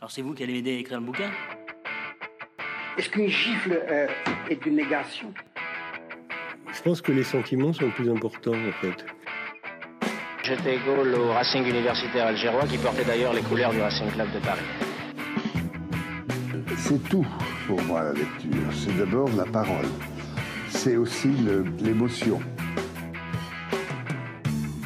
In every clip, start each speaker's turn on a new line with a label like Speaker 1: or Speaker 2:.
Speaker 1: Alors c'est vous qui allez m'aider à écrire le bouquin
Speaker 2: Est-ce qu'une gifle euh, est une négation
Speaker 3: Je pense que les sentiments sont plus importants en fait.
Speaker 4: J'étais goal au Racing universitaire algérois qui portait d'ailleurs les couleurs du Racing Club de Paris.
Speaker 5: C'est tout pour moi la lecture. C'est d'abord la parole. C'est aussi le- l'émotion.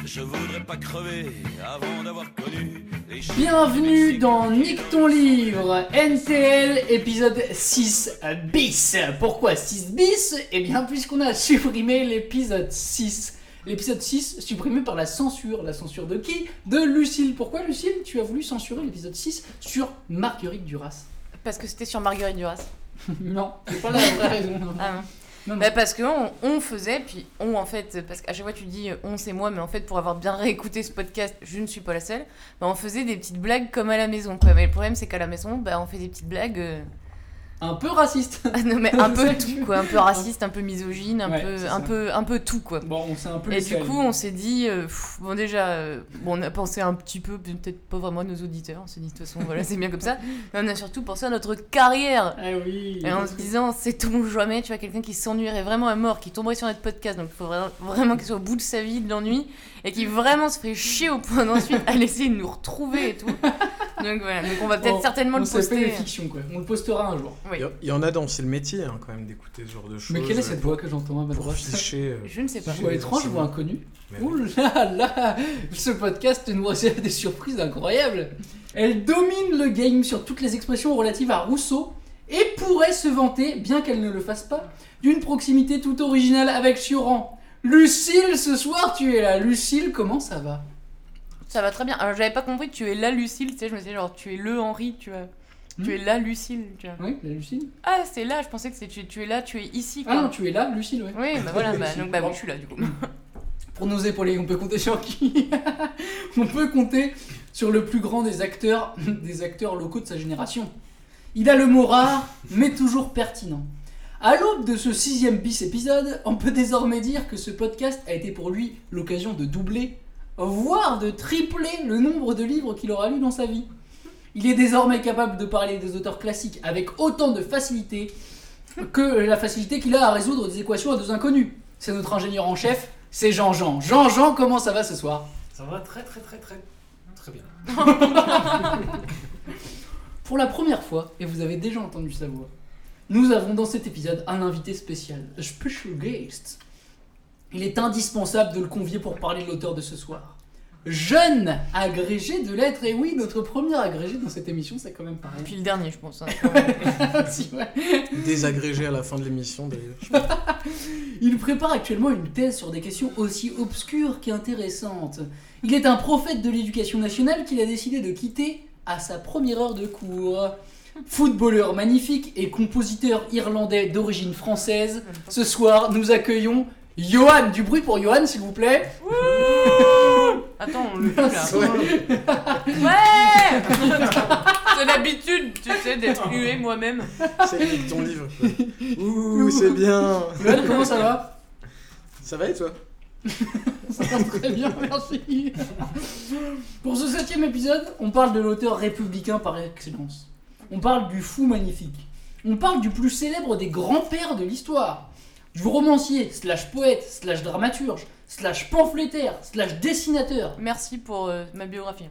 Speaker 6: Je voudrais pas crever avant d'avoir connu les choses
Speaker 7: Bienvenue dans Nique ton livre, NTL épisode 6 bis. Pourquoi 6 bis Eh bien, puisqu'on a supprimé l'épisode 6. L'épisode 6 supprimé par la censure. La censure de qui De Lucille. Pourquoi, Lucille, tu as voulu censurer l'épisode 6 sur Marguerite Duras
Speaker 8: Parce que c'était sur Marguerite Duras.
Speaker 7: Non, c'est pas la vraie raison.
Speaker 8: Ah non.
Speaker 7: Non, non.
Speaker 8: Bah, parce que on, on faisait, puis on en fait, parce qu'à chaque fois tu dis euh, on c'est moi, mais en fait pour avoir bien réécouté ce podcast, je ne suis pas la seule, bah, on faisait des petites blagues comme à la maison. quoi. Mais le problème c'est qu'à la maison, bah, on fait des petites blagues, euh,
Speaker 7: Un peu raciste.
Speaker 8: ah non, mais un peu
Speaker 7: C'est
Speaker 8: tout
Speaker 7: sûr.
Speaker 8: quoi, un peu raciste, un peu misogyne, un,
Speaker 7: Ouais, c'est
Speaker 8: peu,
Speaker 7: ça.
Speaker 8: un, peu, un peu tout quoi.
Speaker 7: Bon, on s'est un peu
Speaker 8: Et
Speaker 7: laissé
Speaker 8: du coup,
Speaker 7: aller.
Speaker 8: on s'est dit, euh, pff, bon, déjà, euh, bon, on a pensé un petit peu, peut-être pas vraiment à nos auditeurs, on s'est dit, de toute façon, voilà, c'est bien comme ça, mais on a surtout pensé à notre carrière.
Speaker 7: Ah oui.
Speaker 8: Et en se disant, c'est ton jamais, tu vois, quelqu'un qui s'ennuierait vraiment à mort, qui tomberait sur notre podcast, donc il faut vra- vraiment qu'il soit au bout de sa vie, de l'ennui, et qui vraiment se ferait chier au point d'ensuite à laisser nous retrouver et tout. Donc voilà, donc on va peut-être
Speaker 7: Bon,
Speaker 8: certainement
Speaker 7: on
Speaker 8: le
Speaker 7: s'est fait
Speaker 8: poster.
Speaker 7: des fictions, quoi. On le postera un jour.
Speaker 8: Oui.
Speaker 9: Il y a- il y en a dans C'est le métier, hein, quand même, d'écouter ce genre de choses.
Speaker 7: Mais quelle est cette voix que j'entends à ma
Speaker 9: euh, Pour
Speaker 7: droite
Speaker 9: afficher. euh,
Speaker 8: Je ne sais pas.
Speaker 7: Voix étrange,
Speaker 9: C'est
Speaker 7: voix
Speaker 9: bon. Ben
Speaker 7: inconnue.
Speaker 9: mais-
Speaker 7: Ouh là là Ce podcast nous réserve des surprises incroyables. Elle domine le game sur toutes les expressions relatives à Rousseau et pourrait se vanter, bien qu'elle ne le fasse pas, d'une proximité tout originale avec Sioran. Lucille, ce soir tu es là. Lucille, comment ça va
Speaker 8: Ça va très bien. Alors j'avais pas compris, tu es la Lucille, tu sais, je me disais genre, tu es le Henri, tu vois.
Speaker 7: Hmm.
Speaker 8: Tu es la Lucille, tu vois.
Speaker 7: Oui, la Lucille
Speaker 8: Ah, c'est là, je pensais que c'est tu, tu es là, tu es ici,
Speaker 7: Ah non,
Speaker 8: quoi.
Speaker 7: tu es là, Lucille, ouais.
Speaker 8: Oui, bah voilà, bah,
Speaker 7: Lucille.
Speaker 8: donc bah oui, je suis là, du coup.
Speaker 7: Pour nous épauler, on peut compter sur qui On peut compter sur le plus grand des acteurs, des acteurs locaux de sa génération. Il a le mot rare, mais toujours pertinent. À l'aube de ce sixième bis épisode, on peut désormais dire que ce podcast a été pour lui l'occasion de doubler, voire de tripler le nombre de livres qu'il aura lus dans sa vie. Il est désormais capable de parler des auteurs classiques avec autant de facilité que la facilité qu'il a à résoudre des équations à deux inconnus. C'est notre ingénieur en chef, c'est Jean-Jean. Jean-Jean, comment ça va ce soir
Speaker 10: Ça va très très très très très bien.
Speaker 7: Pour la première fois, et vous avez déjà entendu sa voix, nous avons dans cet épisode un invité spécial, a special guest. Il est indispensable de le convier pour parler de l'auteur de ce soir. Jeune agrégé de lettres, et oui, notre premier agrégé dans cette émission, c'est quand même
Speaker 10: Ah
Speaker 7: pareil.
Speaker 8: Puis le dernier, je pense. hein.
Speaker 7: Si, ouais.
Speaker 9: Désagrégé à la fin de l'émission, d'ailleurs.
Speaker 7: Il prépare actuellement une thèse sur des questions aussi obscures qu'intéressantes. Il est un prophète de l'éducation nationale qu'il a décidé de quitter à sa première heure de cours. Footballeur magnifique et compositeur irlandais d'origine française, ce soir nous accueillons Johan. Du bruit pour Johan, s'il vous plaît.
Speaker 8: Attends, on le fait là.
Speaker 7: Merci.
Speaker 8: Ouais C'est l'habitude, tu sais, d'être hué moi-même.
Speaker 9: C'est avec ton livre. quoi. Ouh, c'est bien.
Speaker 7: Johan, comment ça va
Speaker 9: Ça va et toi
Speaker 7: Ça passe très bien, merci. Pour ce septième épisode, on parle de l'auteur républicain par excellence. On parle du fou magnifique. On parle du plus célèbre des grands-pères de l'histoire. Du romancier, slash poète, slash dramaturge, slash pamphlétaire, slash dessinateur,
Speaker 8: Merci pour euh, ma biographie.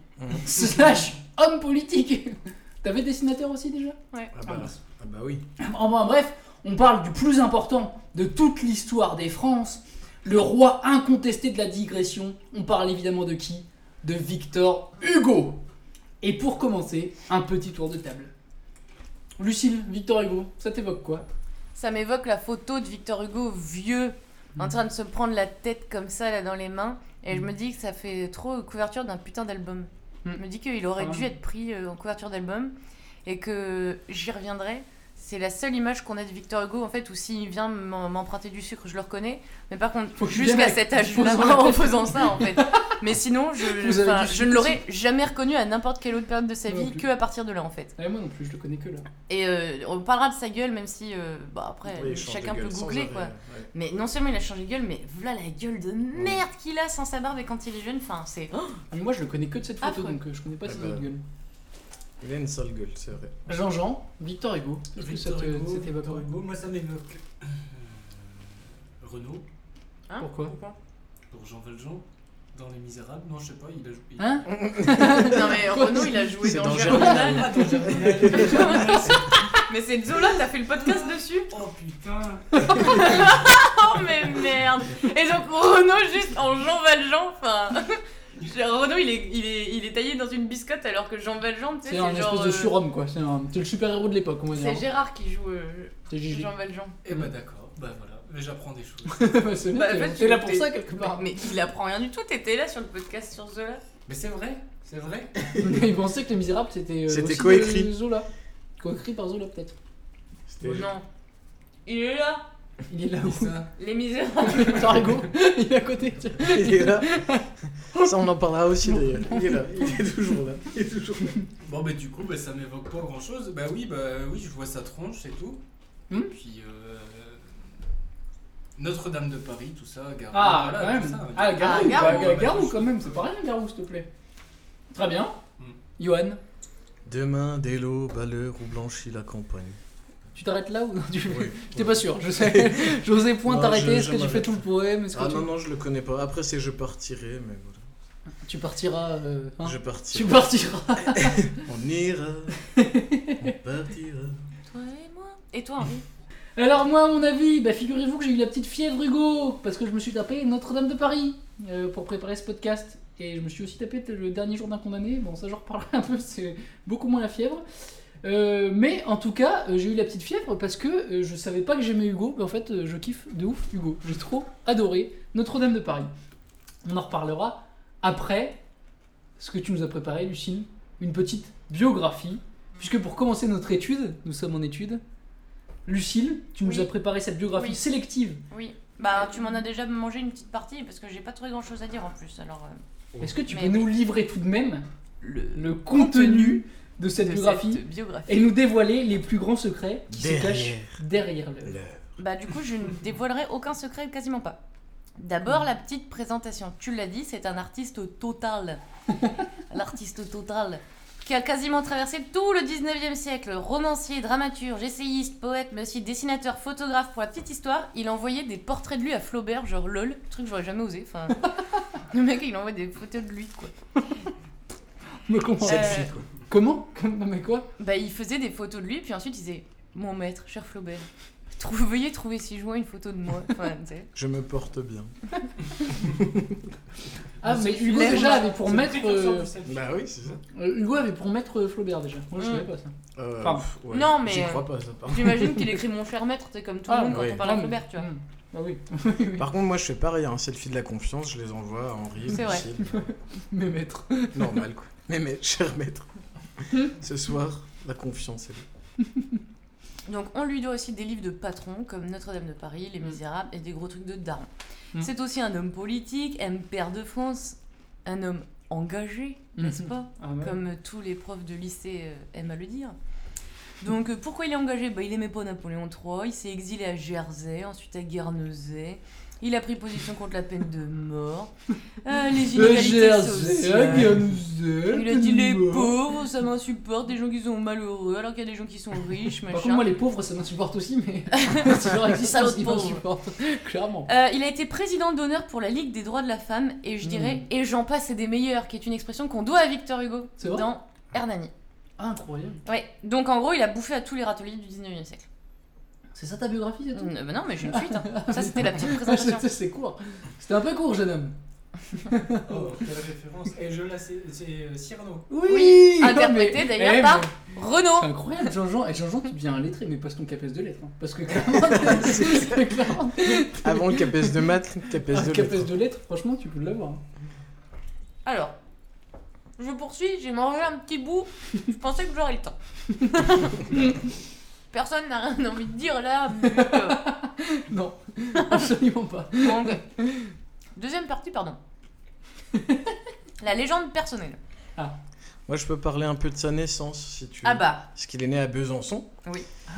Speaker 7: slash homme politique. T'avais dessinateur aussi déjà
Speaker 8: Ouais.
Speaker 9: ah bah, ah bah oui.
Speaker 7: Enfin bref, on parle du plus important de toute l'histoire des France, le roi incontesté de la digression. On parle évidemment de qui De Victor Hugo. Et pour commencer, un petit tour de table. Lucille, Victor Hugo, ça t'évoque quoi
Speaker 8: Ça m'évoque la photo de Victor Hugo vieux, en train de se prendre la tête comme ça, là, dans les mains. Et je me dis que ça fait trop couverture d'un putain d'album.
Speaker 7: Mm.
Speaker 8: Je me dis qu'il aurait
Speaker 7: Ah.
Speaker 8: dû être pris euh, en couverture d'album et que j'y reviendrai. C'est la seule image qu'on a de Victor Hugo, en fait, où s'il vient m'en- m'emprunter du sucre, je le reconnais. Mais par
Speaker 7: Faut
Speaker 8: contre,
Speaker 7: qu'il vienne
Speaker 8: jusqu'à
Speaker 7: avec-
Speaker 8: cet
Speaker 7: en
Speaker 8: âge-là,
Speaker 7: faisant la
Speaker 8: en
Speaker 7: tête.
Speaker 8: faisant ça, en fait. Mais sinon, je, je-
Speaker 7: Vous avez
Speaker 8: enfin,
Speaker 7: du
Speaker 8: je
Speaker 7: sucre
Speaker 8: ne l'aurais jamais reconnu à n'importe quelle autre période de sa
Speaker 7: Moi non
Speaker 8: vie
Speaker 7: plus.
Speaker 8: que à partir de là, en fait.
Speaker 7: Ah, Moi non plus, je le connais que là.
Speaker 8: Et euh, on parlera de sa gueule, même si, euh, bah après,
Speaker 9: Oui, il change
Speaker 8: chacun
Speaker 9: de gueule
Speaker 8: peut
Speaker 9: sans
Speaker 8: googler
Speaker 9: arrêt,
Speaker 8: quoi.
Speaker 9: ouais.
Speaker 8: Mais non seulement il a changé de gueule, mais voilà la gueule de merde qu'il a sans sa barbe et quand il est jeune, enfin c'est. oh
Speaker 7: Ah, Mais moi je le connais que de cette photo,
Speaker 8: Affreux.
Speaker 1: Eh ben.
Speaker 7: donc euh, je connais pas ses
Speaker 9: bah.
Speaker 7: autres gueules.
Speaker 9: Il a une sale gueule, c'est vrai.
Speaker 7: Jean-Jean, Victor Hugo. Qu'est-ce que ça
Speaker 1: Victor
Speaker 7: te-
Speaker 1: Hugo,
Speaker 7: ça t'évoque
Speaker 1: Victor Hugo, moi ça m'évoque. euh, Renaud,
Speaker 8: Hein
Speaker 7: Pourquoi
Speaker 1: pour Jean Valjean, dans Les Misérables. Non, je sais pas, il a joué. il-
Speaker 7: Hein
Speaker 8: Non mais Renaud, il a joué
Speaker 9: C'est
Speaker 8: dans
Speaker 9: dans
Speaker 8: Germinal.
Speaker 1: Ah, dans Germinal.
Speaker 8: Mais c'est Zola, t'as fait le podcast dessus
Speaker 1: Oh putain
Speaker 8: Oh mais merde Et donc Renaud juste en Jean Valjean, enfin... je- Renaud il est, il, est, il est taillé dans une biscotte alors que Jean Valjean, tu sais,
Speaker 7: C'est un
Speaker 8: c'est
Speaker 7: espèce
Speaker 8: genre...
Speaker 7: de
Speaker 8: euh,
Speaker 7: surhomme quoi. C'est un- c'est le super héros de l'époque, on va
Speaker 8: C'est
Speaker 7: dire.
Speaker 8: Gérard qui joue euh,
Speaker 7: C'est Gigi.
Speaker 8: Jean Valjean.
Speaker 1: Eh bah d'accord, bah voilà, mais j'apprends des choses.
Speaker 7: Bah, c'est
Speaker 8: Bah,
Speaker 7: vrai,
Speaker 8: en fait,
Speaker 7: t'es-
Speaker 8: tu-
Speaker 7: T'es là pour
Speaker 8: t'es-
Speaker 7: ça quelque part.
Speaker 8: Mais il apprend rien du tout, t'étais là sur le podcast sur Zola.
Speaker 1: Mais c'est vrai, c'est vrai.
Speaker 7: Il pensait que Les Misérables c'était. euh,
Speaker 9: C'était
Speaker 7: aussi
Speaker 9: coécrit.
Speaker 7: de Zola. Coécrit par Zola peut-être.
Speaker 9: C'était-
Speaker 8: Non. Il est là
Speaker 7: Il est là
Speaker 1: Et ça,
Speaker 8: Les misérables
Speaker 7: Victor Hugo, il est à côté. tu vois.
Speaker 9: Il est là. Ça, on en parlera aussi d'ailleurs. Il est là. Il est toujours là. Il est toujours là.
Speaker 1: Bon bah du coup bah, ça m'évoque pas grand chose. Bah oui bah oui je vois sa tronche et tout.
Speaker 7: Hmm.
Speaker 1: Puis euh, Notre-Dame de Paris tout ça. Garou,
Speaker 7: Ah,
Speaker 1: voilà,
Speaker 7: quand même.
Speaker 1: tout ça.
Speaker 7: ah, Garou,
Speaker 8: Ah,
Speaker 7: bah,
Speaker 8: Garou.
Speaker 7: Ga- Garou, quand même, c'est pas rien, Garou, s'il te plaît. Très bien.
Speaker 1: Hmm.
Speaker 7: Mm. Johan,
Speaker 9: Demain, dès l'aube, à l'heure où blanchit la campagne.
Speaker 7: tu t'arrêtes là ou tu...
Speaker 9: Oui.
Speaker 7: J'étais pas sûr, je sais. J'osais point
Speaker 9: Non,
Speaker 7: t'arrêter.
Speaker 9: je-
Speaker 7: Est-ce
Speaker 9: je
Speaker 7: que tu fais
Speaker 9: m'arrête.
Speaker 7: tout le poème Est-ce que
Speaker 9: Ah
Speaker 7: tu...
Speaker 9: non, non, je le connais pas. Après, c'est je partirai, mais voilà.
Speaker 7: tu partiras euh,
Speaker 8: Ah.
Speaker 7: hein
Speaker 9: je
Speaker 7: Tu
Speaker 9: partirai.
Speaker 7: partiras.
Speaker 9: On ira. On partira.
Speaker 8: Toi et moi Et toi Henri
Speaker 7: Alors, moi, à mon avis, bah, figurez-vous que j'ai eu la petite fièvre Hugo parce que je me suis tapé Notre-Dame de Paris euh, pour préparer ce podcast. Et je me suis aussi tapé le dernier jour d'un condamné. Bon, ça, j'en reparlerai un peu, c'est beaucoup moins la fièvre. Euh, mais en tout cas, euh, j'ai eu la petite fièvre parce que euh, je savais pas que j'aimais Hugo, mais en fait, euh, je kiffe de ouf Hugo. J'ai trop adoré Notre-Dame de Paris. On en reparlera après ce que tu nous as préparé, Lucille, une petite biographie. Puisque pour commencer notre étude, nous sommes en étude. Lucille, tu nous
Speaker 8: Oui.
Speaker 7: as préparé cette biographie
Speaker 8: Oui.
Speaker 7: sélective.
Speaker 8: Oui. Bah tu m'en as déjà mangé une petite partie parce que j'ai pas trouvé grand chose à dire en plus alors... euh,
Speaker 7: Est-ce que tu
Speaker 8: Mais
Speaker 7: peux
Speaker 8: oui.
Speaker 7: nous livrer tout de même le contenu de cette
Speaker 8: de
Speaker 7: biographie
Speaker 8: cette biographie.
Speaker 7: et nous dévoiler les plus grands secrets qui se
Speaker 9: Derrière.
Speaker 7: cachent derrière le.
Speaker 8: Bah du coup, je ne dévoilerai aucun secret, quasiment pas. D'abord, la petite présentation. Tu l'as dit, c'est un artiste total. L'artiste total qui a quasiment traversé tout le 19e siècle. Romancier, dramaturge, essayiste, poète, mais aussi dessinateur, photographe. Pour la petite histoire, il envoyait des portraits de lui à Flaubert, genre lol, truc que j'aurais jamais osé. Enfin, le mec, il envoie des photos de lui, quoi.
Speaker 7: Me comprends.
Speaker 8: Cette fille,
Speaker 7: quoi. Comment Comme- Non mais quoi
Speaker 8: Bah, il faisait des photos de lui, puis ensuite il disait Mon maître, cher Flaubert, trou- veuillez trouver si joint une photo de moi. Enfin, tu sais.
Speaker 9: Je me porte bien.
Speaker 7: Ah mais Hugo
Speaker 8: lève-
Speaker 7: déjà avait pour
Speaker 1: C'est le
Speaker 7: maître
Speaker 1: précurseur
Speaker 7: euh,
Speaker 1: du selfie.
Speaker 9: Bah oui, c'est ça.
Speaker 7: euh, Hugo avait pour maître euh, Flaubert déjà. Moi je
Speaker 8: Mm.
Speaker 7: savais pas ça.
Speaker 9: Euh,
Speaker 7: Pardon.
Speaker 9: pff, ouais.
Speaker 8: Non, mais,
Speaker 9: J'y
Speaker 8: euh,
Speaker 9: crois pas, ça, pardon.
Speaker 8: J'imagine qu'il écrit mon cher maître, c'est comme tout
Speaker 7: Ah,
Speaker 8: le monde quand
Speaker 9: ouais.
Speaker 8: on parle à
Speaker 7: Ah, mais-
Speaker 8: Flaubert, tu vois.
Speaker 7: Mm. Bah oui.
Speaker 9: Par contre, moi, je fais pareil. Hein. Selfie de la confiance, je les envoie à Henri.
Speaker 8: C'est vrai.
Speaker 9: Lucille.
Speaker 7: Mais maître.
Speaker 9: Normal, quoi. Mais, mais, cher maître, ce soir, la confiance est là.
Speaker 8: Donc on lui doit aussi des livres de patrons comme Notre-Dame de Paris, Les
Speaker 7: Mm.
Speaker 8: Misérables et des gros trucs de daron.
Speaker 7: Mm.
Speaker 8: C'est aussi un homme politique, un père de France, un homme engagé, n'est-ce
Speaker 7: Mhm.
Speaker 8: pas
Speaker 7: Ah, ouais.
Speaker 8: Comme tous les profs de lycée euh, aiment à le dire. Donc euh, pourquoi il est engagé bah, Il aimait pas Napoléon III, il s'est exilé à Jersey, ensuite à Guernesey. Il a pris position contre la peine de mort. Euh, les
Speaker 7: Le
Speaker 8: inégalités
Speaker 7: Jersey, hein,
Speaker 8: sociales.
Speaker 7: la Guernesey,
Speaker 8: Il a dit les
Speaker 7: Cuba.
Speaker 8: pauvres, ça m'insupporte, des gens qui sont malheureux, alors qu'il y a des gens qui sont riches,
Speaker 7: Par
Speaker 8: machin.
Speaker 7: contre, moi, les pauvres, ça m'insupporte aussi, mais c'est leur existence
Speaker 8: Salaud
Speaker 7: qui
Speaker 8: pauvre.
Speaker 7: m'insupporte, clairement.
Speaker 8: Euh, il a été président d'honneur pour la Ligue des droits de la femme, et
Speaker 7: Hmm.
Speaker 8: je dirais, et j'en passe, c'est des meilleurs, qui est une expression qu'on doit à Victor Hugo
Speaker 7: C'est vrai
Speaker 8: dans Hernani.
Speaker 7: Incroyable.
Speaker 8: Ouais, donc en gros, il a bouffé à tous les râteliers du 19e siècle.
Speaker 7: C'est ça ta biographie, c'est tout
Speaker 8: Euh, bah non, mais j'ai une suite. hein. Ça, c'était la petite
Speaker 7: Ah,
Speaker 8: présentation.
Speaker 7: C'était c'est court. C'était un peu court, jeune homme.
Speaker 1: Oh, quelle référence. Et je là c'est c'est, euh, Cyrano.
Speaker 7: Oui,
Speaker 8: interprété
Speaker 7: mais-
Speaker 8: d'ailleurs
Speaker 7: eh,
Speaker 8: par
Speaker 7: mais- C'est
Speaker 8: Renaud.
Speaker 7: incroyable, Jean-Jean. Et Jean-Jean, tu deviens un lettré, mais passe ton capes de lettres. hein. Parce que clairement, c'est clairement.
Speaker 9: Avant le CAPES de maths, le Ah, CAPES
Speaker 7: Un
Speaker 9: de
Speaker 7: capes
Speaker 9: lettres.
Speaker 7: de lettres, franchement, tu peux l'avoir.
Speaker 11: hein.
Speaker 8: Alors, je poursuis, j'ai mangé un petit bout, je pensais que j'aurais le temps. Personne n'a rien envie de dire là. euh, vu que-
Speaker 7: Non, absolument pas.
Speaker 8: Donc, deuxième partie, pardon. La légende personnelle.
Speaker 9: Moi, je peux parler un peu de sa naissance, si tu veux.
Speaker 8: Ah bah,
Speaker 9: Parce qu'il est né à Besançon,
Speaker 11: Ah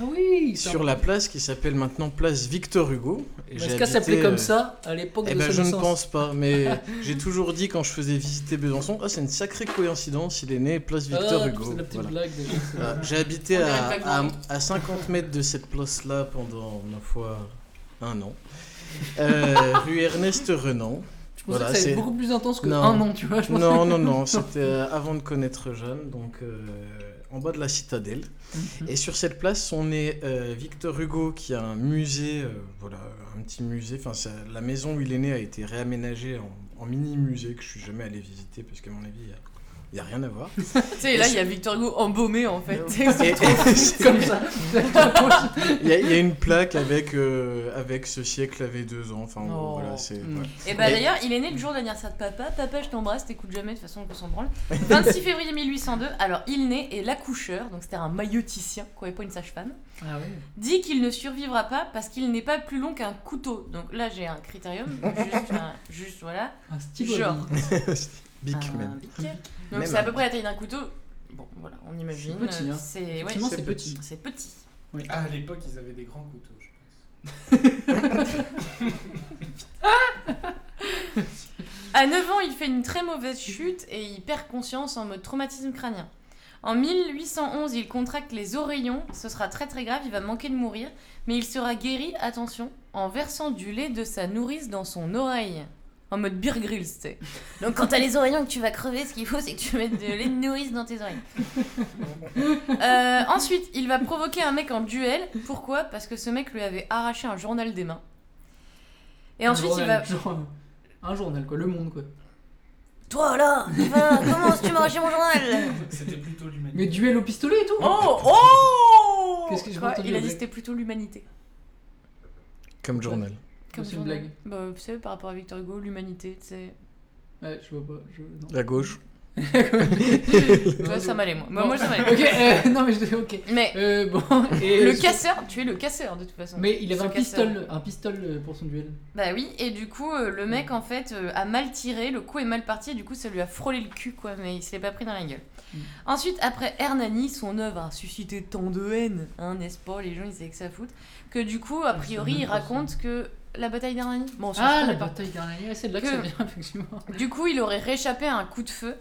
Speaker 11: oui
Speaker 9: sur la place qui s'appelle maintenant place Victor Hugo. Et
Speaker 11: Est-ce
Speaker 9: j'ai
Speaker 11: qu'elle
Speaker 9: habité,
Speaker 11: s'appelait comme
Speaker 9: euh,
Speaker 11: ça à l'époque
Speaker 9: Eh
Speaker 11: de
Speaker 9: ben,
Speaker 11: sa
Speaker 9: je ne
Speaker 11: naissance
Speaker 9: pense pas, mais j'ai toujours dit quand je faisais visiter Besançon, ah, c'est une sacrée coïncidence, il est né place Victor
Speaker 11: Ah,
Speaker 9: Hugo.
Speaker 11: C'est la petite
Speaker 9: Voilà.
Speaker 11: blague déjà.
Speaker 9: Euh, J'ai habité
Speaker 8: On dirait
Speaker 9: à,
Speaker 8: le background.
Speaker 9: à- à 50 mètres de cette place-là pendant ma foi un an. Euh, rue Ernest Renan.
Speaker 11: Je pensais
Speaker 9: Voilà,
Speaker 11: que ça allait
Speaker 9: c'est-
Speaker 11: être beaucoup plus intense que
Speaker 9: Non.
Speaker 11: un an, tu vois. Je pensais-
Speaker 9: Non, non, non, c'était euh, avant de connaître Jeanne, donc euh, en bas de la citadelle.
Speaker 11: Mhm.
Speaker 9: Et sur cette place sont nés euh, Victor Hugo, qui a un musée, euh, voilà, un petit musée. Enfin, ça- la maison où il est né a été réaménagée en, en mini-musée que je suis jamais allé visiter parce qu'à mon avis, il n'y a, rien à voir.
Speaker 8: tu sais, là, il y a Victor Hugo embaumé en fait.
Speaker 9: Et- et- c'est-
Speaker 11: Comme ça.
Speaker 9: Il y, a- il y a une plaque avec, euh, avec ce siècle avait deux ans. Enfin, en gros,
Speaker 11: Oh.
Speaker 9: voilà, c'est.
Speaker 11: Mm.
Speaker 9: ouais.
Speaker 8: Et bah
Speaker 9: Mais-
Speaker 8: d'ailleurs, il est né le jour de l'anniversaire de papa. Papa, je t'embrasse, t'écoutes jamais, de toute façon, on peut s'en branle. 26 février 1802, alors il naît et l'accoucheur, donc c'était un mailloticien, quoi, et pas une sage-femme,
Speaker 11: Ah oui.
Speaker 8: dit qu'il ne survivra pas parce qu'il n'est pas plus long qu'un couteau. Donc là, j'ai un critérium, juste, un- juste voilà.
Speaker 11: Un stylo.
Speaker 8: Genre.
Speaker 9: Bic,
Speaker 11: Ah.
Speaker 8: Un
Speaker 9: même.
Speaker 8: Bic. Donc
Speaker 9: Même
Speaker 8: c'est à
Speaker 9: un-
Speaker 8: peu près la taille d'un couteau. Bon, voilà, on imagine.
Speaker 11: C'est petit, hein.
Speaker 8: euh, C'est ouais,
Speaker 11: Effectivement,
Speaker 9: c'est
Speaker 11: c'est petit.
Speaker 8: c'est petit.
Speaker 1: Ah, à l'époque, ils avaient des grands couteaux, je pense.
Speaker 8: À 9 ans, il fait une très mauvaise chute et il perd conscience en mode traumatisme crânien. En 1811, il contracte les oreillons. Ce sera très très grave, il va manquer de mourir. Mais il sera guéri, attention, en versant du lait de sa nourrice dans son oreille. En mode Beer Grylls, tu sais. Donc quand t'as les oreillons et que tu vas crever, ce qu'il faut, c'est que tu mettes de lait de nourrice dans tes oreilles. Euh, ensuite, il va provoquer un mec en duel. Pourquoi Parce que ce mec lui avait arraché un journal des mains. Et ensuite,
Speaker 11: un
Speaker 8: il va...
Speaker 11: journal, genre, euh, un journal, quoi. Le monde, quoi.
Speaker 8: Toi là, va, comment tu m'as arraché mon journal
Speaker 1: C'était plutôt l'humanité.
Speaker 11: Mais duel au pistolet et tout
Speaker 8: Oh Oh
Speaker 11: Qu'est-ce que j'ai
Speaker 8: Quoi,
Speaker 11: entendu,
Speaker 8: Il a
Speaker 11: le
Speaker 8: dit
Speaker 11: mec
Speaker 8: c'était plutôt l'humanité.
Speaker 9: Comme journal.
Speaker 8: Comme
Speaker 11: C'est une
Speaker 8: journal.
Speaker 11: blague.
Speaker 8: Bah, vous savez, par rapport à Victor Hugo, l'humanité, tu sais.
Speaker 11: Ouais, je vois pas. Je... Non.
Speaker 9: La gauche.
Speaker 8: Toi, ça m'allait, moi. Moi, moi, ça m'allait.
Speaker 11: Ok, euh, non, mais je. Ok.
Speaker 8: Mais
Speaker 11: Euh, bon, et.
Speaker 8: le
Speaker 11: sur-
Speaker 8: casseur, tu es le casseur de toute façon.
Speaker 11: Mais il avait
Speaker 8: Ce
Speaker 11: un
Speaker 8: casseur.
Speaker 11: pistolet, un pistolet pour son duel.
Speaker 8: Bah oui, et du coup, euh, le
Speaker 11: Mm.
Speaker 8: mec en fait euh, a mal tiré, le coup est mal parti, et du coup, ça lui a frôlé le cul, quoi, mais il se l'est pas pris dans la gueule.
Speaker 11: Mm.
Speaker 8: Ensuite, après Hernani, son œuvre a suscité tant de haine, hein, n'est-ce pas Les gens, ils savaient que ça fout. Que du coup, a
Speaker 11: Ah, c'est
Speaker 8: priori,
Speaker 11: même
Speaker 8: il
Speaker 11: pas ça.
Speaker 8: raconte que la bataille d'Hernani. Bon, on s'en
Speaker 11: Ah,
Speaker 8: fout,
Speaker 11: la
Speaker 8: mais-
Speaker 11: bataille dernière, c'est de là que
Speaker 8: Que-
Speaker 11: ça vient, effectivement.
Speaker 8: Du coup, il aurait réchappé à un coup de feu.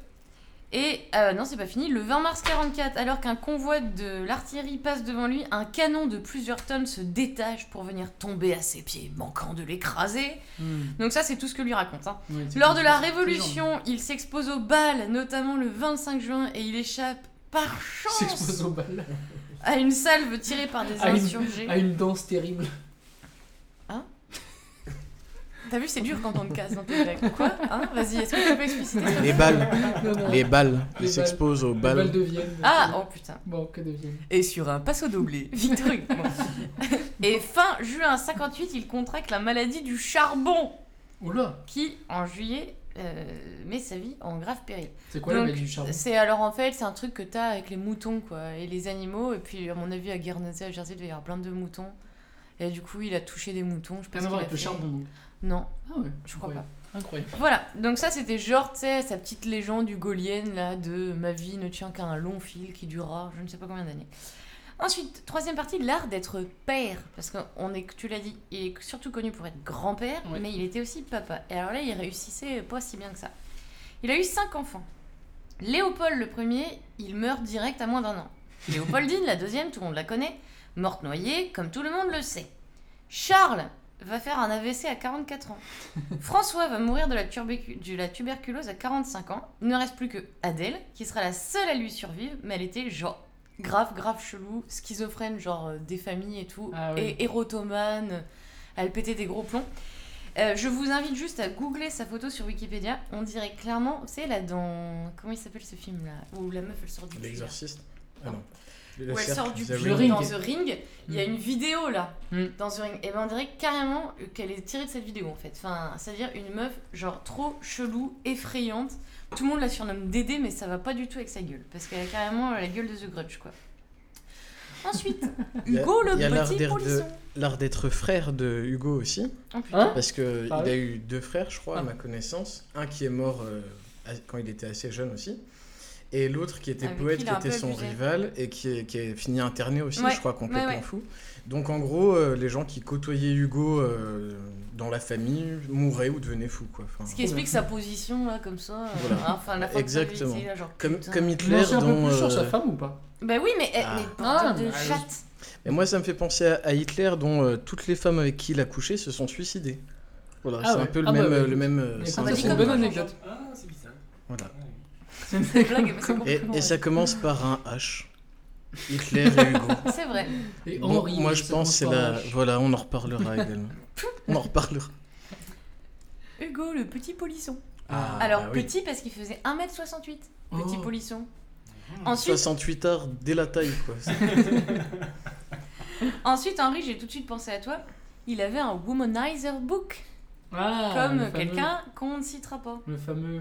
Speaker 8: Et euh, non, c'est pas fini. Le 20 mars 44, alors qu'un convoi de l'artillerie passe devant lui, un canon de plusieurs tonnes se détache pour venir tomber à ses pieds, manquant de l'écraser. Donc ça, c'est tout ce que lui raconte. hein.
Speaker 11: Hmm, Ouais, c'est
Speaker 8: Lors
Speaker 11: comme
Speaker 8: de
Speaker 11: ça,
Speaker 8: la
Speaker 11: c'est toujours,
Speaker 8: Révolution, il s'expose aux balles, notamment le 25 juin, et il échappe par
Speaker 11: hein. Il s'expose
Speaker 8: chance
Speaker 11: aux balles.
Speaker 8: à une salve tirée par des
Speaker 11: À une-
Speaker 8: insurgés.
Speaker 11: À une danse terrible.
Speaker 8: T'as vu, c'est dur quand on te casse dans tes blagues. Quoi Hein Vas-y, est-ce que tu peux expliciter ça
Speaker 9: Les balles.
Speaker 11: Non, non.
Speaker 9: Les balles.
Speaker 11: Ah. Les
Speaker 9: Il s'expose aux
Speaker 11: Les balles.
Speaker 9: balles.
Speaker 11: de Vienne.
Speaker 8: Ah, oh putain.
Speaker 11: Bon, que de Vienne.
Speaker 8: et sur un passo doublé, Victor Hugo. et fin juin 58, il contracte la maladie du charbon,
Speaker 11: Oula,
Speaker 8: qui en juillet euh, met sa vie en grave péril.
Speaker 11: c'est quoi la
Speaker 8: Donc,
Speaker 11: maladie du charbon
Speaker 8: C'est alors en fait, c'est un truc que t'as avec les moutons quoi, et les animaux, et puis à mon avis à Guernesey, à Jersey, il devait y avoir plein de moutons. Et du coup, il a touché des moutons. Je pense
Speaker 11: Rien à voir
Speaker 8: qu'il
Speaker 11: avec le
Speaker 8: a fait-
Speaker 11: charbon. donc.
Speaker 8: Non,
Speaker 11: Ah ouais,
Speaker 8: je crois pas.
Speaker 11: incroyable. Incroyable.
Speaker 8: Voilà, donc ça c'était genre, tu sais, sa petite légende hugolienne là de ma vie ne tient qu'à un long fil qui durera je ne sais pas combien d'années. Ensuite, troisième partie, l'art d'être père. Parce que on est, tu l'as dit, il est surtout connu pour être grand-père,
Speaker 11: Ouais.
Speaker 8: mais il était aussi papa. Et alors là, il réussissait pas si bien que ça. Il a eu cinq enfants. Léopold le premier, il meurt direct à moins d'un an. Léopoldine, la deuxième, tout le monde la connaît, morte noyée, comme tout le monde le sait. Charles va faire un AVC à 44 ans. François va mourir de la, turbecu- de la tuberculose à 45 ans. Il ne reste plus que Adèle, qui sera la seule à lui survivre, mais elle était genre grave, grave chelou, schizophrène, genre euh, des familles et tout,
Speaker 11: Ah oui.
Speaker 8: et érotomane. Elle pétait des gros plombs. Euh, je vous invite juste à googler sa photo sur Wikipédia. On dirait clairement, vous savez, là dans. Comment il s'appelle ce film là Où la meuf elle sort du cul, là.
Speaker 9: L'exorciste Ah non. Le
Speaker 8: Où elle
Speaker 9: cercle,
Speaker 8: sort du
Speaker 9: The
Speaker 8: puits
Speaker 11: Le
Speaker 9: Ring.
Speaker 8: dans
Speaker 11: Ring.
Speaker 8: The Ring, il y a
Speaker 11: Mm.
Speaker 8: une vidéo là,
Speaker 11: Mm.
Speaker 8: dans The Ring. Et ben on dirait carrément qu'elle est tirée de cette vidéo en fait. Enfin, c'est-à-dire une meuf genre trop chelou, effrayante. Tout le monde la surnomme Dédé, mais ça va pas du tout avec sa gueule. Parce qu'elle a carrément euh, la gueule de The Grudge quoi. Ensuite,
Speaker 9: Il y a-
Speaker 8: Hugo le
Speaker 9: il y a l'art
Speaker 8: petit
Speaker 9: d'être
Speaker 8: polisson.
Speaker 9: L'art d'être frère de Hugo aussi.
Speaker 8: Oh, putain.
Speaker 11: Hein
Speaker 9: Parce que
Speaker 11: Ah
Speaker 9: il
Speaker 11: ouais
Speaker 9: a eu deux frères, je crois,
Speaker 11: Ah.
Speaker 9: à ma connaissance. Un qui est mort euh, à- quand il était assez jeune aussi. et l'autre qui était
Speaker 8: Avec
Speaker 9: poète,
Speaker 8: Ah, qui il
Speaker 9: qui
Speaker 8: a un
Speaker 9: était
Speaker 8: peu
Speaker 9: son
Speaker 8: abusé.
Speaker 9: rival, et qui est, qui est fini interné aussi,
Speaker 8: Ouais,
Speaker 9: je crois, complètement
Speaker 8: ouais, ouais.
Speaker 9: fou. Donc en gros, euh, les gens qui côtoyaient Hugo euh, dans la famille mouraient ou devenaient fous, quoi. Enfin,
Speaker 8: Ce qui explique sa position là comme ça. euh,
Speaker 9: Voilà.
Speaker 8: Enfin la fin de sa vie,
Speaker 9: Exactement.
Speaker 8: tu sais, là, genre,
Speaker 9: comme,
Speaker 8: putain.
Speaker 9: comme
Speaker 11: On en
Speaker 9: Hitler
Speaker 11: sait un peu
Speaker 9: dans...
Speaker 11: plus sur sa
Speaker 9: euh,
Speaker 11: femme ou pas
Speaker 8: Bah oui mais, eh,
Speaker 9: Ah.
Speaker 8: mais
Speaker 11: Ah,
Speaker 8: porte de
Speaker 11: mais-
Speaker 8: chatte.
Speaker 9: Et moi, ça me fait penser à, à Hitler, dont euh, toutes les femmes avec qui il a couché se sont suicidées. Voilà,
Speaker 11: Ah
Speaker 9: c'est un
Speaker 11: ouais.
Speaker 9: peu le
Speaker 11: Ah bah
Speaker 9: même,
Speaker 11: ouais.
Speaker 9: euh, le même. euh,
Speaker 11: Mais
Speaker 9: syndrome.
Speaker 11: écoute, C'est une
Speaker 8: comme
Speaker 11: bonne
Speaker 8: ça,
Speaker 11: anecdote.
Speaker 1: Ah, c'est bizarre.
Speaker 9: Voilà.
Speaker 1: Ouais.
Speaker 11: C'est une blague.
Speaker 8: Blague, mais c'est bon.
Speaker 9: Et, et ça commence par un H. Hitler et Hugo.
Speaker 8: C'est vrai.
Speaker 11: Et
Speaker 9: Bon,
Speaker 11: Henri. euh,
Speaker 9: moi, je pense c'est la. Voilà, on en reparlera également. On en reparlera.
Speaker 8: Hugo le petit polisson.
Speaker 9: Ah,
Speaker 8: Alors
Speaker 9: bah oui.
Speaker 8: petit parce qu'il faisait 1m68. Petit
Speaker 11: Oh.
Speaker 8: polisson.
Speaker 9: Ah,
Speaker 8: Ensuite,
Speaker 9: 68 heures dès la taille, quoi.
Speaker 8: ensuite Henri, j'ai tout de suite pensé à toi. Il avait un womanizer book comme quelqu'un qu'on ne citera pas.
Speaker 11: ah, Le fameux.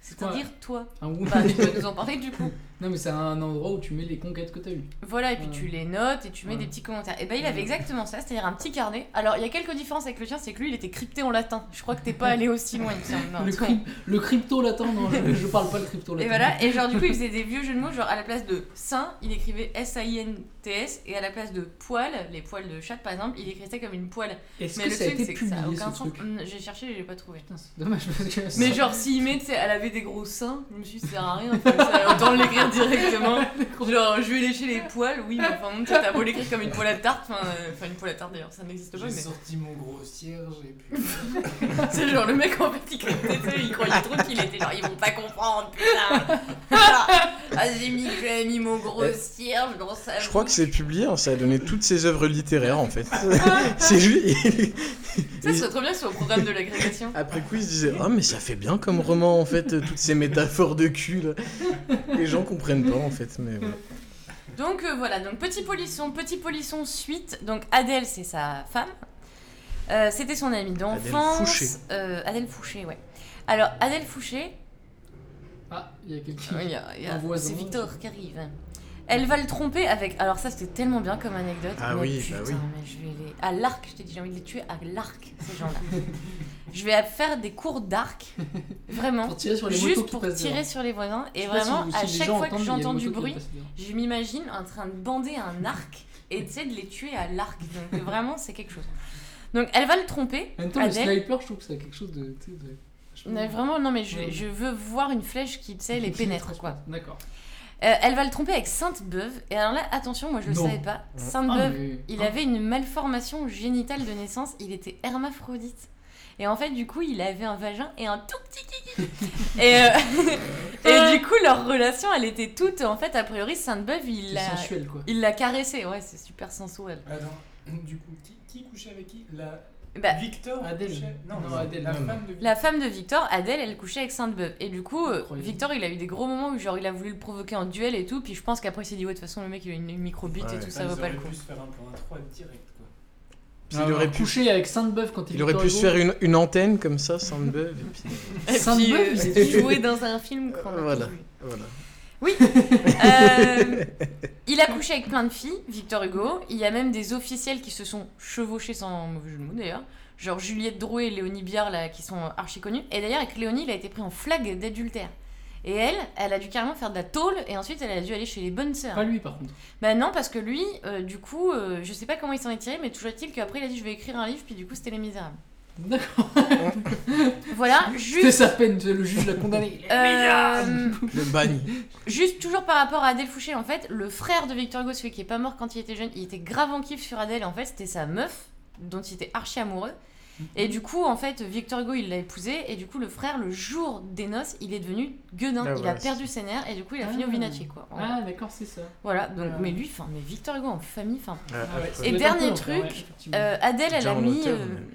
Speaker 8: C'est-à-dire toi.
Speaker 11: Un
Speaker 8: Bah, tu peux
Speaker 11: woman.
Speaker 8: nous en parler du coup.
Speaker 11: Non, mais c'est un endroit où tu mets les conquêtes que t'as eues.
Speaker 8: Voilà, et puis
Speaker 11: Ouais.
Speaker 8: tu les notes et tu mets
Speaker 11: Ouais.
Speaker 8: des petits commentaires. Et ben il avait
Speaker 11: Ouais.
Speaker 8: exactement ça, c'est-à-dire un petit carnet. Alors il y a quelques différences avec le tien, c'est que lui il était crypté en latin. Je crois que t'es pas allé aussi loin, il me semble. Non,
Speaker 11: Le,
Speaker 8: tu vois.
Speaker 11: cryp- le crypto latin, non, je, je parle pas le crypto latin.
Speaker 8: Et voilà, et genre du coup il faisait des vieux jeux de mots, genre à la place de saint, il écrivait S-A-I-N-T-S, et à la place de poil, les poils de chat par exemple, il écrivait ça comme une poêle.
Speaker 11: Est-ce
Speaker 8: Mais
Speaker 11: que
Speaker 8: le
Speaker 11: ça a
Speaker 8: truc
Speaker 11: été
Speaker 8: c'est que ça a
Speaker 11: publié
Speaker 8: aucun
Speaker 11: ce
Speaker 8: sens.
Speaker 11: truc
Speaker 8: Hum, J'ai cherché, j'ai pas trouvé.
Speaker 11: Putain, c'est dommage parce que.
Speaker 8: Mais genre s'il met, tu sais, elle avait des gros seins, je me suis dit ça sert à rien, en fait, ça, autant l'écrire directement. Genre, je vais lécher les poils, oui, mais enfin, mon petit, t'as beau l'écrire comme une poêle à tarte, enfin, euh, enfin, une poêle à tarte d'ailleurs, ça n'existe pas,
Speaker 1: J'ai
Speaker 8: mais
Speaker 1: sorti mon gros cierge et puis.
Speaker 8: c'est genre le mec en fait, il croyait, tu sais, il croyait trop qu'il était genre, ils vont pas comprendre, putain. ah, j'ai mis, j'ai mis mon gros cierge dans sa
Speaker 9: Eh, Je crois que c'est publié, hein, ça a donné toutes ses œuvres littéraires en fait.
Speaker 8: Ah.
Speaker 9: c'est lui.
Speaker 8: Ça, c'est trop bien que ce soit au programme de l'agrégation.
Speaker 9: Après coup, il se disait Ah, mais ça fait bien comme roman en fait, euh, toutes ces métaphores de cul là. Les gens comprennent pas en fait, mais voilà.
Speaker 8: Donc euh, voilà, donc petit polisson, petit polisson suite. Donc Adèle, c'est sa femme. Euh, C'était son amie d'enfance.
Speaker 9: Adèle Fouché.
Speaker 8: Euh, Adèle Fouché, ouais. Alors Adèle Fouché,
Speaker 11: Ah, il y a quelqu'un.
Speaker 8: il y a- il y a-
Speaker 11: Un voisin.
Speaker 8: c'est Victor qui arrive. Elle va le tromper avec. Alors ça, c'était tellement bien comme anecdote.
Speaker 9: Ah
Speaker 8: mais
Speaker 9: oui,
Speaker 8: putain,
Speaker 9: bah oui.
Speaker 8: mais je vais les. À l'arc, je t'ai dit, j'ai envie de les tuer à l'arc, ces gens-là. je vais faire des cours d'arc, vraiment,
Speaker 11: Pour tirer sur les motos
Speaker 8: juste
Speaker 11: qui
Speaker 8: pour
Speaker 11: passent
Speaker 8: tirer
Speaker 11: devant.
Speaker 8: sur les voisins. Et
Speaker 11: Je sais pas si
Speaker 8: vraiment,
Speaker 11: vous- si
Speaker 8: à
Speaker 11: les
Speaker 8: chaque
Speaker 11: gens
Speaker 8: fois que
Speaker 11: entendent, mais il y a
Speaker 8: j'entends
Speaker 11: une
Speaker 8: du
Speaker 11: moto qui
Speaker 8: bruit,
Speaker 11: passe devant.
Speaker 8: je m'imagine en train de bander un arc et tu sais de les tuer à l'arc. Donc vraiment, c'est quelque chose. Donc elle va le tromper.
Speaker 11: En même temps,
Speaker 8: Adèle.
Speaker 11: le sniper, je trouve que ça a quelque chose de. tu sais, de- je sais
Speaker 8: Mais
Speaker 11: pas.
Speaker 8: vraiment, non mais je,
Speaker 11: Ouais.
Speaker 8: je veux voir une flèche qui, tu sais, les
Speaker 11: Qui les
Speaker 8: pénètre
Speaker 11: transporte.
Speaker 8: quoi.
Speaker 11: D'accord.
Speaker 8: Euh, elle va le tromper avec Sainte-Beuve. Et alors là, attention, moi je le
Speaker 11: Non.
Speaker 8: savais pas.
Speaker 11: Ah,
Speaker 8: Sainte-Beuve,
Speaker 11: mais-
Speaker 8: il
Speaker 11: ah.
Speaker 8: avait une malformation génitale de naissance. Il était hermaphrodite. Et en fait, du coup, il avait un vagin et un tout petit kiki. et, euh, et du coup, leur relation, elle était toute. En fait, a priori, Sainte-Beuve, il
Speaker 11: C'est
Speaker 8: l'a.
Speaker 11: sensuel quoi.
Speaker 8: Il l'a caressé, ouais, c'est super sensuel.
Speaker 1: Attends, du coup, qui, qui couchait avec qui La
Speaker 8: Bah,
Speaker 1: Victor
Speaker 11: Adèle.
Speaker 1: couchait- Non,
Speaker 11: Non,
Speaker 1: non,
Speaker 11: Adèle,
Speaker 1: La
Speaker 11: non,
Speaker 1: femme de Victor.
Speaker 8: la femme de Victor, Adèle, elle couchait avec Sainte-Beuve. Et du coup, euh,
Speaker 11: Incroyable.
Speaker 8: Victor, il a eu des gros moments où genre il a voulu le provoquer en duel et tout. Puis je pense qu'après, il s'est dit, ouais, de toute façon, le mec, il a une une micro-bite et
Speaker 9: Ouais.
Speaker 8: tout,
Speaker 1: Ah,
Speaker 8: ça
Speaker 1: ils
Speaker 8: vaut pas
Speaker 1: auraient
Speaker 8: le coup.
Speaker 1: pu se faire un plan 3 direct quoi.
Speaker 9: Puis il aurait pu,
Speaker 11: coucher avec Sainte-Beuve quand il,
Speaker 9: il aurait pu se faire une, une antenne comme ça, sans le bœuf, et puis
Speaker 8: Et puis,
Speaker 11: Sainte-Beuve,
Speaker 8: euh,
Speaker 11: il
Speaker 8: il
Speaker 11: était
Speaker 8: jouait dans un film. qu'on a
Speaker 9: Voilà.
Speaker 8: vu.
Speaker 9: voilà.
Speaker 8: Euh, il a couché avec plein de filles, Victor Hugo. Il y a même des officiels qui se sont chevauchés sans mauvais jeu de mots d'ailleurs. Genre Juliette Drouet et Léonie Biard, là, qui sont archi connus. Et d'ailleurs, avec Léonie, il a été pris en flag d'adultère. Et elle, elle a dû carrément faire de la tôle et ensuite elle a dû aller chez les bonnes sœurs.
Speaker 11: Pas lui par contre.
Speaker 8: Bah non, parce que lui, euh, du coup, euh, je sais pas comment il s'en est tiré, mais toujours est-il qu'après il a dit je vais écrire un livre, puis du coup c'était Les Misérables.
Speaker 11: D'accord.
Speaker 8: Voilà,
Speaker 11: C'est
Speaker 8: juste.
Speaker 11: sa peine, le juge l'a condamné.
Speaker 8: euh,
Speaker 9: Le bagne.
Speaker 8: Juste toujours par rapport à Adèle Fouché, en fait, le frère de Victor Hugo, celui qui est pas mort quand il était jeune, il était grave en kiff sur Adèle, en fait, c'était sa meuf, dont il était archi amoureux. Et du coup, en fait, Victor Hugo, il l'a épousée, et du coup, le frère, le jour des noces, il est devenu gueudin,
Speaker 9: Ah,
Speaker 8: il
Speaker 9: voilà,
Speaker 8: a perdu ses nerfs, et du coup, il a fini
Speaker 11: Ah.
Speaker 8: au Vinatier, quoi.
Speaker 11: Ah d'accord, c'est ça.
Speaker 8: Voilà, donc,
Speaker 11: Ah.
Speaker 8: mais lui, enfin, mais Victor Hugo en famille, enfin.
Speaker 11: Ah ouais, ça
Speaker 8: Et
Speaker 11: doit être un
Speaker 8: dernier
Speaker 11: peu l'enfer,
Speaker 8: truc,
Speaker 11: ouais, effectivement.
Speaker 8: Euh, Adèle, elle
Speaker 9: Déjà
Speaker 8: a
Speaker 9: en
Speaker 8: mis.
Speaker 9: auteur,
Speaker 8: euh,
Speaker 9: même.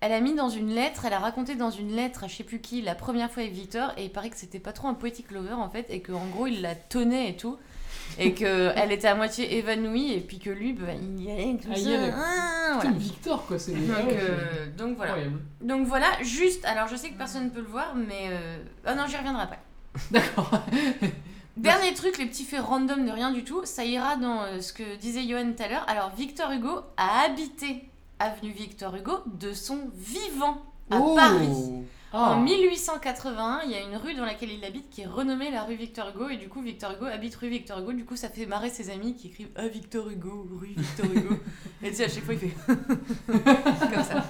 Speaker 8: Elle a mis dans une lettre, elle a raconté dans une lettre à je sais plus qui la première fois avec Victor, et il paraît que c'était pas trop un poetic lover en fait, et qu'en gros il la tenait et tout, et qu'elle était à moitié évanouie, et puis que lui, bah, il y allait comme
Speaker 11: Ah,
Speaker 8: ça.
Speaker 11: il y allait.
Speaker 8: ah,
Speaker 11: Putain,
Speaker 8: voilà.
Speaker 11: Victor quoi, c'est des- ah
Speaker 8: Donc,
Speaker 11: ouais,
Speaker 8: euh, donc
Speaker 11: c'est
Speaker 8: voilà.
Speaker 11: incroyable.
Speaker 8: Donc voilà, juste, alors je sais que personne ne peut le voir, mais. euh, Ah non, j'y reviendrai pas.
Speaker 11: D'accord.
Speaker 8: Dernier truc, les petits faits random de rien du tout, ça ira dans euh, ce que disait Johan tout à l'heure. Alors Victor Hugo
Speaker 11: Oh.
Speaker 8: a habité avenue Victor Hugo de son vivant à Paris.
Speaker 7: Ah.
Speaker 8: En 1881, il y a une rue dans laquelle il habite qui est renommée la rue Victor Hugo et du coup Victor Hugo habite rue Victor Hugo. Du coup, ça fait marrer ses amis qui écrivent Ah Victor Hugo, rue Victor Hugo. et tu sais, à chaque fois, il fait comme ça.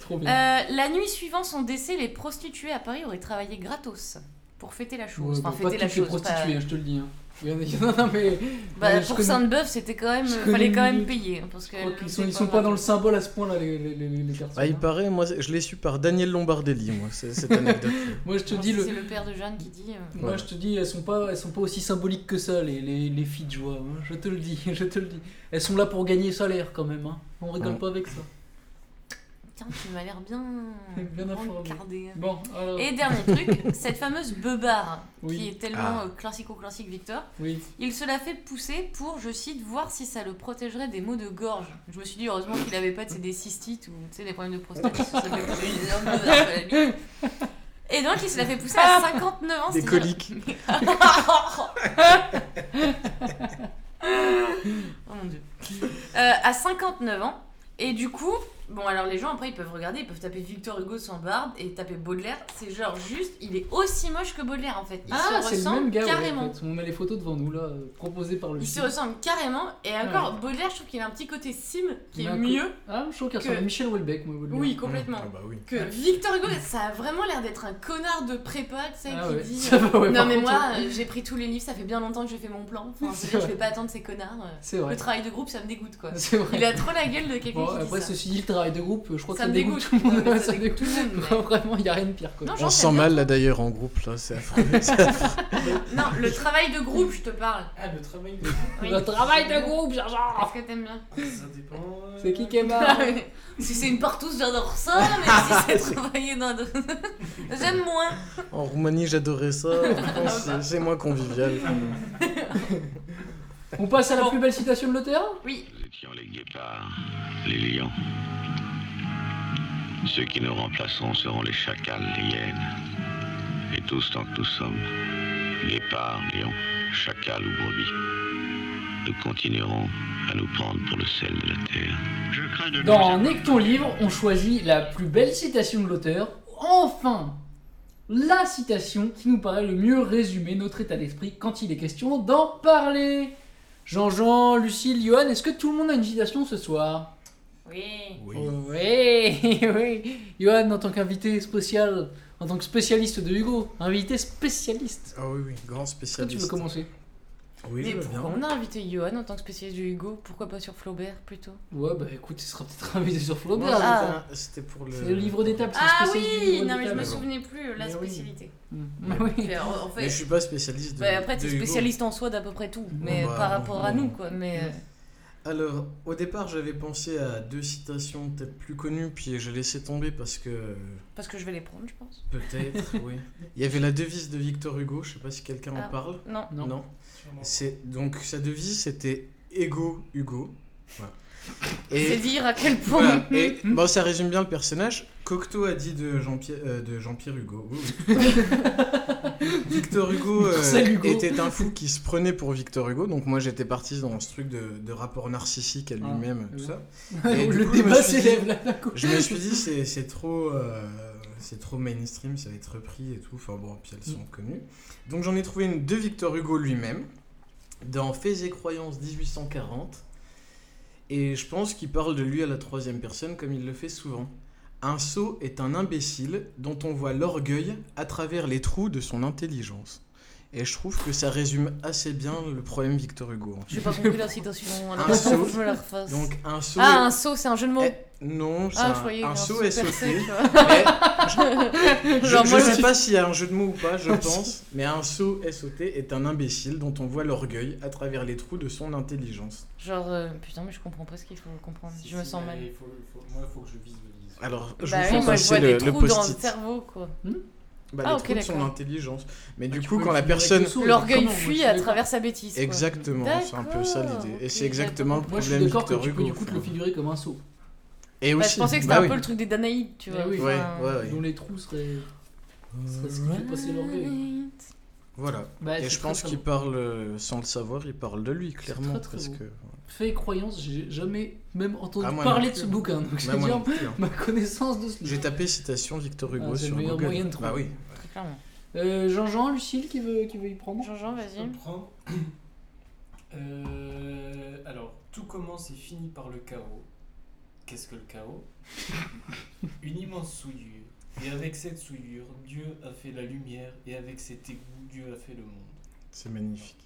Speaker 7: Trop bien.
Speaker 8: Euh, la nuit suivant son décès, les prostituées à Paris auraient travaillé gratos pour fêter la
Speaker 7: Ouais,
Speaker 8: chose.
Speaker 7: bon,
Speaker 8: enfin,
Speaker 7: pas
Speaker 8: fêter la
Speaker 7: toutes les
Speaker 8: chose. pas-
Speaker 7: prostituées, hein, je te le dis. hein. Il y en a- il y en a, non, mais.
Speaker 8: Bah,
Speaker 7: Ouais, je
Speaker 8: pour
Speaker 7: connais-
Speaker 8: Sainte-Beuve, c'était quand même.
Speaker 7: je
Speaker 8: euh,
Speaker 7: connais
Speaker 8: Fallait quand
Speaker 7: une-
Speaker 8: même payer. hein, Parce que
Speaker 7: je crois
Speaker 8: elle-
Speaker 7: qu'ils sont, ils sont pas dans le symbole à ce point-là, les, les, les, les garçons.
Speaker 9: Bah, il
Speaker 7: hein.
Speaker 9: paraît, moi je l'ai su par Daniel Lombardelli, moi, c'est- cette anecdote.
Speaker 7: Moi, je te
Speaker 8: Moi,
Speaker 7: dis, le,
Speaker 8: Ah, C'est le père de Jeanne qui dit. euh,
Speaker 7: Moi, je te dis, elles sont pas, elles sont pas aussi symboliques que ça, les, les, les filles de joie. hein. Je te le dis, je te le dis. Elles sont là pour gagner salaire quand même. Hein. On rigole
Speaker 9: Ouais.
Speaker 7: pas avec ça.
Speaker 8: Tiens, tu m'as l'air bien.
Speaker 7: Bien informé.
Speaker 8: rencardé.
Speaker 7: Bon, alors.
Speaker 8: Et dernier truc, cette fameuse beubar hein,
Speaker 7: Oui.
Speaker 8: qui est tellement
Speaker 9: Ah.
Speaker 8: euh, classico-classique Victor,
Speaker 7: Oui.
Speaker 8: il se la fait pousser pour, je cite, voir si ça le protégerait des maux de gorge. Je me suis dit heureusement qu'il avait pas tu sais, des cystites ou tu sais, des problèmes de prostate. parce que ça fait pousser une énorme beubar sur la nuque. Et donc il se la fait pousser à 59 ans.
Speaker 9: Ah. Des
Speaker 8: c'est-à-dire-
Speaker 9: coliques.
Speaker 8: Oh mon dieu. Euh, à 59 ans. Et du coup, bon alors les gens après ils peuvent regarder, ils peuvent taper Victor Hugo sans barbe et taper Baudelaire. C'est genre juste, il est aussi moche que Baudelaire en fait. Il
Speaker 7: Ah,
Speaker 8: se
Speaker 7: c'est le
Speaker 8: ressemble
Speaker 7: même gars. ouais,
Speaker 8: carrément.
Speaker 7: en fait. On a les photos devant nous là, euh, proposées par le.
Speaker 8: Il se
Speaker 7: site.
Speaker 8: ressemble carrément. Et encore, Baudelaire, je trouve qu'il a un petit côté sim qui
Speaker 7: Il
Speaker 8: est
Speaker 7: a un
Speaker 8: mieux.
Speaker 7: Ah, je trouve qu'elle
Speaker 8: que-
Speaker 7: ressemble à Michel Houellebecq, moi. Baudelaire.
Speaker 8: Oui, complètement.
Speaker 9: Ah bah oui.
Speaker 8: Que Victor Hugo, ça a vraiment l'air d'être un connard de prépa, tu sais,
Speaker 7: Ah
Speaker 8: qui
Speaker 7: ouais.
Speaker 8: dit.
Speaker 7: Ça va, ouais,
Speaker 8: non
Speaker 7: par
Speaker 8: mais
Speaker 7: contre,
Speaker 8: moi,
Speaker 7: ouais.
Speaker 8: euh, j'ai pris tous les livres, ça fait bien longtemps que j'ai fait mon plan. Enfin, je, veux dire, je vais pas attendre ces connards. euh.
Speaker 7: C'est vrai.
Speaker 8: Le travail de groupe, ça me dégoûte quoi.
Speaker 7: C'est vrai.
Speaker 8: Il a trop la gueule de quelqu'un
Speaker 7: Bon,
Speaker 8: qui dit
Speaker 7: après,
Speaker 8: ça.
Speaker 7: ceci dit, le travail de groupe, je crois que
Speaker 8: Ça
Speaker 7: ça
Speaker 8: me
Speaker 7: dégoûte
Speaker 8: dégoûte.
Speaker 7: tout le monde.
Speaker 8: Non, mais
Speaker 7: ouais,
Speaker 8: ça
Speaker 7: ça
Speaker 8: dégoûte tout le monde, mais-
Speaker 7: Vraiment, il y a rien de pire quoi.
Speaker 8: Non, j'en
Speaker 9: On se
Speaker 8: sais
Speaker 9: sent
Speaker 8: rien.
Speaker 9: mal là d'ailleurs en groupe, là, c'est affreux.
Speaker 8: Non, le travail de groupe, je te parle.
Speaker 1: Ah, le travail de
Speaker 8: Oui.
Speaker 7: Le travail de groupe, Gérard.
Speaker 8: Est-ce que t'aimes bien
Speaker 1: ça dépend. euh,
Speaker 7: C'est qui qui est
Speaker 8: Ah,
Speaker 7: marre
Speaker 8: mais- Si c'est une partouze, j'adore ça, mais si c'est travailler dans d'autres. J'aime moins.
Speaker 9: En Roumanie, j'adorais ça. En France, c'est- c'est moins convivial.
Speaker 7: On passe à la plus belle citation de l'auteur
Speaker 8: Oui,
Speaker 4: Nous étions les guépards, les lions. Ceux qui nous remplaceront seront les chacals, les hyènes. Et tous tant que nous sommes, guépards, lions, chacals ou brebis, nous continuerons à nous prendre pour le sel de la terre. Je crains de
Speaker 7: Dans Nick ton livre, on choisit la plus belle citation de l'auteur. Enfin La citation qui nous paraît le mieux résumer notre état d'esprit quand il est question d'en parler Jean-Jean, Lucille, Johan, est-ce que tout le monde a une citation ce soir
Speaker 8: oui.
Speaker 9: Oui.
Speaker 7: Oui, oui Johan, en tant qu'invité spécial, en tant que spécialiste de Hugo, invité spécialiste
Speaker 9: Ah oui, oui, grand
Speaker 7: Est-ce que
Speaker 9: spécialiste.
Speaker 7: tu veux commencer
Speaker 9: Oui,
Speaker 8: Mais
Speaker 7: bah,
Speaker 9: je veux
Speaker 8: pourquoi
Speaker 9: bien.
Speaker 8: on a invité Johan en tant que spécialiste de Hugo Pourquoi pas sur Flaubert plutôt
Speaker 7: Ouais, bah écoute, il sera peut-être invité sur
Speaker 9: Non,
Speaker 7: Flaubert.
Speaker 9: c'était
Speaker 8: Ah.
Speaker 9: un- C'était pour le.
Speaker 7: hein. C'est le livre d'étape, c'est
Speaker 8: Ah
Speaker 7: spécialiste du
Speaker 8: oui
Speaker 7: livre
Speaker 8: Non mais je me
Speaker 7: d'étape.
Speaker 8: souvenais plus, euh, la
Speaker 9: Mais oui.
Speaker 8: spécialité.
Speaker 9: Mm.
Speaker 7: Oui.
Speaker 8: Puis, euh, En
Speaker 9: Mais je
Speaker 8: fait,
Speaker 9: suis pas spécialiste de.
Speaker 8: bah, après
Speaker 9: de
Speaker 8: t'es
Speaker 9: Hugo.
Speaker 8: spécialiste en soi d'à peu près tout, mais
Speaker 9: bah,
Speaker 8: par rapport à
Speaker 9: bon.
Speaker 8: nous quoi. Mais euh,
Speaker 9: Alors, au départ, j'avais pensé à deux citations peut-être plus connues, puis j'ai laissé tomber parce que. euh,
Speaker 8: parce que je vais les prendre, je pense.
Speaker 9: Peut-être, oui. Il y avait la devise de Victor Hugo, je sais pas si quelqu'un
Speaker 8: Ah.
Speaker 9: en parle.
Speaker 8: Non.
Speaker 7: Non.
Speaker 1: sûrement.
Speaker 9: C'est donc sa devise c'était Ego Hugo. Voilà.
Speaker 8: C'est
Speaker 9: Et,
Speaker 8: dire à quel point.
Speaker 9: voilà. et bon, ça résume bien le personnage. Cocteau a dit de Jean-Pierre euh, de Jean-Pierre Hugo. oui, oui. Victor Hugo, euh,
Speaker 7: Marcel Hugo.
Speaker 9: était un fou qui se prenait pour Victor Hugo. Donc moi j'étais parti dans ce truc de, de rapport narcissique à lui-même,
Speaker 7: Ah,
Speaker 9: tout
Speaker 7: oui.
Speaker 9: ça. Et du
Speaker 7: Le
Speaker 9: coup, je me
Speaker 7: débat
Speaker 9: suis dit-
Speaker 7: s'élève là d'un coup.
Speaker 9: Je me suis dit c'est c'est trop euh, c'est trop mainstream, ça va être repris et tout. Enfin bon, puis elles
Speaker 8: Mm.
Speaker 9: sont connues. Donc j'en ai trouvé une de Victor Hugo lui-même dans Faits et croyances 1840. Et je pense qu'il parle de lui à la troisième personne comme il le fait souvent. Un sot est un imbécile dont on voit l'orgueil à travers les trous de son intelligence. Et je trouve que ça résume assez bien le problème Victor Hugo. en fait.
Speaker 8: J'ai pas compris la citation. alors
Speaker 9: Un
Speaker 8: faut que
Speaker 9: saut.
Speaker 8: je me la refasse.
Speaker 9: Donc un sot
Speaker 8: Ah, un saut, c'est un jeu de mots.
Speaker 9: est... Non, c'est
Speaker 8: ah,
Speaker 9: un,
Speaker 8: je croyais
Speaker 9: un
Speaker 8: un
Speaker 9: saut est
Speaker 8: saut percé,
Speaker 9: sauté.
Speaker 8: tu vois.
Speaker 9: Mais je,
Speaker 8: Genre,
Speaker 9: je
Speaker 8: moi,
Speaker 9: sais
Speaker 8: je-
Speaker 9: pas s'il y a un jeu de mots ou pas, je
Speaker 7: Un
Speaker 9: pense, mais un sot SOT est un imbécile dont on voit l'orgueil à travers les trous de son intelligence.
Speaker 8: Genre, euh, putain, mais je comprends pas ce qu'il faut comprendre.
Speaker 1: Si,
Speaker 8: Je me
Speaker 1: si,
Speaker 8: sens
Speaker 1: mais
Speaker 8: mal.
Speaker 1: il faut- il faut- Moi, il faut que je visualise.
Speaker 9: Alors, je
Speaker 8: bah
Speaker 9: vous
Speaker 8: oui,
Speaker 9: fais
Speaker 8: moi je
Speaker 9: passer
Speaker 8: vois
Speaker 9: le,
Speaker 8: des
Speaker 9: le
Speaker 8: trous dans le
Speaker 9: post-it.
Speaker 8: cerveau quoi.
Speaker 9: Bah,
Speaker 8: Ah,
Speaker 9: les
Speaker 8: ok,
Speaker 9: trous de son
Speaker 8: d'accord.
Speaker 9: intelligence. Mais du
Speaker 7: tu
Speaker 9: coup,
Speaker 7: peux
Speaker 9: quand la
Speaker 7: finir avec
Speaker 9: personne.
Speaker 7: le saut,
Speaker 8: L'orgueil
Speaker 7: comment, moi, je
Speaker 8: fuit
Speaker 7: suis
Speaker 8: à
Speaker 7: d'accord.
Speaker 8: travers sa bêtise. quoi.
Speaker 9: Exactement, c'est un peu ça
Speaker 8: D'accord,
Speaker 9: l'idée.
Speaker 8: ok,
Speaker 9: Et c'est
Speaker 8: j'avais pas
Speaker 9: exactement le
Speaker 8: compris.
Speaker 7: Moi je
Speaker 9: problème
Speaker 7: suis d'accord que
Speaker 9: Victor
Speaker 7: tu peux
Speaker 9: Hugo.
Speaker 7: du coup te le figurer comme un seau,
Speaker 9: Et
Speaker 8: Bah,
Speaker 9: aussi.
Speaker 8: je pensais que c'était
Speaker 9: bah
Speaker 8: un
Speaker 9: oui.
Speaker 8: peu le truc des Danaïdes, tu vois.
Speaker 7: Mais oui.
Speaker 9: Ouais,
Speaker 8: enfin,
Speaker 9: ouais, ouais.
Speaker 7: dont les trous seraient. seraient ce qui fait passer l'orgueil.
Speaker 9: Voilà.
Speaker 7: Bah,
Speaker 9: Et
Speaker 7: c'est
Speaker 9: je
Speaker 7: très,
Speaker 9: pense
Speaker 7: très
Speaker 9: qu'il
Speaker 7: beau.
Speaker 9: parle, euh, sans le savoir, il parle de lui, clairement.
Speaker 7: très, très
Speaker 9: parce
Speaker 7: beau.
Speaker 9: que... bah,
Speaker 7: fait croyance, j'ai jamais même entendu
Speaker 9: Ah, moi non
Speaker 7: parler de
Speaker 9: plus.
Speaker 7: ce bouquin. Donc,
Speaker 9: Bah,
Speaker 7: c'est
Speaker 9: moi
Speaker 7: dire
Speaker 9: non plus, hein.
Speaker 7: ma connaissance de ce livre.
Speaker 9: J'ai tapé citation Victor Hugo
Speaker 7: Ah, c'est le
Speaker 9: sur
Speaker 7: meilleur
Speaker 9: Google.
Speaker 7: moyen de trouver.
Speaker 9: bah oui.
Speaker 8: Très clairement.
Speaker 7: Euh, Jean-Jean, Lucille, qui veut, qui veut y prendre
Speaker 1: Je
Speaker 8: Jean-Jean, vas-y.
Speaker 1: le prends. Euh, alors, tout commence et finit par le chaos. Qu'est-ce que le chaos Une immense souillure. Et avec cette souillure, Dieu a fait la lumière. Et avec cet égout, Dieu a fait le monde.
Speaker 9: C'est magnifique.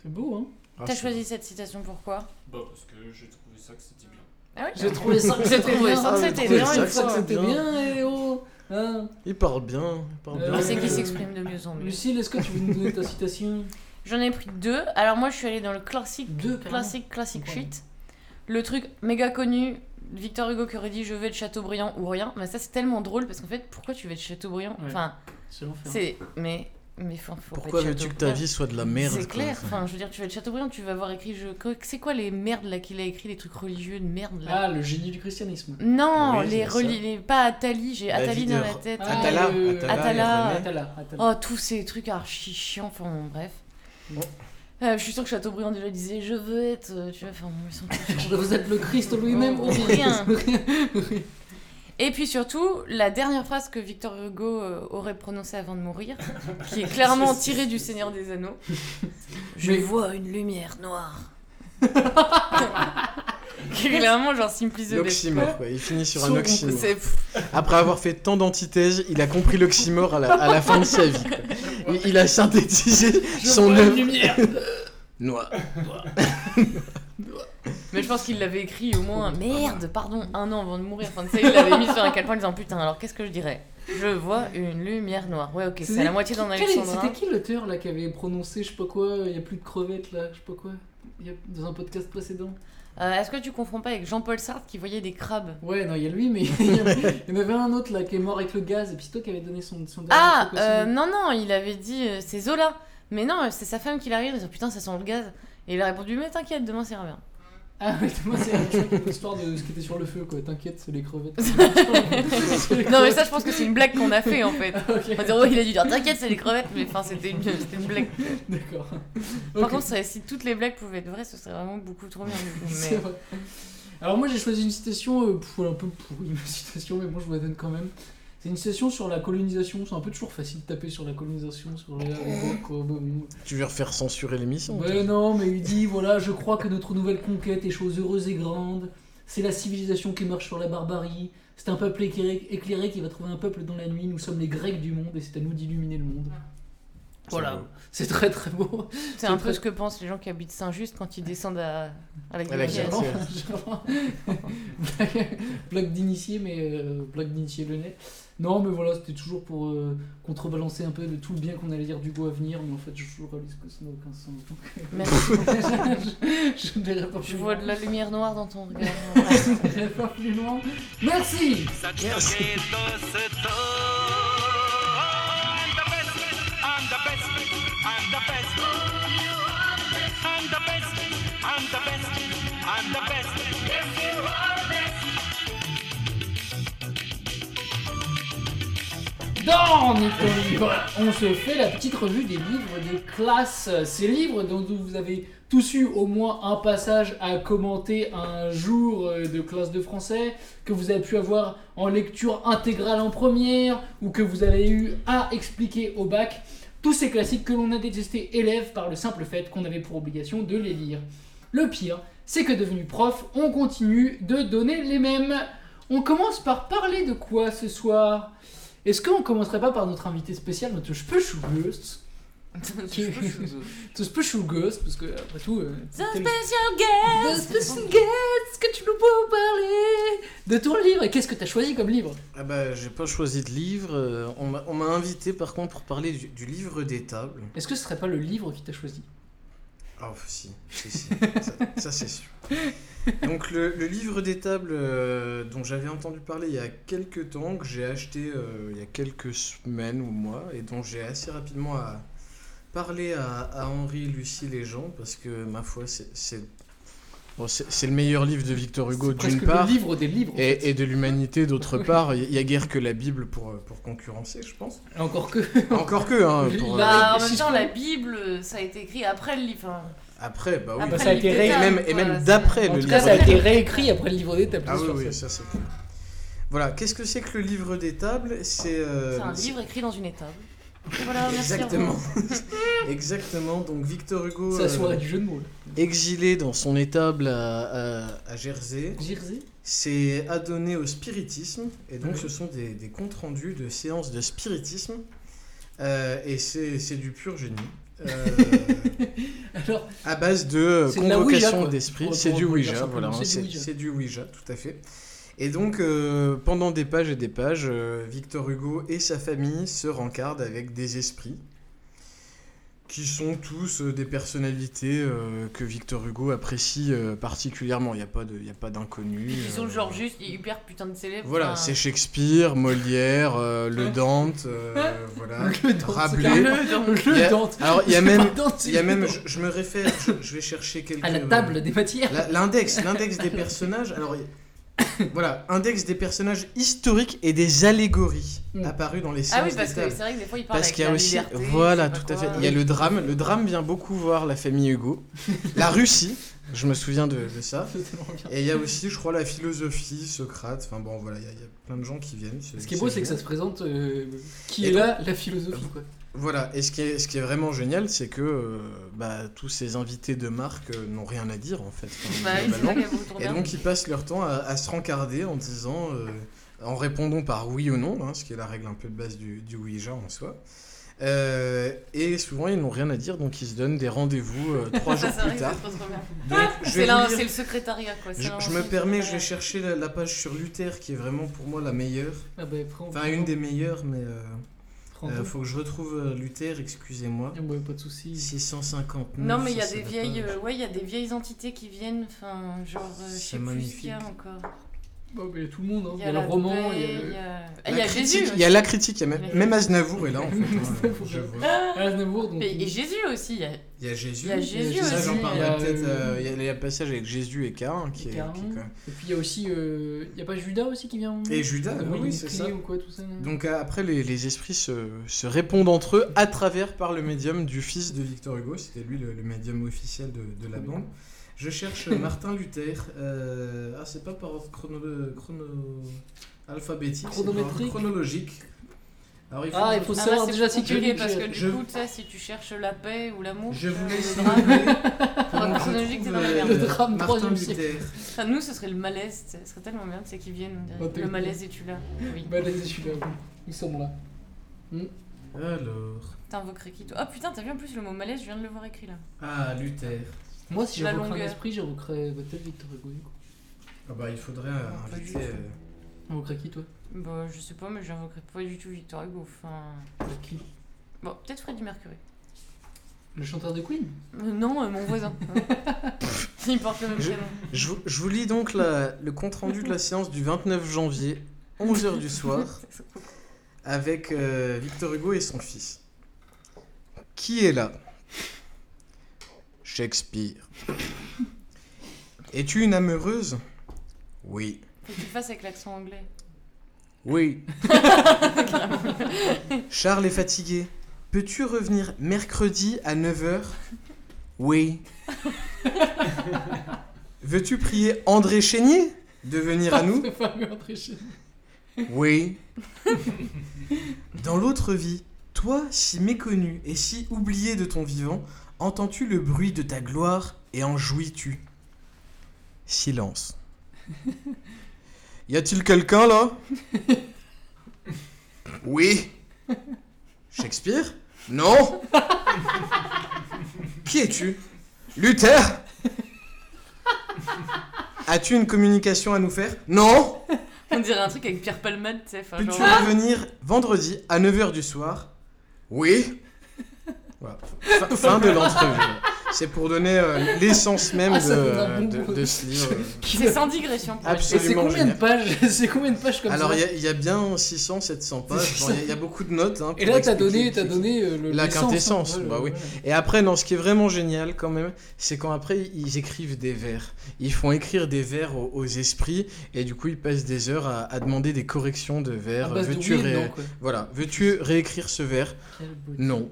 Speaker 7: C'est beau, hein
Speaker 9: Ah,
Speaker 8: T'as
Speaker 9: c'est-
Speaker 8: choisi cette citation pourquoi
Speaker 1: Bah, parce que j'ai trouvé ça que c'était bien.
Speaker 8: Ah oui
Speaker 7: J'ai trouvé ça que c'était bien.
Speaker 8: ça que
Speaker 7: j'ai
Speaker 8: c'était
Speaker 7: trouvé
Speaker 8: bien,
Speaker 7: ça
Speaker 8: une
Speaker 7: que
Speaker 8: fois.
Speaker 7: c'était bien, et oh hein.
Speaker 9: Il parle bien. Il parle
Speaker 7: Euh,
Speaker 9: bien.
Speaker 8: On sait qui s'exprime de mieux en mieux.
Speaker 7: Lucille, est-ce que tu veux nous donner ta citation
Speaker 8: J'en ai pris deux. Alors moi, je suis allée dans le classique,
Speaker 7: Deux, carrément.
Speaker 8: classique, classique
Speaker 7: Incroyable.
Speaker 8: shit. Le truc méga connu, Victor Hugo qui aurait dit je vais de Chateaubriand ou rien. Mais ça, c'est tellement drôle parce qu'en fait, pourquoi tu vas de Chateaubriand
Speaker 7: Ouais.
Speaker 8: Enfin,
Speaker 7: C'est l'enfer.
Speaker 8: c'est. Mais. Mais faut, faut pas
Speaker 9: Pourquoi
Speaker 8: être
Speaker 9: veux-tu que ta
Speaker 8: Chateaubriand.
Speaker 9: vie soit de la merde
Speaker 8: C'est
Speaker 9: quoi,
Speaker 8: clair,
Speaker 9: enfin.
Speaker 8: enfin je veux dire, tu vas de Chateaubriand, tu vas avoir écrit. Je... C'est quoi les merdes là qu'il a écrit, les trucs religieux de merde là
Speaker 7: Ah, le génie du christianisme.
Speaker 8: Non,
Speaker 9: Oui,
Speaker 8: les,
Speaker 9: c'est ça.
Speaker 8: reli... les. Pas Atali, j'ai
Speaker 9: La
Speaker 8: Atali
Speaker 9: vie
Speaker 8: dans
Speaker 9: de-
Speaker 8: la tête.
Speaker 7: Ah,
Speaker 9: Atala,
Speaker 7: euh,
Speaker 9: Atala, et
Speaker 8: Atala.
Speaker 9: René.
Speaker 7: Atala, Atala.
Speaker 8: Oh, tous ces trucs archi chiants, enfin bon, bref.
Speaker 9: Bon.
Speaker 8: Euh, je suis sûre que Chateaubriand déjà disait je veux être, euh, tu vois, enfin bon, ils sont tous chiants.
Speaker 7: Vous êtes le Christ lui-même ou
Speaker 8: Oh,
Speaker 7: rien
Speaker 8: rien. Et puis surtout, la dernière phrase que Victor Hugo euh, aurait prononcée avant de mourir, qui est clairement tirée du Seigneur des Anneaux Je
Speaker 7: Mais-
Speaker 8: vois une lumière noire. Qui est clairement, genre, Simply the Best.
Speaker 9: L'oxymore, quoi. Il finit sur un
Speaker 8: Son-
Speaker 9: oxymore.
Speaker 8: c'est-
Speaker 9: Après avoir fait tant d'antithèses, il a compris l'oxymore à la, à la fin de sa vie. quoi. Il, il a synthétisé son
Speaker 7: vois une
Speaker 9: œuvre.
Speaker 7: lumière.
Speaker 9: Noir.
Speaker 8: Mais je pense qu'il l'avait écrit au moins, Oh, merde, pardon, un an avant de mourir. Enfin, tu sais, il l'avait mis sur un calepin en disant putain, alors qu'est-ce que je dirais Je vois une lumière noire. Ouais, ok, c'est à la moitié d'un
Speaker 7: Quel est-
Speaker 8: Alexandrin.
Speaker 7: C'était qui l'auteur là qui avait prononcé je sais pas quoi, il y a plus de crevettes là, je sais pas quoi, y a- dans un podcast précédent
Speaker 8: Euh, Est-ce que tu confonds pas avec Jean-Paul Sartre qui voyait des crabes
Speaker 7: Ouais, non, il y a lui, mais il y, a- il y en avait un autre là qui est mort avec le gaz, et puis c'est toi qui avait donné son, son dernier
Speaker 8: Ah,
Speaker 7: truc aussi.
Speaker 8: euh, non, non, il avait dit euh, c'est Zola. Mais non, euh, c'est sa femme qui l'a rire, ils ont putain, ça sent le gaz. Et il a répondu, mais t'inquiète, demain c'est bien.
Speaker 7: Ah, mais moi c'est un truc, une histoire de ce qui était sur le feu quoi, t'inquiète, c'est les crevettes. C'est les
Speaker 8: non, mais ça,
Speaker 7: crevettes.
Speaker 8: je pense que c'est une blague qu'on a fait en fait.
Speaker 7: Ah, ok.
Speaker 8: On va dire, ouais, il a dû dire t'inquiète, c'est les crevettes, mais enfin, c'était une, c'était une blague.
Speaker 7: D'accord.
Speaker 8: Par
Speaker 7: Ok.
Speaker 8: contre, ça- si toutes les blagues pouvaient être vraies, ce serait vraiment beaucoup trop bien. du coup,
Speaker 7: C'est
Speaker 8: Mais...
Speaker 7: vrai. Alors moi j'ai choisi une citation euh, pff, un peu pourrie une citation mais bon je vous la donne quand même. C'est une citation sur la colonisation, c'est un peu toujours facile de taper sur la colonisation, sur les...
Speaker 9: Tu veux refaire censurer l'émission toi
Speaker 7: Ouais non mais il dit voilà je crois que notre nouvelle conquête est chose heureuse et grande, c'est la civilisation qui marche sur la barbarie, c'est un peuple éclairé, éclairé qui va trouver un peuple dans la nuit, nous sommes les grecs du monde et c'est à nous d'illuminer le monde. Voilà, c'est très très beau.
Speaker 8: C'est un peu
Speaker 7: très-
Speaker 8: ce que pensent les gens qui habitent Saint-Just quand ils descendent à,
Speaker 9: À
Speaker 8: à la
Speaker 9: la
Speaker 8: Guillotière.
Speaker 9: Guillotière.
Speaker 7: Clairement, clairement. blague, blague d'initié, mais euh, blague d'initié le nez. Non, mais voilà, c'était toujours pour euh, contrebalancer un peu de tout le bien qu'on allait dire du goût à venir, mais en fait, je je réalise que ça n'a aucun sens. donc,
Speaker 8: Merci.
Speaker 7: euh, je je ne verrai pas
Speaker 8: Je
Speaker 7: plus
Speaker 8: vois
Speaker 7: loin.
Speaker 8: de la lumière noire dans ton regard.
Speaker 7: Je ne verrai pas plus loin. Merci Dans Mytho Libre, on se fait la petite revue des livres de classe. Ces livres dont vous avez tous eu au moins un passage à commenter un jour euh, de classe de français, que vous avez pu avoir en lecture intégrale en première, ou que vous avez eu à expliquer au bac. Tous ces classiques que l'on a détestés élèves par le simple fait qu'on avait pour obligation de les lire. Le pire, c'est que devenu prof, on continue de donner les mêmes. On commence par parler de quoi ce soir est-ce qu'on commencerait pas par notre invité spécial, notre Spechougeust qui... Spechougeust, parce que après tout. euh,
Speaker 8: The
Speaker 7: tel-
Speaker 8: special
Speaker 7: The
Speaker 8: guest
Speaker 7: special guest, est-ce que tu nous peux nous parler de ton livre Et qu'est-ce que t'as choisi comme livre
Speaker 9: Ah bah j'ai pas choisi de livre. euh, on m'a- on m'a invité par contre pour parler du, du livre des tables.
Speaker 7: Est-ce que ce serait pas le livre qui t'a choisi
Speaker 9: Ah si, si, si. ça, ça, c'est sûr. Donc le, le livre des tables euh, dont j'avais entendu parler il y a quelques temps, que j'ai acheté euh, il y a quelques semaines ou mois, et dont j'ai assez rapidement à parler à, à Henri, Lucie, les gens, parce que ma foi, c'est- c'est bon, c'est- c'est le meilleur livre de Victor Hugo
Speaker 7: C'est
Speaker 9: d'une
Speaker 7: presque
Speaker 9: part.
Speaker 7: le livre des livres. en fait.
Speaker 9: Et, et de l'humanité d'autre part, il y a guère que la Bible pour, euh, pour concurrencer, je pense.
Speaker 7: Et Encore que.
Speaker 9: Encore que, hein,
Speaker 7: Il
Speaker 9: pour, euh,
Speaker 7: a-
Speaker 8: Bah,
Speaker 7: Ouais,
Speaker 8: en
Speaker 7: mais
Speaker 8: même
Speaker 7: si
Speaker 8: temps,
Speaker 7: je-
Speaker 8: la Bible, ça a été écrit après le livre. Enfin,
Speaker 9: Après, bah oui.
Speaker 7: Après Ça a été l'été,
Speaker 9: et même, et
Speaker 7: voilà,
Speaker 9: même
Speaker 7: c'est-
Speaker 9: d'après
Speaker 7: En
Speaker 9: le
Speaker 7: tout
Speaker 9: livre.
Speaker 7: cas, ça a été
Speaker 9: d'état.
Speaker 7: réécrit après le livre d'état,
Speaker 9: Ah
Speaker 7: bien
Speaker 9: oui,
Speaker 7: sûr,
Speaker 9: oui, ça c'est clair. Voilà, qu'est-ce que c'est que le livre des tables C'est euh,
Speaker 8: C'est un livre écrit dans une étable. Et voilà, merci à vous.
Speaker 9: Exactement. Exactement. Donc Victor Hugo.
Speaker 7: Ça
Speaker 9: euh,
Speaker 7: soirée du jeu de mots. là.
Speaker 9: Exilé dans son étable à, à- à Jersey,
Speaker 7: Jersey
Speaker 9: s'est adonné au spiritisme. Et donc, ce sont des, des comptes rendus de séances de spiritisme. Euh, et c'est c'est du pur génie. Euh,
Speaker 7: Alors,
Speaker 9: à base de euh,
Speaker 7: c'est de la Ouija,
Speaker 9: convocation
Speaker 7: quoi.
Speaker 9: d'esprit.
Speaker 7: Pour-
Speaker 9: C'est
Speaker 7: pour-
Speaker 9: du
Speaker 7: pour le dire
Speaker 9: Ouija,
Speaker 7: simplement,
Speaker 9: voilà. hein,
Speaker 7: c'est du
Speaker 9: C'est
Speaker 7: Ouija.
Speaker 9: c'est du Ouija, tout à fait. Et donc, euh, pendant des pages et des pages, euh, Victor Hugo et sa famille se rencardent avec des esprits qui sont tous euh, des personnalités euh, que Victor Hugo apprécie euh, particulièrement. Il n'y a pas de- il y a pas d'inconnu.
Speaker 8: Ils sont
Speaker 9: euh,
Speaker 8: genre juste hyper putain de célèbres.
Speaker 9: Voilà,
Speaker 8: enfin,
Speaker 9: c'est Shakespeare, Molière, euh, Le Dante, euh, voilà,
Speaker 7: Le Dante,
Speaker 9: Rabelais.
Speaker 7: Le Dante.
Speaker 9: Il y a-
Speaker 7: Le Dante.
Speaker 9: Alors, il y a
Speaker 7: C'est
Speaker 9: même,
Speaker 7: pas Dante, c'est
Speaker 9: il y a
Speaker 7: le
Speaker 9: même
Speaker 7: Dante.
Speaker 9: je, Euh, je me réfère, je, je vais chercher quelques...
Speaker 7: à la table des matières.
Speaker 9: La- L'index, l'index des personnages. Alors, il- voilà, index des personnages historiques et des allégories
Speaker 7: Mm.
Speaker 9: apparues dans les séances
Speaker 8: Ah oui,
Speaker 9: des
Speaker 8: parce que
Speaker 9: tables.
Speaker 8: c'est vrai que des fois ils parlent
Speaker 9: Parce
Speaker 8: avec
Speaker 9: qu'il y a
Speaker 8: la
Speaker 9: aussi,
Speaker 8: liberté,
Speaker 9: voilà,
Speaker 8: je sais
Speaker 9: tout
Speaker 8: pas
Speaker 9: à fait.
Speaker 8: quoi. Bah
Speaker 9: Il y a le drame. Le drame vient beaucoup voir la famille Hugo, la Russie. Je me souviens de, de ça. Et il y a aussi, je crois, la philosophie, Socrate. Enfin bon, voilà, il y, a- il y a plein de gens qui viennent.
Speaker 7: Ce qui est beau, c'est que ça se présente euh, qui
Speaker 9: Et
Speaker 7: est
Speaker 9: donc- euh,
Speaker 7: là la philosophie. Quoi.
Speaker 9: Voilà, et ce qui est, ce qui est vraiment génial, c'est que euh, bah, tous ces invités de marque euh, n'ont rien à dire en fait. Enfin,
Speaker 8: Bah oui, c'est
Speaker 9: globalement.
Speaker 8: vrai qu'il y a beaucoup de
Speaker 9: Et
Speaker 8: tourneurs.
Speaker 9: donc ils passent leur temps à, à se rencarder en disant, euh, en répondant par oui ou non, hein, ce qui est la règle un peu de base du, du Ouija en soi. Euh, et souvent ils n'ont rien à dire, donc ils se donnent des rendez-vous euh, trois
Speaker 8: Ça,
Speaker 9: jours
Speaker 8: c'est vrai
Speaker 9: plus
Speaker 8: que
Speaker 9: tard.
Speaker 8: c'est trop, trop bien.
Speaker 9: Donc, je vais
Speaker 8: C'est là-
Speaker 9: vous lire-
Speaker 8: c'est le secrétariat quoi. c'est
Speaker 9: je,
Speaker 8: là-
Speaker 9: je me permets, je vais chercher la, la page sur Luther qui est vraiment pour moi la meilleure.
Speaker 7: Ah bah, après, on-
Speaker 9: Enfin une des meilleures, mais euh,
Speaker 7: prends-
Speaker 9: euh, faut que je retrouve euh, Luther, excusez-moi.
Speaker 7: Ah bah, pas de soucis.
Speaker 9: 659.
Speaker 8: Non mais il y a
Speaker 9: ça, ça
Speaker 8: des
Speaker 9: va
Speaker 8: vieilles,
Speaker 9: pas.
Speaker 8: euh, ouais, il y a des vieilles entités qui viennent, enfin genre, euh, je
Speaker 9: C'est
Speaker 8: sais plus ce qu'il y a
Speaker 9: magnifique.
Speaker 8: encore.
Speaker 7: Bah, bah, il y a tout le monde.
Speaker 9: Oh,
Speaker 7: hein. Il y a
Speaker 8: la
Speaker 7: le roman,
Speaker 8: paix,
Speaker 7: il y a
Speaker 8: il
Speaker 7: le-
Speaker 8: y a-
Speaker 9: La
Speaker 8: Ah, il y a
Speaker 9: critique,
Speaker 8: Jésus.
Speaker 9: Il y a la critique, il y a même,
Speaker 8: Mais-
Speaker 9: même Aznavour est là en fait. hein,
Speaker 7: Aznavour,
Speaker 9: je
Speaker 7: ouais.
Speaker 9: vois.
Speaker 7: Aznavour. Donc,
Speaker 8: Et, et Jésus aussi, il y a-
Speaker 9: Il y a Jésus.
Speaker 8: Il y a Jésus
Speaker 9: Ça, j'en
Speaker 8: aussi,
Speaker 9: parlerai
Speaker 7: il y a,
Speaker 9: peut-être,
Speaker 7: euh,
Speaker 9: euh, Il y a le passage avec Jésus et Cain qui est.
Speaker 7: Cain.
Speaker 9: qui est quand même-
Speaker 7: Et puis il y a aussi. euh, Il y a pas Judas aussi qui vient
Speaker 9: Et Judas,
Speaker 7: Comment
Speaker 9: oui,
Speaker 7: il est
Speaker 9: c'est
Speaker 7: décrit
Speaker 9: ça.
Speaker 7: Ou quoi, tout ça non
Speaker 9: Donc euh, après, les, les esprits se, se répondent entre eux à travers par le médium du fils de Victor Hugo. C'était lui le, le médium officiel de, de la bande. Je cherche Martin Luther. euh, ah, c'est pas par ordre chrono, chrono- alphabétique, c'est par ordre
Speaker 7: Chronométrique.
Speaker 9: chronologique. Alors, il faut
Speaker 7: Ah,
Speaker 9: que
Speaker 7: il
Speaker 9: je-
Speaker 7: faut
Speaker 8: Ah,
Speaker 7: savoir
Speaker 8: c'est
Speaker 7: déjà si tu
Speaker 8: compliqué,
Speaker 7: lis-
Speaker 8: parce que du
Speaker 9: je-
Speaker 8: coup, ça, si tu cherches la paix ou l'amour,
Speaker 9: Je vous
Speaker 8: euh,
Speaker 9: laisse
Speaker 8: le
Speaker 9: nommer
Speaker 8: drame.
Speaker 9: pendant que je
Speaker 8: chronologique,
Speaker 9: trouve,
Speaker 8: c'est dans la
Speaker 9: euh,
Speaker 8: merde.
Speaker 7: Le drame
Speaker 9: Martin
Speaker 7: troisième siècle.
Speaker 9: Luther.
Speaker 8: Enfin, nous, ce serait le malaise, ce serait tellement bien, c'est qu'ils viennent. on dirait.
Speaker 7: Bah, t'es-
Speaker 8: le malaise et tu là. Oui.
Speaker 7: Bah, là, je suis là. oui. Nous sommes là.
Speaker 9: Alors.
Speaker 8: T'invoquerais qui toi Ah putain, t'as vu en plus le mot malaise, je viens de le voir écrit là.
Speaker 9: Ah, Luther.
Speaker 7: Moi, si
Speaker 8: La euh,
Speaker 7: j'évoquerais un
Speaker 8: longueur.
Speaker 7: esprit, j'évoquerais bah, peut-être Victor Hugo. du coup.
Speaker 9: Ah bah, il faudrait euh,
Speaker 8: pas du
Speaker 9: inviter.
Speaker 8: tout.
Speaker 9: euh,
Speaker 7: T'invoquerais qui, toi
Speaker 8: Bah, je sais pas, mais j'invoquerais pas du tout Victor Hugo. Enfin.
Speaker 7: Bah, Qui
Speaker 8: Bon, peut-être Freddie Mercury.
Speaker 7: Le chanteur de Queen
Speaker 8: Euh, non, euh, mon voisin. Il porte le même
Speaker 9: Je-
Speaker 8: prénom.
Speaker 9: Je, vous- je vous lis donc la- le compte-rendu de la séance du 29 janvier, 11h du soir, avec euh, Victor Hugo et son fils. Qui est là Shakespeare. Es-tu une âme heureuse Oui.
Speaker 8: Faut que tu le fasses avec l'accent anglais.
Speaker 9: Oui. Charles est fatigué. Peux-tu revenir mercredi à 9h Oui. Veux-tu prier André Chénier de venir à nous
Speaker 7: C'est pas mieux entrer chez
Speaker 9: Oui. Dans l'autre vie, toi, si méconnu et si oublié de ton vivant, entends-tu le bruit de ta gloire et en jouis-tu Silence. Y a-t-il quelqu'un là Oui. Shakespeare Non Qui es-tu Luther As-tu une communication à nous faire Non
Speaker 8: On dirait un truc avec Pierre Palmade, tu sais. enfin,
Speaker 9: Peux-tu
Speaker 8: genre-
Speaker 9: revenir vendredi à 9h du soir Oui. Voilà. Fin, fin de l'entrevue. C'est pour donner euh, l'essence même
Speaker 7: Ah, ça donne un
Speaker 9: de,
Speaker 7: bon
Speaker 9: de- de ce livre.
Speaker 8: C'est sans digression pour
Speaker 9: Absolument.
Speaker 7: Et c'est combien de
Speaker 9: génial.
Speaker 7: pages C'est combien de pages comme
Speaker 9: Alors,
Speaker 7: ça
Speaker 9: il y a- il y, a bien 600, 700 pages. Bon, Il y a- il y, a beaucoup de notes. hein,
Speaker 7: Et
Speaker 9: pour
Speaker 7: là, t'as
Speaker 9: expliquer-
Speaker 7: donné, t'as donné euh, le,
Speaker 9: La
Speaker 7: l'essence, hein.
Speaker 9: quintessence,
Speaker 7: Ouais,
Speaker 9: bah oui.
Speaker 7: ouais, ouais.
Speaker 9: Et après, non, ce qui est vraiment génial quand même, c'est quand après ils écrivent des vers. Ils font écrire des vers aux, aux esprits et du coup ils passent des heures à, à demander des corrections de
Speaker 7: À
Speaker 9: vers.
Speaker 7: base de
Speaker 9: Veux-tu
Speaker 7: oui et
Speaker 9: ré-
Speaker 7: non, quoi.
Speaker 9: voilà, veux-tu réécrire ce vers
Speaker 7: Quelle beauté.
Speaker 9: Non.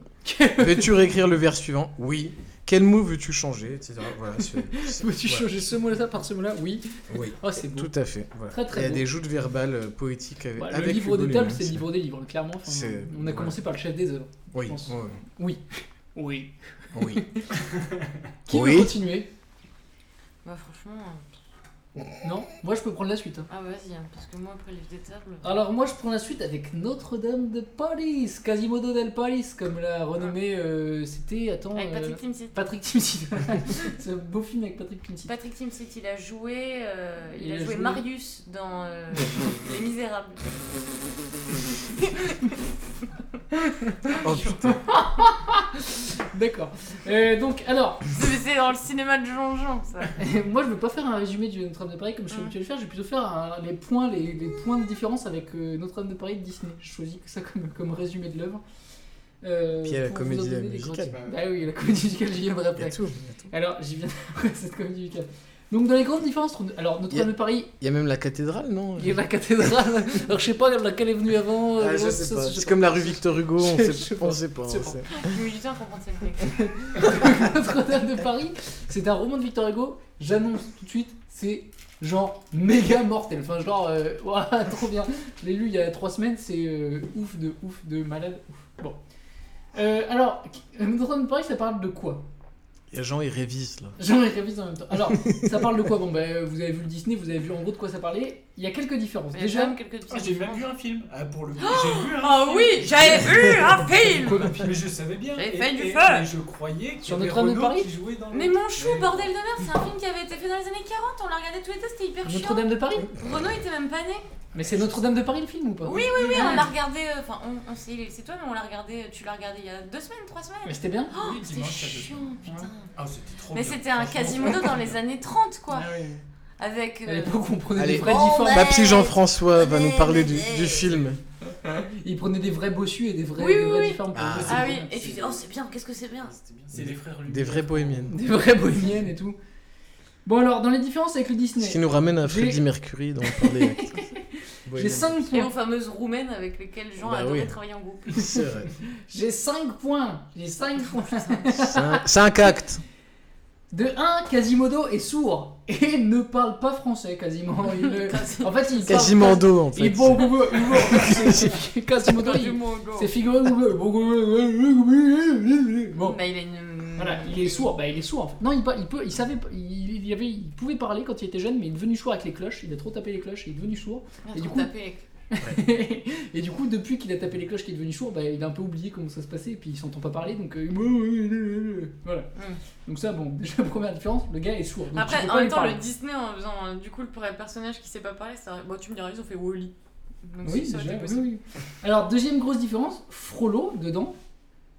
Speaker 9: Veux-tu réécrire le vers suivant Oui. Quel mot veux-tu changer etc. Voilà, c'est- c'est-
Speaker 7: Veux-tu
Speaker 9: voilà.
Speaker 7: changer ce mot-là par ce mot-là Oui.
Speaker 9: Oui.
Speaker 7: Oh, c'est beau.
Speaker 9: Tout à fait. voilà.
Speaker 7: Très, très
Speaker 9: Il y a
Speaker 7: beau.
Speaker 9: des joutes verbales euh, poétiques avec.
Speaker 7: Bah, le
Speaker 9: avec
Speaker 7: livre
Speaker 9: Hugo
Speaker 7: des tables,
Speaker 9: lui-même,
Speaker 7: c'est le livre des livres, hein, clairement. Enfin,
Speaker 9: c'est-
Speaker 7: on a
Speaker 9: voilà.
Speaker 7: commencé par le chef des œuvres. je
Speaker 9: Oui,
Speaker 7: pense.
Speaker 9: ouais, ouais.
Speaker 7: Oui. Oui.
Speaker 9: Oui.
Speaker 7: Qui
Speaker 9: Oui.
Speaker 7: veut continuer
Speaker 8: Bah franchement. euh,
Speaker 7: Non Moi, je peux prendre la suite. hein.
Speaker 8: Ah vas-y, hein, parce que moi après livre des tables.
Speaker 1: Ah,
Speaker 7: Alors moi je prends la suite avec Notre-Dame de Paris, Quasimodo del Paris, comme l'a renommé, euh, c'était, attends...
Speaker 1: oh
Speaker 8: Avec Patrick
Speaker 7: euh,
Speaker 8: Timsit.
Speaker 7: Patrick Timsit. C'est un beau film avec Patrick Timsit.
Speaker 8: Patrick Timsit, il a joué, euh, il, a, joué, Marius dans euh, Les Misérables.
Speaker 9: Oh putain.
Speaker 7: D'accord. Euh, donc alors,
Speaker 8: C'est c'est dans le cinéma de Jean-Jean, ça.
Speaker 7: moi je veux pas faire un résumé de Notre-Dame de Paris comme je suis
Speaker 8: Mm.
Speaker 7: habitué à le faire, je vais plutôt faire un- les, points, les, les points de différence avec euh, Notre-Dame de Paris de Disney. Je choisis que ça comme, comme résumé de l'œuvre. Euh,
Speaker 9: Puis il y a la
Speaker 7: pour vous en
Speaker 9: comédie
Speaker 7: donner des
Speaker 9: musicale.
Speaker 7: grandes- Ah oui, la comédie musicale, j'y viendrai
Speaker 9: Il y
Speaker 7: après.
Speaker 9: a tout.
Speaker 7: Alors, j'y viens après cette comédie musicale. Donc, dans les grandes différences, entre- alors Notre-Dame
Speaker 9: Y a-
Speaker 7: de Paris,
Speaker 9: Il y a même la cathédrale, non
Speaker 7: il y a la cathédrale. alors, je sais pas laquelle est venue avant.
Speaker 9: Ah,
Speaker 7: euh,
Speaker 9: je
Speaker 7: ça,
Speaker 9: sais
Speaker 7: ça,
Speaker 9: pas.
Speaker 7: je sais
Speaker 9: C'est
Speaker 7: pas.
Speaker 9: comme la rue Victor Hugo, on
Speaker 7: Je- je
Speaker 9: sait
Speaker 7: sais
Speaker 9: on
Speaker 7: pas.
Speaker 9: sait pas. on
Speaker 7: Je sais pas.
Speaker 9: sait-
Speaker 8: J'ai mis du temps à comprendre cette blague.
Speaker 7: Notre-Dame de Paris, c'est un roman de Victor Hugo. J'annonce tout de suite, c'est genre méga mortel. Enfin, genre, euh, ouah, trop bien. Je l'ai lu il y a trois semaines, c'est euh, ouf de ouf de malade. Ouf. Bon. Euh, alors, Notre-Dame de Paris, ça parle de quoi
Speaker 9: Il y a Jean, il révise là.
Speaker 7: J'en ai révisé en même temps. Alors, ça parle de quoi Bon, bah, vous avez vu le Disney, vous avez vu en gros de quoi ça parlait. Il y a quelques différences.
Speaker 8: Il y a
Speaker 7: Déjà,
Speaker 8: quand même quelques
Speaker 1: Ah,
Speaker 8: petits
Speaker 1: j'ai même vu un film. Ah, pour le coup, j'ai vu un
Speaker 8: Ah
Speaker 1: film.
Speaker 8: oui, j'avais vu un film
Speaker 7: quoi,
Speaker 1: Mais je savais bien.
Speaker 8: J'avais
Speaker 1: et-
Speaker 8: fait du
Speaker 1: et-
Speaker 8: feu.
Speaker 1: Et je croyais qu'il y
Speaker 7: Sur
Speaker 1: avait
Speaker 7: Notre-Dame de
Speaker 1: Renaud
Speaker 7: Paris
Speaker 1: qui jouait dans le-
Speaker 8: Mais mon chou,
Speaker 1: Ouais.
Speaker 8: bordel de merde, c'est un film qui avait été fait dans les années 40, on l'a regardé tous les deux, c'était hyper chiant.
Speaker 7: Notre-Dame de Paris
Speaker 8: Renaud était même pas né.
Speaker 7: Mais c'est Notre-Dame de Paris le film ou pas
Speaker 8: Oui, oui, oui, on l'a regardé, euh, enfin, on, on s'est- c'est toi, mais on l'a regardé, euh, tu l'as regardé il y a deux semaines, trois
Speaker 7: Mais
Speaker 8: semaines.
Speaker 7: c'était bien
Speaker 8: Oh,
Speaker 1: Oui,
Speaker 8: c'était
Speaker 1: dimanche, ça devait-
Speaker 8: chiant, putain.
Speaker 1: Ah, c'était trop
Speaker 8: Mais
Speaker 1: bien,
Speaker 8: c'était un
Speaker 1: franchement.
Speaker 8: Quasimodo dans les années 30, quoi. Avec.
Speaker 7: Ah À
Speaker 8: euh,
Speaker 7: l'époque, on prenait
Speaker 9: Allez.
Speaker 7: des vrais
Speaker 8: Bon,
Speaker 7: difformes.
Speaker 8: bah-
Speaker 9: Ma petite Jean-François va nous parler du,
Speaker 8: Ouais.
Speaker 9: du film.
Speaker 7: Ils prenaient des vrais bossus et des vrais,
Speaker 8: Oui,
Speaker 7: des
Speaker 8: oui,
Speaker 7: vrais
Speaker 8: oui.
Speaker 7: difformes. pour
Speaker 9: Ah.
Speaker 7: jouer.
Speaker 8: Ah oui, et tu dis, oh, c'est bien, qu'est-ce que c'est bien
Speaker 1: C'était bien. C'est les frères
Speaker 9: Des vraies bohémiennes.
Speaker 7: Des vraies bohémiennes et tout. Bon, alors, dans les différences avec le
Speaker 9: Ce qui
Speaker 7: Disney,
Speaker 9: nous ramène à
Speaker 7: J'ai-
Speaker 9: Freddie Mercury dont on parlait.
Speaker 7: j'ai 5
Speaker 8: Et
Speaker 7: points.
Speaker 8: aux fameuses roumaines avec lesquelles Jean
Speaker 9: Bah
Speaker 8: a adorait
Speaker 9: oui.
Speaker 8: travailler en groupe.
Speaker 9: C'est vrai.
Speaker 7: J'ai 5 points. J'ai 5 points.
Speaker 9: C'est un- c'est un actes.
Speaker 7: De 1, Quasimodo est sourd et ne parle pas français quasiment. Il- En fait, il parle pas-
Speaker 9: Quasimodo en fait.
Speaker 7: Et bon, bon, bon, bon, c'est- c'est- Quasimodo,
Speaker 8: Quand du
Speaker 7: il-
Speaker 8: mot go.
Speaker 7: c'est figuré. Bon, bon, bon, bon, bon.
Speaker 8: Bah, il a une.
Speaker 7: Voilà, il est sourd. Bah, il est sourd. En fait. Non, il, pa- il peut, il savait, pas- il, il y avait, il pouvait parler quand il était jeune, mais il est devenu sourd avec les cloches. Il a trop tapé les cloches, il est devenu sourd. Et
Speaker 8: Il
Speaker 7: du
Speaker 8: a Ah, trop
Speaker 7: coup-
Speaker 8: tapé les-
Speaker 7: et du coup, depuis qu'il a tapé les cloches, qu'il est devenu sourd, bah, il a un peu oublié comment ça se passait, et puis il s'entend pas parler, donc euh, voilà. Donc ça, bon, déjà première différence, le gars est sourd. Donc tu
Speaker 8: Mm. Après,
Speaker 7: peux
Speaker 8: en
Speaker 7: pas
Speaker 8: même
Speaker 7: lui
Speaker 8: temps,
Speaker 7: parler.
Speaker 8: le Disney, en faisant euh, du coup pour un personnage qui sait pas parler, ça... bon, tu me diras, ils ont fait Wally. Donc
Speaker 7: Oui,
Speaker 8: si, ça aurait
Speaker 7: déjà,
Speaker 8: été
Speaker 7: oui,
Speaker 8: possible.
Speaker 7: oui. Alors, deuxième grosse différence, Frollo, dedans,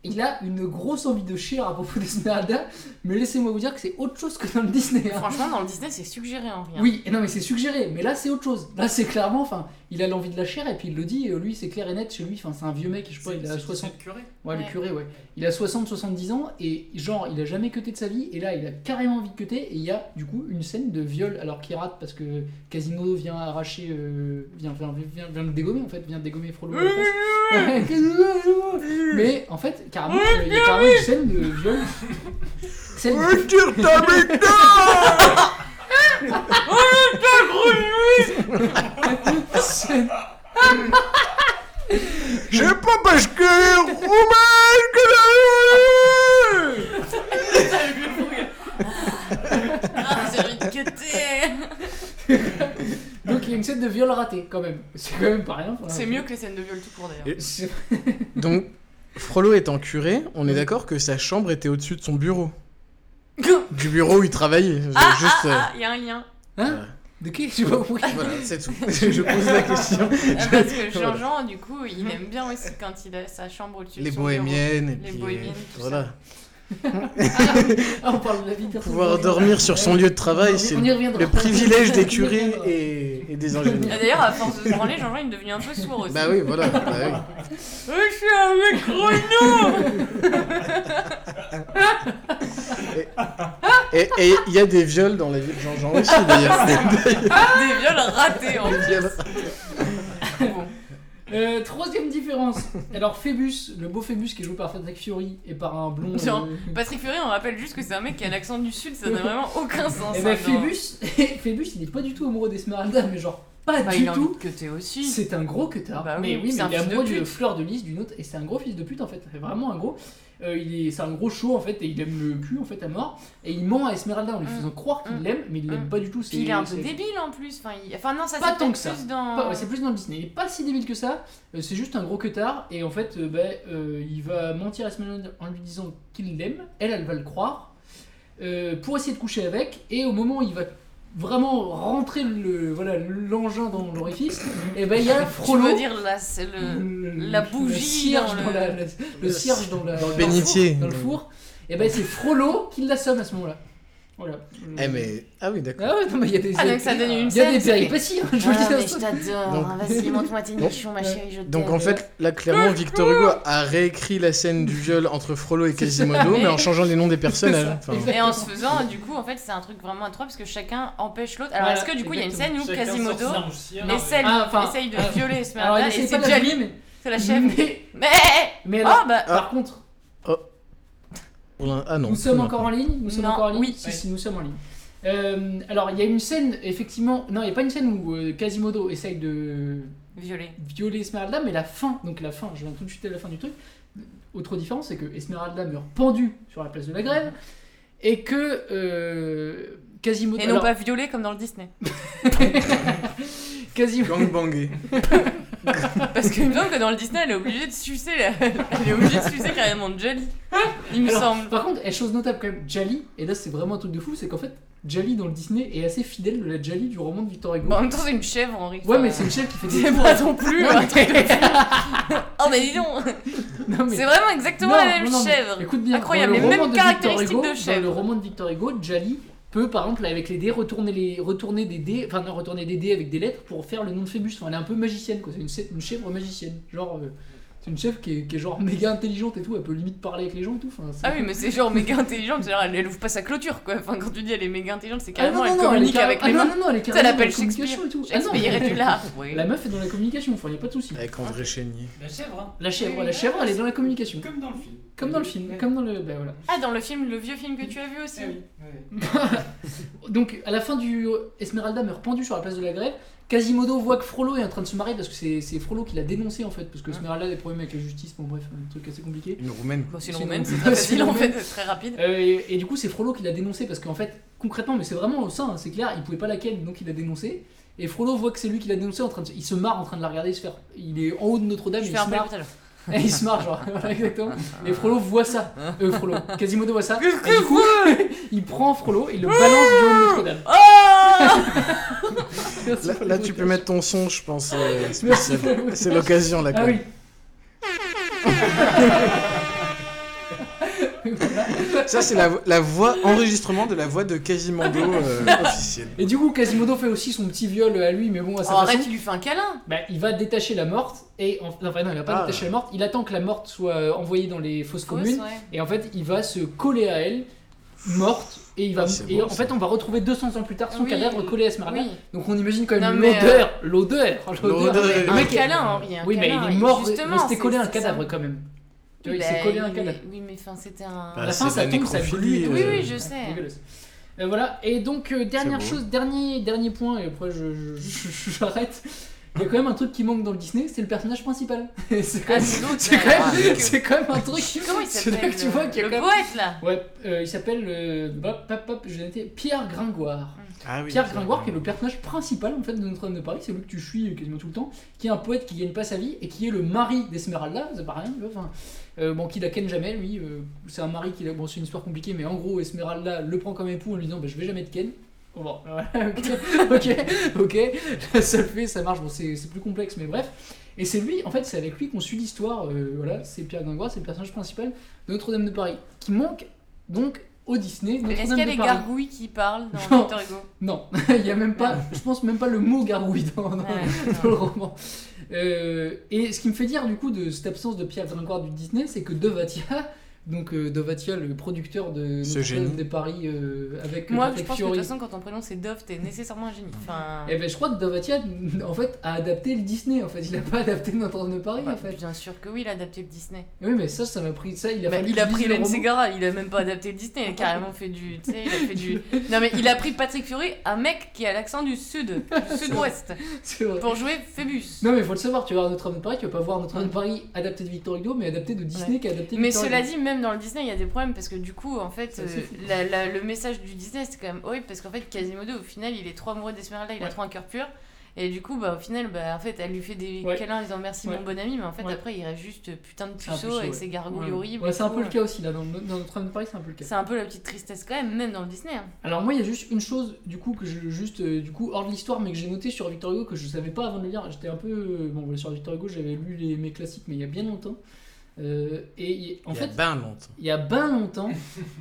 Speaker 7: il a une grosse envie de chier à propos d'Esmeralda, mais laissez-moi vous dire que c'est autre chose que dans le Disney. hein.
Speaker 8: Franchement, dans le Disney, c'est suggéré en hein. rien.
Speaker 7: Oui, et non mais c'est suggéré, mais là c'est autre chose. Là c'est clairement, enfin, il a l'envie de la chair et puis il le dit, euh, lui c'est clair et net chez lui, enfin c'est un vieux mec, je sais pas, il a 60
Speaker 1: curé.
Speaker 7: Ouais,
Speaker 8: Ouais.
Speaker 7: le curé, ouais. Il a 60-70 ans et genre, il a jamais cuté de sa vie et là, il a carrément envie de cuter et il y a du coup une scène de viol alors qu'il rate parce que Casino vient arracher, euh, vient, vient, vient, vient le dégommer en fait, vient dégommer Frollo. à la face. Mais en fait, carrément, euh, il y a carrément une scène de viol. Scène de-
Speaker 9: Retire ta bite
Speaker 7: scène-
Speaker 9: C'est pas parce que les Roumains que la-
Speaker 8: Ah, j'ai envie de cuter
Speaker 7: Donc il y a une scène de viol ratée quand même. C'est quand même pas rien. enfin,
Speaker 8: C'est mieux que les scènes de viol tout court d'ailleurs.
Speaker 7: c'est-
Speaker 9: Donc, Frollo étant curé, on est d'accord que sa chambre était au-dessus de son bureau. Du bureau où il travaillait. Je-
Speaker 8: Ah,
Speaker 9: juste, euh,
Speaker 8: ah, ah, il y a un lien.
Speaker 7: Hein De qui J'ai pas compris.
Speaker 9: Voilà, c'est tout. je pose la question.
Speaker 8: Ah, Parce que Jean-Jean, du coup, il aime bien aussi quand il a sa chambre au-dessus de
Speaker 9: Les
Speaker 8: son
Speaker 9: bohémiennes, et
Speaker 8: Les
Speaker 9: puis.
Speaker 8: bohémiennes,
Speaker 9: euh,
Speaker 8: tout
Speaker 9: voilà.
Speaker 7: Ah, on parle de la vie personnelle.
Speaker 9: Pouvoir dormir sur son lieu de travail, c'est
Speaker 7: On y reviendra.
Speaker 9: le privilège
Speaker 7: On y
Speaker 9: des curés
Speaker 7: reviendra.
Speaker 9: et, et des
Speaker 8: bureau. Ah,
Speaker 9: ingénieurs.
Speaker 8: D'ailleurs, à force de se branler, Jean-Jean, il devient un peu sourd aussi.
Speaker 9: Bah oui, voilà. bah oui.
Speaker 8: Euh, je suis un mec grognon
Speaker 9: Et et il y a des viols dans la vie de Jean-Jean
Speaker 7: Ah.
Speaker 9: aussi, d'ailleurs.
Speaker 8: Des viols ratés en
Speaker 9: Des
Speaker 8: plus.
Speaker 9: viols.
Speaker 8: Bon.
Speaker 7: Euh, troisième différence. Alors Phébus, le beau Phébus qui est joué par Patrick Fiori et par un blond.
Speaker 8: Genre,
Speaker 7: euh,
Speaker 8: Patrick Fury, on rappelle juste que c'est un mec qui a l'accent du sud, ça n'a vraiment aucun sens.
Speaker 7: Et ben,
Speaker 8: hein, genre.
Speaker 7: Phébus, Phébus, il est pas du tout amoureux d'Esmeralda, mais genre pas
Speaker 8: Bah,
Speaker 7: du
Speaker 8: il a envie
Speaker 7: tout.
Speaker 8: de que t'es aussi.
Speaker 7: C'est un gros cutard.
Speaker 8: Bah oui,
Speaker 7: mais oui,
Speaker 8: c'est
Speaker 7: mais
Speaker 8: un
Speaker 7: il est
Speaker 8: fils de
Speaker 7: amoureux de
Speaker 8: pute.
Speaker 7: fleur de lys d'une autre, et c'est un gros fils de pute en fait. C'est vraiment un gros. Euh, il est, c'est un gros chaud en fait, et il aime le cul en fait à mort. Et il ment à Esmeralda en lui faisant croire qu'il l'aime, mais il l'aime pas du tout.
Speaker 8: Mm. Puis il est un peu
Speaker 7: c'est-
Speaker 8: débile en plus. Enfin, il- enfin non, ça
Speaker 7: pas
Speaker 8: c'est
Speaker 7: tant
Speaker 8: peut-être
Speaker 7: que ça.
Speaker 8: plus dans.
Speaker 7: Pas- ouais, c'est plus dans le Disney. Il est pas si débile que ça. euh, c'est juste un gros cutard. Et en fait, euh, ben, euh, il va mentir à Esmeralda en lui disant qu'il l'aime. Elle, elle va le croire. euh, pour essayer de coucher avec. Et au moment où il va vraiment rentrer le voilà l'engin dans l'orifice, et ben il y a Mm. Frollo.
Speaker 8: Tu veux dire là, c'est le la bougie
Speaker 7: Mmh. le cierge
Speaker 8: dans
Speaker 7: dans,
Speaker 8: le.
Speaker 7: la- la- le cierge dans, la-
Speaker 9: Dans le
Speaker 7: four,
Speaker 9: bénitier.
Speaker 7: dans le four. Et ben c'est Frollo qui l'assomme à ce moment-là. Voilà.
Speaker 9: Eh mais ah oui d'accord.
Speaker 7: Ah ouais, non mais il y a des
Speaker 8: Ah donc ça donne une
Speaker 7: il y a
Speaker 8: scène,
Speaker 7: des
Speaker 8: c'est-
Speaker 7: péripéties. hein, je vous
Speaker 8: Ah,
Speaker 7: le dis
Speaker 8: mais
Speaker 7: dans
Speaker 8: je
Speaker 7: ce-
Speaker 8: t'adore.
Speaker 9: Donc-
Speaker 8: Vas-y, montre-moi tes nichons, ma chérie, je
Speaker 9: Donc
Speaker 8: t'aime.
Speaker 9: en fait là clairement Victor Hugo a réécrit la scène du viol entre Frollo et Quasimodo mais en changeant les noms des personnages. Enfin,
Speaker 8: Et en se faisant, du coup, en fait, c'est un truc vraiment à trois parce que chacun empêche l'autre. Alors,
Speaker 7: Voilà,
Speaker 8: est-ce que du coup, il y a une scène
Speaker 7: exactement.
Speaker 8: où
Speaker 1: Chacun
Speaker 8: Quasimodo
Speaker 1: sort sa sorcière.
Speaker 8: essaye,
Speaker 7: Ah, enfin,
Speaker 8: essaye de
Speaker 7: euh,
Speaker 8: violer
Speaker 7: Alors,
Speaker 8: Esmeralda
Speaker 7: il
Speaker 8: et
Speaker 7: essaye
Speaker 8: c'est
Speaker 7: pas de
Speaker 8: déjà
Speaker 7: la
Speaker 8: lui,
Speaker 7: violer, mais.
Speaker 8: c'est la chef.
Speaker 7: Mais-
Speaker 8: Mais,
Speaker 7: Mais
Speaker 8: oh
Speaker 7: alors, ah.
Speaker 8: bah,
Speaker 7: par contre,
Speaker 9: pour l'un- Ah non.
Speaker 7: nous sommes
Speaker 9: non.
Speaker 7: encore en ligne Nous sommes
Speaker 8: Non,
Speaker 7: encore en ligne
Speaker 8: oui.
Speaker 7: Si, si, nous sommes en ligne. Euh, alors, il y a une scène, effectivement. Non, il n'y a pas une scène où euh, Quasimodo essaye de
Speaker 8: violer.
Speaker 7: violer Esmeralda, mais la fin, donc la fin, je viens tout de suite à la fin du truc. Autre différence, c'est que Esmeralda meurt pendue sur la place de la grève et que euh, Quasimodo.
Speaker 8: Et non
Speaker 7: alors,
Speaker 8: pas violer comme dans le Disney.
Speaker 7: Quasimodo.
Speaker 9: Gangbangé.
Speaker 8: Parce que il me semble que dans le Disney, elle est obligée de sucer, la- elle est obligée de sucer carrément Jelly. Il me
Speaker 7: Alors,
Speaker 8: semble.
Speaker 7: Par contre, et chose notable quand même, Jali, et là c'est vraiment un truc de fou, c'est qu'en fait, Jali dans le Disney est assez fidèle de la Jali du roman de Victor Hugo.
Speaker 8: Bon, Bah, en même temps, c'est une chèvre, Henri.
Speaker 7: ouais,
Speaker 8: Enfin,
Speaker 7: mais c'est une chèvre qui fait des
Speaker 8: C'est
Speaker 7: tours.
Speaker 8: pas non plus hein.
Speaker 7: Non,
Speaker 8: un
Speaker 7: mais-
Speaker 8: truc de fou. Oh, mais dis donc
Speaker 7: Non, mais-
Speaker 8: C'est vraiment exactement
Speaker 7: non,
Speaker 8: la même
Speaker 7: non, non, mais
Speaker 8: chèvre.
Speaker 7: Écoute bien,
Speaker 8: Incroyable,
Speaker 7: dans le roman
Speaker 8: les mêmes
Speaker 7: de Victor
Speaker 8: caractéristiques
Speaker 7: Hugo-
Speaker 8: de
Speaker 7: Dans
Speaker 8: chèvre.
Speaker 7: le roman de Victor Hugo, Jali peut par exemple avec les dés retourner les retourner des dés enfin non, retourner des dés avec des lettres pour faire le nom de Phébus enfin, elle est un peu magicienne quoi c'est une, chè- une chèvre magicienne genre euh, c'est une chèvre qui est, qui est genre méga intelligente et tout elle peut limite parler avec les gens et tout enfin, c'est-
Speaker 8: Ah oui, mais c'est genre méga intelligente, c'est-à-dire elle, elle ouvre pas sa clôture quoi. Enfin, quand tu dis elle est méga intelligente, c'est
Speaker 7: Ah non, non,
Speaker 8: carrément elle
Speaker 7: non, est
Speaker 8: communique
Speaker 7: carré-
Speaker 8: avec
Speaker 7: ah
Speaker 8: les
Speaker 7: non,
Speaker 8: mains.
Speaker 7: non, non, elle est
Speaker 8: Ça, elle
Speaker 7: carrément dans
Speaker 8: appelle
Speaker 7: la communication
Speaker 8: Shakespeare.
Speaker 7: et tout. Ah non,
Speaker 8: Shakespeare
Speaker 7: mais-
Speaker 8: irait du lard. Ouais.
Speaker 7: La meuf est dans la communication, enfin, il a pas de souci.
Speaker 9: Avec André Chénier.
Speaker 1: La chèvre, hein.
Speaker 7: La chèvre,
Speaker 1: Oui,
Speaker 7: la chèvre, elle est dans la communication.
Speaker 1: Comme dans le film.
Speaker 7: Comme dans le film, comme dans le. Bah voilà.
Speaker 8: Ah, dans le film, le vieux film que tu as vu aussi.
Speaker 1: Ah oui, ouais.
Speaker 7: Donc, à la fin du. Esmeralda meurt pendue sur la place de la grève. Quasimodo voit que Frollo est en train de se marier parce que c'est c'est Frollo qui l'a dénoncé en fait, parce que Esmeralda a des problèmes avec la justice, bon bref, un truc assez compliqué.
Speaker 9: Une roumaine.
Speaker 8: Bon, c'est
Speaker 7: C'est
Speaker 8: long même,
Speaker 7: long.
Speaker 8: c'est très
Speaker 7: C'est
Speaker 8: facile en
Speaker 7: long
Speaker 8: fait,
Speaker 7: même.
Speaker 8: c'est très rapide.
Speaker 7: Euh, et, et du coup, c'est Frollo qui l'a dénoncé parce qu'en fait, concrètement, mais c'est vraiment ça, hein, c'est clair, il pouvait pas la ken, donc il l'a dénoncé. Et Frollo voit que c'est lui qui l'a dénoncé, en train de, se- il se marre en train de la regarder se faire. Il est en haut de Notre-Dame,
Speaker 8: Je
Speaker 7: il
Speaker 8: fais un
Speaker 7: se
Speaker 8: peu
Speaker 7: marre.
Speaker 8: tout à l'heure.
Speaker 7: Et il se marre, genre, voilà, exactement. Et Frollo voit ça. Euh, Frollo. Quasimodo voit ça. Et du coup, il prend Frollo et il le balance du haut de Notre-Dame.
Speaker 8: Oh
Speaker 7: Merci
Speaker 9: Là,
Speaker 7: pour
Speaker 9: là,
Speaker 7: les
Speaker 9: tu peux
Speaker 7: vocations.
Speaker 9: mettre ton son je pense. euh,
Speaker 7: Merci
Speaker 9: spécial.
Speaker 7: pour les
Speaker 9: C'est l'occasion là.
Speaker 7: Ah
Speaker 9: quand
Speaker 7: oui.
Speaker 9: même. Ça c'est la, vo- la voix enregistrement de la voix de Quasimodo euh, officielle.
Speaker 7: Et du coup, Quasimodo fait aussi son petit viol à lui, mais bon, à sa
Speaker 8: Oh, Arrête,
Speaker 7: façon.
Speaker 8: tu lui fais un câlin
Speaker 7: Bah, il va détacher la morte et en- enfin non, il va pas
Speaker 9: Ah.
Speaker 7: détacher la morte. Il attend que la morte soit euh, envoyée dans les fosses
Speaker 8: Fausse,
Speaker 7: communes
Speaker 8: ouais.
Speaker 7: et en fait, il va se coller à elle morte et il va
Speaker 9: Ah, c'est
Speaker 7: et
Speaker 9: beau,
Speaker 7: en
Speaker 9: ça.
Speaker 7: fait, on va retrouver 200 ans plus tard son
Speaker 8: Oui.
Speaker 7: cadavre collé à Esmeralda.
Speaker 8: Oui.
Speaker 7: Donc on imagine quand
Speaker 8: Non,
Speaker 7: même
Speaker 8: mais, euh,
Speaker 7: l'odeur, l'odeur,
Speaker 9: L'odeur.
Speaker 7: Le Ah,
Speaker 8: Un
Speaker 7: mec est-
Speaker 8: câlin, Henri. un
Speaker 7: Oui, mais
Speaker 8: câlin,
Speaker 7: il est
Speaker 8: et
Speaker 7: mort,
Speaker 8: justement,
Speaker 7: mais c'était
Speaker 8: c'est-
Speaker 7: collé à un
Speaker 8: c'est
Speaker 7: cadavre
Speaker 8: ça.
Speaker 7: quand même. Tu vois, il
Speaker 8: Bah,
Speaker 7: s'est collé à un
Speaker 8: oui,
Speaker 7: cadavre.
Speaker 8: Oui, mais enfin, c'était un.
Speaker 9: Bah,
Speaker 7: À la
Speaker 9: c'est
Speaker 7: fin,
Speaker 9: de
Speaker 7: ça
Speaker 9: la
Speaker 7: tombe, ça
Speaker 9: nécrophilie,
Speaker 7: glue.
Speaker 9: euh,
Speaker 8: Oui, oui, je sais.
Speaker 7: Dégueulasse. Euh, voilà, et donc euh, dernière
Speaker 9: C'est beau.
Speaker 7: chose, dernier, dernier point, et après je- je- je- j'arrête. Il y a quand même un truc qui manque dans le Disney, c'est le personnage principal. c'est quand
Speaker 8: Ah,
Speaker 7: même,
Speaker 8: c'est l'autre,
Speaker 7: c'est quand
Speaker 8: là.
Speaker 7: même-
Speaker 8: Ah, le-
Speaker 7: c'est quand même un truc.
Speaker 8: Comment il
Speaker 7: C'est
Speaker 8: s'appelle
Speaker 7: là que tu
Speaker 8: le-
Speaker 7: vois qu'il y a
Speaker 8: Le
Speaker 7: quand même-
Speaker 8: poète là
Speaker 7: Ouais, euh, il s'appelle euh, bah, pop, pop, je l'ai noté, Pierre Gringoire.
Speaker 9: Ah oui,
Speaker 7: Pierre Gringoire, qui est le personnage principal en fait de Notre-Dame de Paris, c'est lui que tu suis quasiment tout le temps, qui est un poète qui gagne pas sa vie et qui est le mari d'Esmeralda, ça paraît rien, tu vois, enfin, euh, bon, qui la ken jamais, lui, euh, c'est un mari qui la- bon, c'est une histoire compliquée, mais en gros, Esmeralda le prend comme époux en lui disant, bah, je vais jamais te ken. Bon, voilà, ok, ok, ok, ça le fait, ça marche, bon, c'est c'est plus complexe, mais bref. Et c'est lui, en fait, c'est avec lui qu'on suit l'histoire, euh, voilà, c'est Pierre Gringoire, c'est le personnage principal de Notre-Dame de Paris, qui manque donc au Disney. Notre-Dame
Speaker 8: Est-ce qu'il y a
Speaker 7: de
Speaker 8: des
Speaker 7: Paris.
Speaker 8: gargouilles qui parlent dans
Speaker 7: Non.
Speaker 8: Victor Hugo
Speaker 7: Non, il y a même pas, je pense même pas le mot garouille dans, dans-
Speaker 8: Ouais,
Speaker 7: dans le roman. Euh, et ce qui me fait dire du coup de cette absence de Pierre Gringoire du Disney, c'est que Devatia Donc euh, Dovatia, le producteur de
Speaker 9: Ce
Speaker 7: Notre-Dame
Speaker 9: génie.
Speaker 7: des Paris euh, avec
Speaker 8: Moi, je
Speaker 7: Patrick
Speaker 8: pense que de
Speaker 7: Fiori.
Speaker 8: toute façon, quand ton prénom c'est Dove, t'es nécessairement un génie. Enfin,
Speaker 7: Eh ben, je crois que Dovatia, en fait, a adapté le Disney. En fait, il a pas adapté Notre-Dame de Paris. en fait.
Speaker 8: bah, Bien sûr que oui, il a adapté le Disney.
Speaker 7: Oui, mais ça, ça m'a pris ça. Il a,
Speaker 8: Bah,
Speaker 7: fallu
Speaker 8: il a
Speaker 7: que je
Speaker 8: pris
Speaker 7: lise le
Speaker 8: Hélène
Speaker 7: roman.
Speaker 8: Ségara, il a même pas adapté le Disney, il a carrément fait du. tu sais, il a fait du. Non mais il a pris Patrick Fury, un mec qui a l'accent du sud, du sud-ouest,
Speaker 7: C'est vrai.
Speaker 8: pour jouer Phébus.
Speaker 7: Non, mais faut le savoir, tu vas voir Notre-Dame de Paris, tu vas pas voir Notre-Dame de Paris adapté de Victor Hugo, mais adapté de Disney qui a adapté de
Speaker 8: Mais
Speaker 7: Victor
Speaker 8: cela
Speaker 7: Hugo.
Speaker 8: dit, même dans le Disney, il y a des problèmes parce que du coup, en fait,
Speaker 7: C'est assez
Speaker 8: euh,
Speaker 7: fou.
Speaker 8: la- la- le message du Disney, c'est quand même horrible parce qu'en fait, Quasimodo, au final, il est trop amoureux d'Esmeralda, il a trop un cœur pur. Et du coup, bah, au final, bah, en fait, elle lui fait des
Speaker 7: Ouais.
Speaker 8: câlins en disant merci
Speaker 7: Ouais.
Speaker 8: mon bon ami, mais en fait,
Speaker 7: Ouais.
Speaker 8: après, il reste juste euh, putain de
Speaker 7: C'est un peu
Speaker 8: puceau
Speaker 7: chaud,
Speaker 8: avec
Speaker 7: ouais.
Speaker 8: ses gargouilles
Speaker 7: Ouais.
Speaker 8: horribles.
Speaker 7: Ouais,
Speaker 8: et
Speaker 7: c'est un
Speaker 8: tout,
Speaker 7: peu le
Speaker 8: euh.
Speaker 7: cas aussi, là, dans, dans Notre-Dame de Paris, c'est un peu le cas.
Speaker 8: C'est un peu la petite tristesse quand même, même dans le Disney. hein.
Speaker 7: Alors moi, il y a juste une chose, du coup, que je juste, euh, du coup, hors de l'histoire, mais que j'ai noté sur Victor Hugo que je savais pas avant de le lire. J'étais un peu, euh, bon, sur Victor Hugo, j'avais lu les, mes classiques, mais il y a bien longtemps. Euh, et il- en
Speaker 9: Il y a
Speaker 7: fait,
Speaker 9: ben longtemps.
Speaker 7: il y a bien longtemps.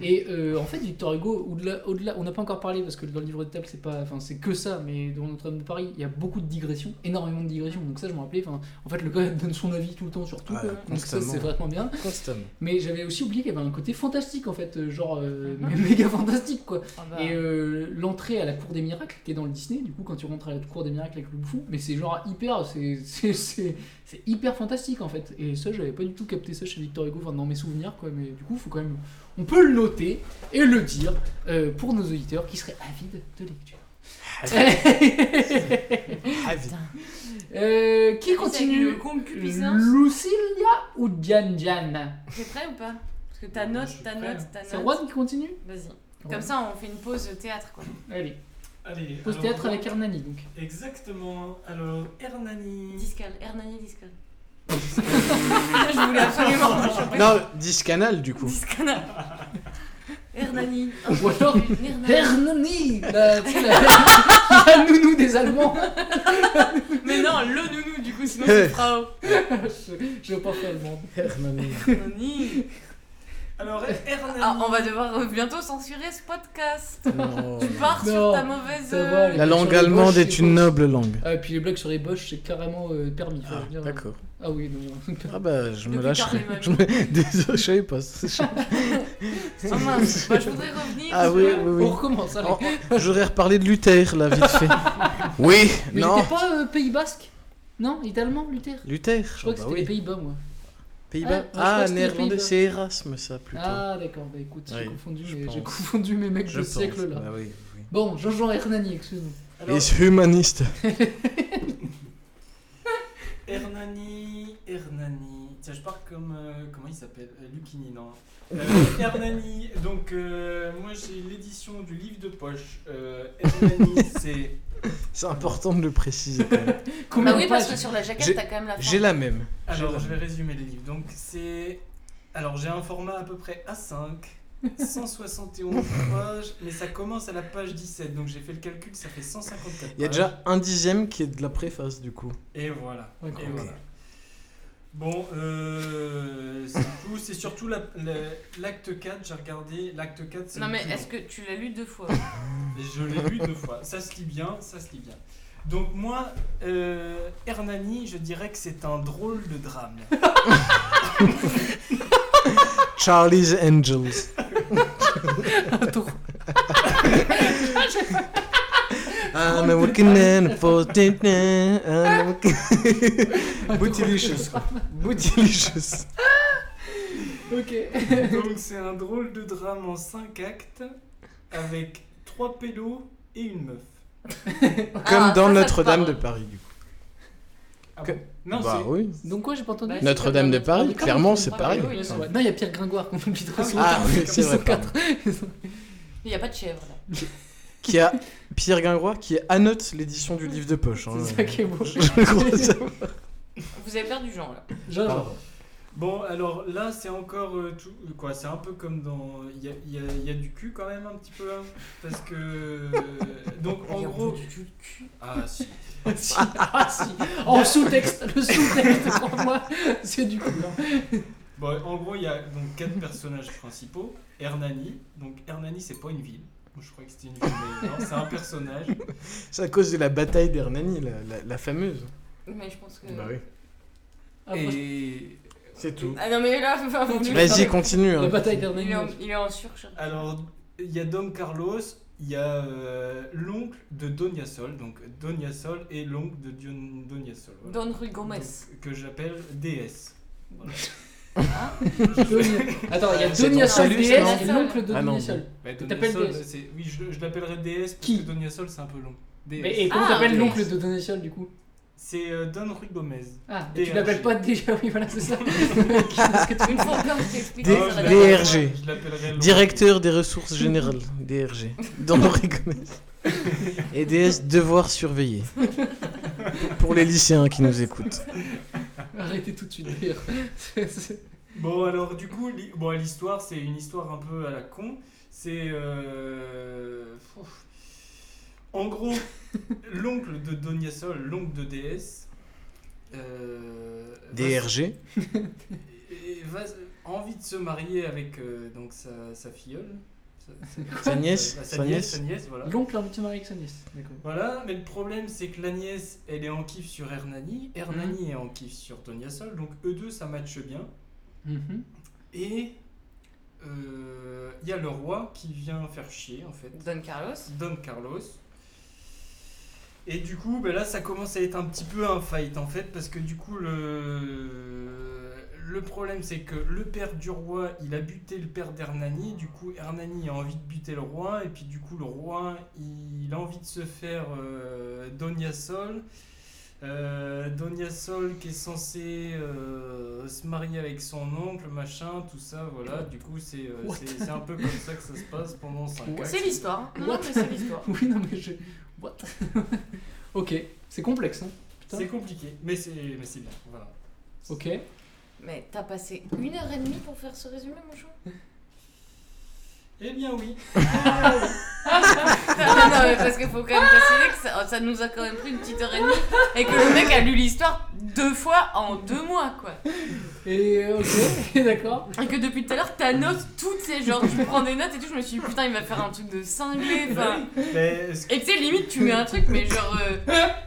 Speaker 7: et euh, en fait, Victor Hugo, au-delà, au-delà, on n'a pas encore parlé parce que dans le livre de table, c'est pas, enfin, c'est que ça. Mais dans Notre-Dame de Paris, il y a beaucoup de digressions, énormément de digressions. Donc ça, je me rappelais. Enfin, en fait, le gars donne son avis tout le temps sur tout.
Speaker 9: Ah,
Speaker 7: quoi. donc ça,
Speaker 9: constamment.
Speaker 7: c'est vraiment bien.
Speaker 9: Constamment.
Speaker 7: Mais j'avais aussi oublié qu'il y avait un côté fantastique en fait, euh, genre euh, méga fantastique quoi.
Speaker 8: Ah bah.
Speaker 7: Et euh, l'entrée à la cour des miracles qui est dans le Disney, du coup quand tu rentres à la cour des miracles avec le bouffon, mais c'est genre hyper, c'est- c'est c'est- c'est hyper fantastique en fait. Et ça j'avais pas du tout capté ça chez Victor Hugo, enfin dans mes souvenirs quoi, mais du coup faut quand même, on peut le noter et le dire euh, pour nos auditeurs qui seraient avides de lecture.
Speaker 9: Avis.
Speaker 7: Euh, qui
Speaker 8: Avec le
Speaker 7: continue
Speaker 8: concupiscence.
Speaker 7: Lucilia ou Gian Gian
Speaker 8: T'es prêt ou pas Parce que
Speaker 7: Euh,
Speaker 8: ta note, ta
Speaker 1: prêt.
Speaker 8: note, ta
Speaker 7: hein. C'est
Speaker 8: note.
Speaker 7: Juan qui continue
Speaker 8: Vas-y.
Speaker 7: Ouais.
Speaker 8: Comme ça, on fait une pause théâtre, quoi.
Speaker 7: Allez,
Speaker 1: Allez,
Speaker 7: pause
Speaker 1: alors,
Speaker 7: théâtre avec Hernani donc.
Speaker 1: Exactement. Alors, Hernani.
Speaker 8: Discal, Hernani Discal. Je voulais absolument le choper.
Speaker 9: Non, Discanal du coup.
Speaker 8: Discal. Hernani.
Speaker 7: Ou alors,
Speaker 8: Hernani.
Speaker 7: Hernani la, tu sais, la, la nounou des Allemands
Speaker 8: Mais non, le nounou, du coup, sinon
Speaker 9: Eh.
Speaker 8: c'est Frau.
Speaker 7: Je je veux pas faire le monde.
Speaker 8: Hernani.
Speaker 1: Alors, Hernani.
Speaker 8: Ah, on va devoir euh, bientôt censurer ce podcast.
Speaker 9: Oh Non.
Speaker 8: Tu pars
Speaker 7: Non,
Speaker 8: sur ta mauvaise.
Speaker 7: ça
Speaker 8: euh,
Speaker 7: va, les-
Speaker 9: La langue allemande est une noble langue.
Speaker 7: Ah, et puis les blagues sur les boches, c'est carrément euh, permis. faut dire.
Speaker 9: D'accord.
Speaker 7: Ah oui, non.
Speaker 9: Ah bah je me
Speaker 8: Depuis
Speaker 9: lâcherai.
Speaker 8: Carnaval.
Speaker 9: Je me- Désolé, je savais pas.
Speaker 8: Oh mince. Bah, je voudrais revenir.
Speaker 9: Ah
Speaker 8: sur-
Speaker 9: oui, oui,
Speaker 7: On
Speaker 9: oui.
Speaker 7: recommence, allez.
Speaker 9: Oh, J'aurais reparlé de Luther là vite fait. Oui,
Speaker 7: Mais
Speaker 9: non.
Speaker 7: t'es pas euh, Pays Basque Non, il est allemand, Luther
Speaker 9: Luther. Ah, bah
Speaker 7: Je crois que c'était les Pays-Bas, moi.
Speaker 9: Pays-Bas.
Speaker 7: Ah, je crois
Speaker 9: Ah,
Speaker 7: que c'était les
Speaker 9: néerlandais,
Speaker 7: Pays-Bas.
Speaker 9: c'est Erasme ça plutôt.
Speaker 7: Ah, d'accord, bah écoute, j'ai
Speaker 9: Oui,
Speaker 7: confondu,
Speaker 9: je
Speaker 7: mes- j'ai
Speaker 9: pense.
Speaker 7: confondu mes mecs
Speaker 9: je
Speaker 7: de
Speaker 9: pense.
Speaker 7: siècle là.
Speaker 9: Bah oui, oui.
Speaker 7: Bon, Jean-Jean Hernani, excuse-moi.
Speaker 1: Alors,
Speaker 9: Les humanistes.
Speaker 1: Hernani, Hernani. Tiens, je pars comme. euh, comment il s'appelle Euh, Lucchini, non. Euh, Hernani, donc euh, moi j'ai l'édition du livre de poche. Euh, Hernani, c'est.
Speaker 9: C'est important de le préciser. quand même.
Speaker 8: Bah
Speaker 7: Combien
Speaker 8: oui,
Speaker 7: de
Speaker 8: parce
Speaker 7: pages
Speaker 8: que sur la jaquette,
Speaker 9: J'ai-
Speaker 8: t'as quand même la fin.
Speaker 9: J'ai la même.
Speaker 1: Alors je vais résumer le livre. Donc c'est. Alors j'ai un format à peu près A5. 171 pages, mais ça commence à la page 17, donc j'ai fait le calcul, ça fait 154 pages.
Speaker 9: Il y a déjà un dixième qui est de la préface du coup.
Speaker 1: Et voilà.
Speaker 7: Ouais,
Speaker 1: et
Speaker 7: ok.
Speaker 1: voilà. Bon, euh, c'est tout. C'est surtout la- la- l'acte 4, j'ai regardé. L'acte 4, c'est.
Speaker 8: Non,
Speaker 1: le
Speaker 8: mais
Speaker 1: plus long.
Speaker 8: est-ce que tu l'as lu deux fois
Speaker 1: Et Je l'ai lu deux fois. Ça se lit bien, ça se lit bien. Donc, moi, euh, Hernani, je dirais que c'est un drôle de drame.
Speaker 9: Charlie's Angels. I'm a working man for Tintin. I'm a working- Bootylicious. quoi. Bootylicious.
Speaker 7: Ok.
Speaker 1: Donc, c'est un drôle de drame en 5 actes avec trois pélos et une meuf.
Speaker 9: Comme
Speaker 8: Ah,
Speaker 9: dans
Speaker 8: ça, ça te
Speaker 9: Notre-Dame de
Speaker 8: parle.
Speaker 9: Paris du coup.
Speaker 1: Ah
Speaker 9: Que-
Speaker 1: bon Non,
Speaker 9: bah
Speaker 1: c'est.
Speaker 9: oui.
Speaker 7: Donc quoi, j'ai pas entendu
Speaker 8: Bah,
Speaker 9: Notre-Dame de Paris,
Speaker 7: Comme
Speaker 9: clairement
Speaker 7: Notre-Dame
Speaker 9: c'est
Speaker 7: de
Speaker 9: pareil.
Speaker 7: Paris, Ah oui, c'est vrai. Non, il y a Pierre Gringoire qu'on oublie trop
Speaker 1: Ah oui.
Speaker 7: souvent.
Speaker 9: Ah oui,
Speaker 7: Ils
Speaker 9: c'est
Speaker 7: sont
Speaker 9: vrai. pardon.
Speaker 7: quatre. Ils sont-
Speaker 8: Il n'y a pas de chèvre là.
Speaker 9: Qui a Pierre Gringoire qui annote l'édition du livre de poche. hein.
Speaker 7: C'est ça qui est beau.
Speaker 9: Je le crois, ça.
Speaker 8: Vous avez perdu Jean là.
Speaker 7: Genre,
Speaker 1: Bon, alors là, c'est encore euh, tout. euh, Quoi, c'est un peu comme dans. Il y a, il y a- il y a du cul quand même, un petit peu. hein, parce que. euh, Donc, en gros. Ah, si.
Speaker 7: si, ah, si. En sous-texte, le sous-texte pour moi, c'est du coup. hein.
Speaker 1: Bon, en gros, il y a donc quatre personnages principaux. Hernani. Donc, Hernani, c'est pas une ville. Moi, Je croyais que c'était une ville, mais non, c'est un personnage.
Speaker 9: C'est à cause de la bataille d'Hernani, la, la- la fameuse.
Speaker 8: Mais je pense que.
Speaker 7: Ah,
Speaker 9: Bah oui.
Speaker 7: Après,
Speaker 1: Et
Speaker 9: C'est tout.
Speaker 8: Ah non, mais là, enfin, vous-
Speaker 9: Vas-y, continue. hein.
Speaker 8: Il est en- Il est en surcharge.
Speaker 1: Alors, il y a Don Carlos, il y a euh, l'oncle de Donia Sol, donc Donia Sol et l'oncle de Dion- Donia Sol.
Speaker 8: Don Ruy Gomez.
Speaker 1: Donc, que j'appelle DS. Voilà.
Speaker 7: Attends, il y a Donia Sol, DS et l'oncle
Speaker 9: Ah
Speaker 7: de Donia Sol.
Speaker 1: Bah,
Speaker 7: Tu
Speaker 1: Donia
Speaker 7: t'appelles
Speaker 1: Sol,
Speaker 7: DS.
Speaker 1: c'est- Oui, je, je l'appellerai DS parce que Donia Sol, c'est un peu long. DS.
Speaker 7: Mais et comment t'appelles l'oncle de Donia Sol du coup
Speaker 1: C'est euh, Don Ruy Gomez.
Speaker 7: Ah, et tu
Speaker 1: DRG.
Speaker 7: l'appelles pas déjà, oui, voilà, c'est ça. Parce que tu-
Speaker 8: Une fois encore, je t'explique.
Speaker 9: D-
Speaker 1: Ah, je l'appellerai-
Speaker 9: DRG.
Speaker 1: je l'appellerai l'oncle.
Speaker 9: Directeur des ressources générales. DRG. Dans le Gomez. Et DS devoir surveiller. Pour les lycéens qui nous écoutent.
Speaker 7: Arrêtez tout de suite d'ailleurs. C'est- c'est-
Speaker 1: Bon, alors du coup, li- bon, l'histoire, c'est une histoire un peu à la con. C'est. euh, ouf. En gros, l'oncle de Donia Sol, l'oncle de DS. euh,
Speaker 9: DRG.
Speaker 1: et va- a envie de se marier avec euh, donc sa, sa filleule.
Speaker 7: Sa
Speaker 9: nièce,
Speaker 1: Sa,
Speaker 9: sa
Speaker 1: nièce,
Speaker 9: nièce.
Speaker 1: sa nièce, voilà.
Speaker 7: L'oncle a envie de se marier avec sa nièce. D'accord.
Speaker 1: Voilà, mais le problème c'est que la nièce, elle est en kiff sur Hernani, Hernani est en kiff sur Donia Sol, donc eux deux ça matche bien.
Speaker 7: Mhm.
Speaker 1: Et euh, il y a le roi qui vient faire chier, en fait.
Speaker 8: Don Carlos.
Speaker 1: Don Carlos. Et du coup, ben là, ça commence à être un petit peu un fight, en fait, parce que du coup, le, le problème, c'est que le père du roi, il a buté le père d'Hernani. Du coup, Hernani a envie de buter le roi. Et puis, du coup, le roi, il a envie de se faire euh, Donia Sol. Euh, Donia Sol qui est censée euh, se marier avec son oncle, machin, tout ça, voilà. Du coup, c'est euh,
Speaker 7: What
Speaker 1: c'est- c'est un peu comme ça que ça se passe pendant 5 ans.
Speaker 8: C'est l'histoire. Non, non, mais c'est l'histoire.
Speaker 7: Oui, non, mais je. What Ok, c'est complexe, hein Putain.
Speaker 1: C'est compliqué, mais c'est mais c'est bien. Voilà.
Speaker 7: Ok.
Speaker 8: Mais t'as passé une heure et demie pour faire ce résumé, mon chou
Speaker 1: Eh bien oui.
Speaker 8: Non, Ah non, mais parce qu'il faut quand même préciser que ça, ça nous a quand même pris une petite heure et demie et que le mec a lu l'histoire deux fois en deux mois, quoi.
Speaker 7: Et euh, ok, d'accord.
Speaker 8: Et que depuis tout à l'heure, ta note toutes ces genres, tu prends des notes et tout, je me suis dit putain, il va faire un truc de cinglé. Enfin,
Speaker 1: Bah Mais est-ce que-
Speaker 8: et tu sais, limite, tu mets un truc, mais genre. euh,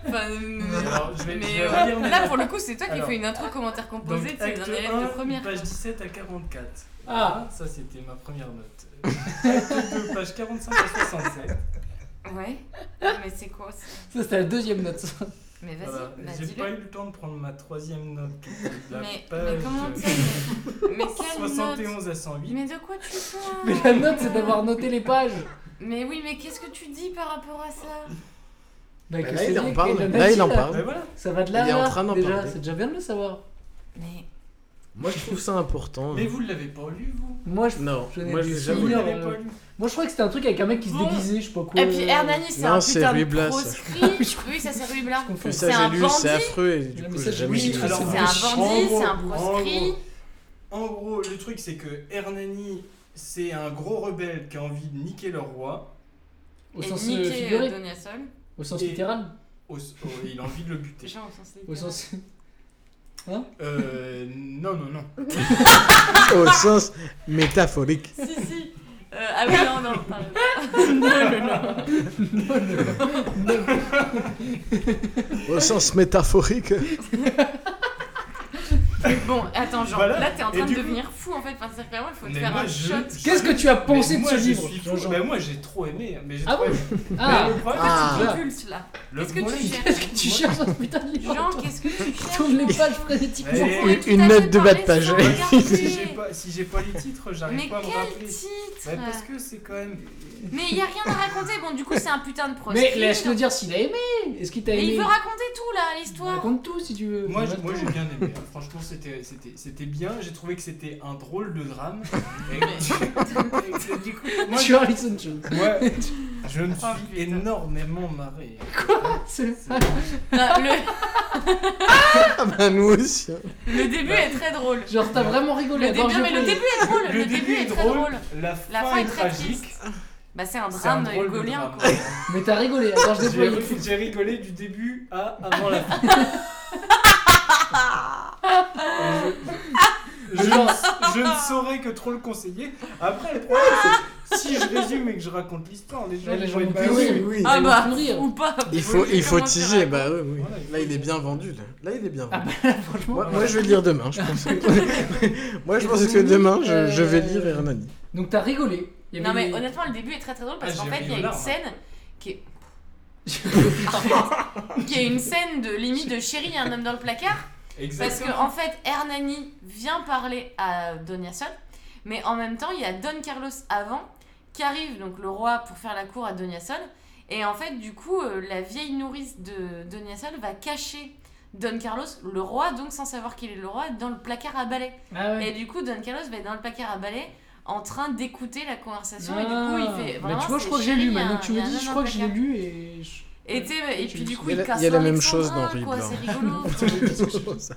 Speaker 8: Enfin. euh,
Speaker 1: Alors, je vais- je
Speaker 8: mais
Speaker 1: vais
Speaker 8: euh,
Speaker 1: relire mes
Speaker 8: là,
Speaker 1: notes.
Speaker 8: pour le coup, c'est toi qui
Speaker 1: Alors.
Speaker 8: fais une intro commentaire
Speaker 1: Donc,
Speaker 8: composée, tu sais,
Speaker 1: acte
Speaker 8: d'un élève de
Speaker 1: 1,
Speaker 8: première.
Speaker 1: Page 17 à 44.
Speaker 7: Ah.
Speaker 1: ça c'était ma première note. acte 2, page 45 à 67.
Speaker 8: Ouais. Non, mais c'est quoi ça
Speaker 7: Ça, c'était la deuxième note. ça.
Speaker 8: Mais vas-y,
Speaker 1: Voilà.
Speaker 8: bah,
Speaker 1: J'ai
Speaker 8: dis-le.
Speaker 1: pas eu le temps de prendre ma troisième note. qui était de la
Speaker 8: Mais,
Speaker 1: page
Speaker 8: mais comment ça Mais, mais quelle note
Speaker 1: 71 à 108.
Speaker 8: Mais de quoi tu parles
Speaker 7: Mais la note, c'est d'avoir noté les pages.
Speaker 8: Mais oui, mais qu'est-ce que tu dis par rapport à ça
Speaker 7: Bah,
Speaker 9: Bah,
Speaker 7: que
Speaker 9: là,
Speaker 7: c'est
Speaker 9: il en
Speaker 7: bien
Speaker 9: parle.
Speaker 7: qu'il y ait de la
Speaker 9: Là,
Speaker 7: magie,
Speaker 9: il en parle.
Speaker 1: Ah, Mais voilà.
Speaker 7: Ça va de
Speaker 9: Il est en
Speaker 7: là,
Speaker 9: train d'en
Speaker 7: déjà.
Speaker 9: parler.
Speaker 7: C'est déjà bien de le savoir.
Speaker 8: Mais
Speaker 9: Moi, je trouve ça important.
Speaker 1: Mais vous l'avez pas lu vous
Speaker 7: Moi, je,
Speaker 9: Non,
Speaker 7: je n'ai
Speaker 9: moi, je
Speaker 7: des
Speaker 9: les avoue.
Speaker 1: Vous
Speaker 7: souvenirs,
Speaker 1: l'avez
Speaker 7: euh,
Speaker 1: pas lu.
Speaker 7: Moi, je crois que c'était un truc avec un mec qui se
Speaker 8: Bon.
Speaker 7: déguisait, je sais pas quoi.
Speaker 8: Et puis Hernani, c'est
Speaker 9: Non,
Speaker 8: un
Speaker 9: c'est
Speaker 8: putain de
Speaker 9: Ruy Blas.
Speaker 8: proscrit. oui, ça c'est Ruy Blas.
Speaker 9: Que
Speaker 8: C'est
Speaker 9: ça,
Speaker 8: un
Speaker 9: j'ai lu, c'est
Speaker 8: bandit.
Speaker 9: affreux et du
Speaker 7: Non, mais
Speaker 9: coup,
Speaker 7: ça,
Speaker 9: j'ai
Speaker 7: j'ai-
Speaker 9: jamais
Speaker 7: oui,
Speaker 9: lu tout
Speaker 7: alors,
Speaker 9: ça.
Speaker 8: C'est un
Speaker 1: En
Speaker 8: bandit,
Speaker 1: gros,
Speaker 8: c'est un
Speaker 1: en
Speaker 8: proscrit.
Speaker 1: gros, En gros, le truc c'est que Hernani, c'est un gros rebelle qui a envie de niquer le roi.
Speaker 7: Au
Speaker 8: Et
Speaker 7: sens euh,
Speaker 8: niqué, euh,
Speaker 7: figuré,
Speaker 8: Donia Sol.
Speaker 7: au sens
Speaker 1: Et-
Speaker 7: littéral.
Speaker 1: au- au- et il a envie de le buter.
Speaker 8: Déjà, au sens
Speaker 7: Au
Speaker 8: littéral.
Speaker 7: sens.
Speaker 1: Euh. Non, non, non.
Speaker 9: Au sens métaphorique.
Speaker 8: Si, si. Euh, ah oui, non, non, pardon. non, non, non.
Speaker 9: Au sens métaphorique.
Speaker 8: Bon, attends, genre,
Speaker 1: Voilà.
Speaker 8: là, t'es en
Speaker 1: Et
Speaker 8: train de
Speaker 1: du coup-
Speaker 8: devenir fou, en fait. Enfin, c'est clairement, il faut te
Speaker 1: Mais
Speaker 8: faire
Speaker 1: moi,
Speaker 8: un
Speaker 1: je-
Speaker 8: shot.
Speaker 7: Qu'est-ce que tu as
Speaker 1: Mais
Speaker 7: pensé de
Speaker 1: moi,
Speaker 7: ce
Speaker 1: je
Speaker 7: livre
Speaker 1: suis fou.
Speaker 7: Jean-Jean
Speaker 1: Bah, moi j'ai trop aimé. hein, Mais j'ai
Speaker 7: Ah
Speaker 1: trop
Speaker 7: bon
Speaker 1: aimé.
Speaker 7: Ah.
Speaker 1: Mais le problème,
Speaker 9: Ah.
Speaker 1: c'est que là,
Speaker 8: Pulse, là.
Speaker 1: le
Speaker 8: Qu'est-ce que
Speaker 1: problème,
Speaker 8: tu
Speaker 1: c'est
Speaker 8: cherches
Speaker 1: que
Speaker 7: Tu
Speaker 1: moi-
Speaker 7: cherches un putain de livre.
Speaker 8: Jean, qu'est-ce que tu cherches
Speaker 7: tourne les pages
Speaker 1: Ouais.
Speaker 7: frénétiquement.
Speaker 1: Et-
Speaker 8: Mais
Speaker 9: une
Speaker 8: tout à
Speaker 9: note
Speaker 8: fait
Speaker 9: de bas
Speaker 8: parler
Speaker 9: de page.
Speaker 8: sans
Speaker 1: Si j'ai
Speaker 8: regarder.
Speaker 1: pas, si j'ai pas les titres,
Speaker 8: Mais
Speaker 1: j'arrive pas à me
Speaker 8: quel
Speaker 1: rappeler.
Speaker 8: titre
Speaker 1: Bah, parce que c'est quand même.
Speaker 8: Mais il y a rien à raconter. Bon, du coup, c'est un putain de proscrit.
Speaker 7: Mais laisse-le dire s'il a aimé. Est-ce qu'il t'a
Speaker 8: Mais
Speaker 7: aimé
Speaker 8: il veut raconter tout là, l'histoire.
Speaker 7: Raconte tout si tu veux.
Speaker 1: Moi, j'ai-
Speaker 7: Raconte
Speaker 1: moi
Speaker 7: tout.
Speaker 1: j'ai bien aimé. hein. Franchement, c'était, c'était, c'était bien. J'ai trouvé que c'était un drôle de drame. Et, et- et du coup, moi,
Speaker 7: Tu Ah, as Alison Jones.
Speaker 1: ouais, je me suis énormément marré.
Speaker 7: C'est-
Speaker 8: Bah, le,
Speaker 9: Ah bah, nous aussi. hein.
Speaker 8: le début est très drôle.
Speaker 7: Genre, t'as vraiment rigolé.
Speaker 8: Le
Speaker 7: Attends,
Speaker 8: début,
Speaker 7: je
Speaker 8: mais le
Speaker 7: vais-
Speaker 8: début est drôle. Le, début est très drôle.
Speaker 1: La
Speaker 8: La
Speaker 1: fin,
Speaker 8: fin est très
Speaker 1: tragique.
Speaker 8: triste. Bah, c'est un
Speaker 1: C'est un
Speaker 8: drame
Speaker 1: drôle de
Speaker 8: hegolien,
Speaker 1: drame.
Speaker 8: quoi.
Speaker 7: Mais t'as rigolé. Attends,
Speaker 1: J'ai
Speaker 7: je déploie.
Speaker 1: j'ai rigolé du début à avant la fin. Je, je- je ne saurais que trop le conseiller. Après, le problème, c'est- si je résume et que je raconte l'histoire, les gens
Speaker 7: Ouais, les
Speaker 1: ils
Speaker 7: gens
Speaker 1: vont
Speaker 7: vont
Speaker 1: être
Speaker 7: plus
Speaker 1: blasés.
Speaker 7: rire. Oui,
Speaker 8: Ah
Speaker 7: ils vont
Speaker 8: bah,
Speaker 7: plus rire.
Speaker 8: ou pas.
Speaker 9: Il faut, il faut
Speaker 8: Comment
Speaker 9: teaser,
Speaker 8: faire
Speaker 9: bah oui, oui.
Speaker 1: Voilà, il
Speaker 9: Là,
Speaker 1: faut-
Speaker 9: il est bien vendu, là. Là, il est bien vendu.
Speaker 7: Franchement,
Speaker 9: Moi,
Speaker 7: euh,
Speaker 9: moi, je vais lire demain, je pense. moi, je pense que demain, je, je vais lire Hernani.
Speaker 7: Donc t'as rigolé. Il y
Speaker 8: Non
Speaker 7: avait-
Speaker 8: mais honnêtement, le début est très très drôle parce
Speaker 1: Ah,
Speaker 8: qu'en
Speaker 1: j'ai
Speaker 8: fait,
Speaker 1: ri
Speaker 8: il y
Speaker 1: aux
Speaker 8: a une
Speaker 1: larmes.
Speaker 8: scène qui est. qui est une scène de limite de chérie, il y a un homme dans le placard. Parce que
Speaker 1: Exactement.
Speaker 8: en fait, Hernani vient parler à Donia Sol, mais en même temps, il y a Don Carlos avant qui arrive, donc le roi, pour faire la cour à Donia Sol. Et en fait, du coup, euh, la vieille nourrice de Donia Sol va cacher Don Carlos, le roi, donc sans savoir qu'il est le roi, dans le placard à balai.
Speaker 7: Ah ouais.
Speaker 8: Et du coup, Don Carlos va être dans le placard à balai en train d'écouter la conversation et du
Speaker 7: Ah.
Speaker 8: coup il fait
Speaker 7: Mais
Speaker 8: vraiment
Speaker 7: tu vois, je
Speaker 8: c'est
Speaker 7: crois que j'ai
Speaker 8: chéri,
Speaker 7: lu.
Speaker 8: il y a
Speaker 7: Maintenant
Speaker 8: un-
Speaker 7: que tu
Speaker 8: il y
Speaker 7: me
Speaker 8: a un
Speaker 7: dis,
Speaker 8: homme
Speaker 7: je
Speaker 8: dans
Speaker 7: crois que
Speaker 8: le
Speaker 7: j'ai
Speaker 8: placard.
Speaker 7: lu et. je-
Speaker 8: et, tu sais, et
Speaker 7: Je
Speaker 8: puis du
Speaker 7: me
Speaker 8: coup
Speaker 9: Il y
Speaker 8: il
Speaker 9: a la,
Speaker 8: casse
Speaker 9: il y a la même chose dans
Speaker 8: l'Alexandrin,
Speaker 9: Rib.
Speaker 8: quoi,
Speaker 9: hein.
Speaker 8: c'est rigolo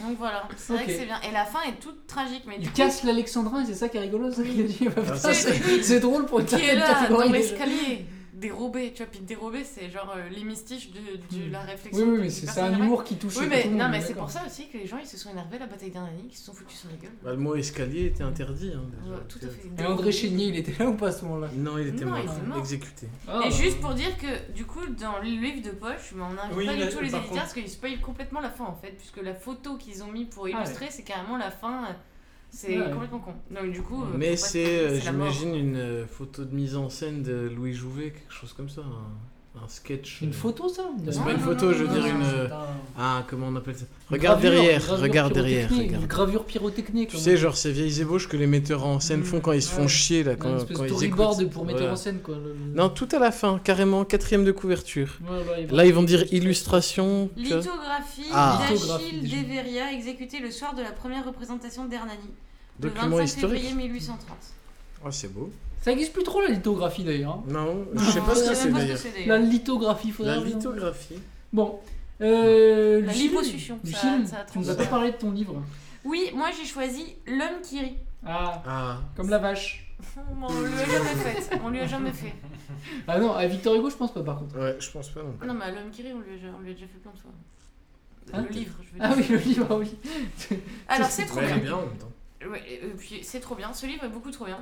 Speaker 8: donc voilà c'est vrai
Speaker 7: Ok.
Speaker 8: que c'est bien et la fin est toute tragique mais du
Speaker 7: Il
Speaker 8: coup
Speaker 7: casse l'Alexandrin, et c'est ça qui est rigolo, ça qu'il a dit.
Speaker 1: Ah
Speaker 9: Alors Ah, ça,
Speaker 8: c'est-
Speaker 7: c'est c'est drôle pour une
Speaker 8: qui est
Speaker 7: certaine
Speaker 8: là
Speaker 7: catégorie.
Speaker 8: dans
Speaker 7: des gens.
Speaker 8: l'escalier dérobé tu vois puis dérobé c'est genre euh, les mystiques de, de la
Speaker 7: Mm. Oui,
Speaker 8: réflexion
Speaker 7: oui,
Speaker 8: du-
Speaker 7: mais
Speaker 8: du
Speaker 7: c'est c'est un
Speaker 8: personnage.
Speaker 7: humour qui touche.
Speaker 8: oui
Speaker 7: pas
Speaker 8: mais
Speaker 7: tout le
Speaker 8: non
Speaker 7: monde,
Speaker 8: mais c'est
Speaker 7: d'accord.
Speaker 8: pour ça aussi que les gens ils se sont énervés à la bataille d'Hernani qui se sont foutus sur la gueule
Speaker 9: Bah, le mot escalier était interdit. hein, déjà.
Speaker 8: Ouais, tout à fait
Speaker 7: Et André Chénier, il était là ou pas à ce moment-là
Speaker 9: Non, il était
Speaker 8: Non,
Speaker 9: mort.
Speaker 8: il était mort.
Speaker 9: Exécuté.
Speaker 7: Ah,
Speaker 8: Et
Speaker 7: bah.
Speaker 8: juste pour dire que du coup dans le livre de poche, mais on n'invite
Speaker 1: Oui,
Speaker 8: pas
Speaker 1: là,
Speaker 8: du tout les
Speaker 1: par
Speaker 8: éditeurs
Speaker 1: contre-
Speaker 8: parce qu'ils spoilent complètement la fin en fait, puisque la photo qu'ils ont mis
Speaker 7: Ah,
Speaker 8: pour
Speaker 7: ouais.
Speaker 8: illustrer c'est carrément la fin, euh, c'est
Speaker 7: Ouais.
Speaker 8: complètement con. Donc du coup, euh,
Speaker 9: Mais
Speaker 8: faut pas se
Speaker 9: c'est,
Speaker 8: tromper,
Speaker 9: euh,
Speaker 8: la mort.
Speaker 9: j'imagine, une euh, photo de mise en scène de Louis Jouvet, quelque chose comme ça. Un, un sketch.
Speaker 7: Une
Speaker 9: euh,
Speaker 7: photo, ça
Speaker 9: C'est
Speaker 8: Non,
Speaker 9: pas une
Speaker 8: non,
Speaker 9: photo,
Speaker 8: non,
Speaker 9: je veux
Speaker 8: non,
Speaker 9: dire
Speaker 8: non,
Speaker 9: une.
Speaker 8: non,
Speaker 9: euh, Ah, comment on appelle ça Regarde
Speaker 7: Gravure,
Speaker 9: derrière,
Speaker 7: gravure
Speaker 9: regarde derrière.
Speaker 7: pyrotechnique,
Speaker 9: regarde.
Speaker 7: Une gravure pyrotechnique. hein.
Speaker 9: Tu sais, genre ces vieilles ébauches que les metteurs en scène
Speaker 7: Mm.
Speaker 9: font quand ils se
Speaker 7: Ouais.
Speaker 9: font chier, là,
Speaker 7: Une
Speaker 9: quand,
Speaker 7: espèce
Speaker 9: quand
Speaker 7: de
Speaker 9: ils écoutent.
Speaker 7: storyboard pour mettre
Speaker 9: Voilà.
Speaker 7: en scène, quoi. le- le-
Speaker 9: Non, tout à la fin, carrément, quatrième de couverture.
Speaker 7: Ouais, ouais, il va-
Speaker 9: Là, ils vont dire illustration. tu vois.
Speaker 8: Lithographie
Speaker 9: Ah.
Speaker 7: Lithographie,
Speaker 8: d'Achille
Speaker 7: déjà.
Speaker 8: Deveria exécutée le soir de la première représentation d'Hernani, le
Speaker 9: Document
Speaker 8: 25
Speaker 9: historique.
Speaker 8: février 1830.
Speaker 9: Ah, c'est beau.
Speaker 7: Ça existe plus trop la lithographie d'ailleurs. hein.
Speaker 9: Non, je sais
Speaker 8: Non,
Speaker 9: pas ce
Speaker 8: je
Speaker 9: que
Speaker 8: sais
Speaker 9: c'est
Speaker 8: même pas
Speaker 9: d'ailleurs.
Speaker 8: ce que c'est,
Speaker 7: La
Speaker 8: d'ailleurs.
Speaker 7: lithographie, faudrait.
Speaker 9: La
Speaker 7: regarder.
Speaker 9: lithographie.
Speaker 7: Bon. Euh,
Speaker 8: La
Speaker 7: Lucille,
Speaker 8: liposuction, ça-
Speaker 7: Lucille,
Speaker 8: ça
Speaker 7: tu nous as pas
Speaker 8: transforme.
Speaker 7: parlé de ton livre.
Speaker 8: Oui, moi j'ai choisi l'homme qui rit.
Speaker 7: Ah,
Speaker 9: Ah,
Speaker 7: comme la vache.
Speaker 8: On lui a jamais fait. On lui a jamais fait.
Speaker 7: Ah non, à Victor Hugo, je pense pas par contre.
Speaker 9: ouais, je pense pas non plus.
Speaker 8: Non mais à l'homme qui rit, on lui a, on lui a déjà fait plein de fois.
Speaker 7: Ah.
Speaker 8: le livre, je veux dire.
Speaker 7: Ah oui, le livre, ah oui.
Speaker 8: Alors c'est trop
Speaker 9: Ouais,
Speaker 8: bien.
Speaker 9: elle est bien en même temps.
Speaker 8: Ouais, et puis c'est trop bien, ce livre est beaucoup trop bien.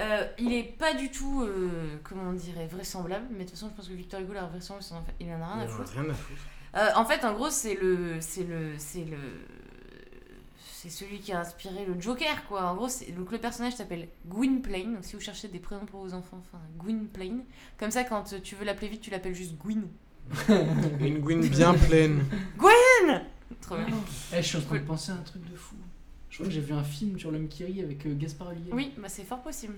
Speaker 8: Euh, il est pas du tout, euh, comment on dirait, vraisemblable, mais de toute façon, je pense que Victor Hugo, la vraisemblance, il en a- il en a rien
Speaker 9: Il
Speaker 8: à
Speaker 9: en a
Speaker 8: foutre.
Speaker 9: Rien à foutre.
Speaker 8: Euh, en fait, en gros, c'est le. C'est le. C'est le. C'est celui qui a inspiré le Joker, quoi. En gros, c'est- donc le personnage s'appelle Gwynplaine. Donc, si vous cherchez des prénoms pour vos enfants, enfin, Gwynplaine. Comme ça, quand euh, tu veux l'appeler vite, tu l'appelles juste Gwyn.
Speaker 9: Une Gwyn bien pleine.
Speaker 8: Trop bien.
Speaker 7: Eh, je suis en train de penser à un truc de fou. Je crois que j'ai vu un film sur l'homme qui rit avec euh, Gaspard Ulliel.
Speaker 8: Oui, bah, c'est fort possible.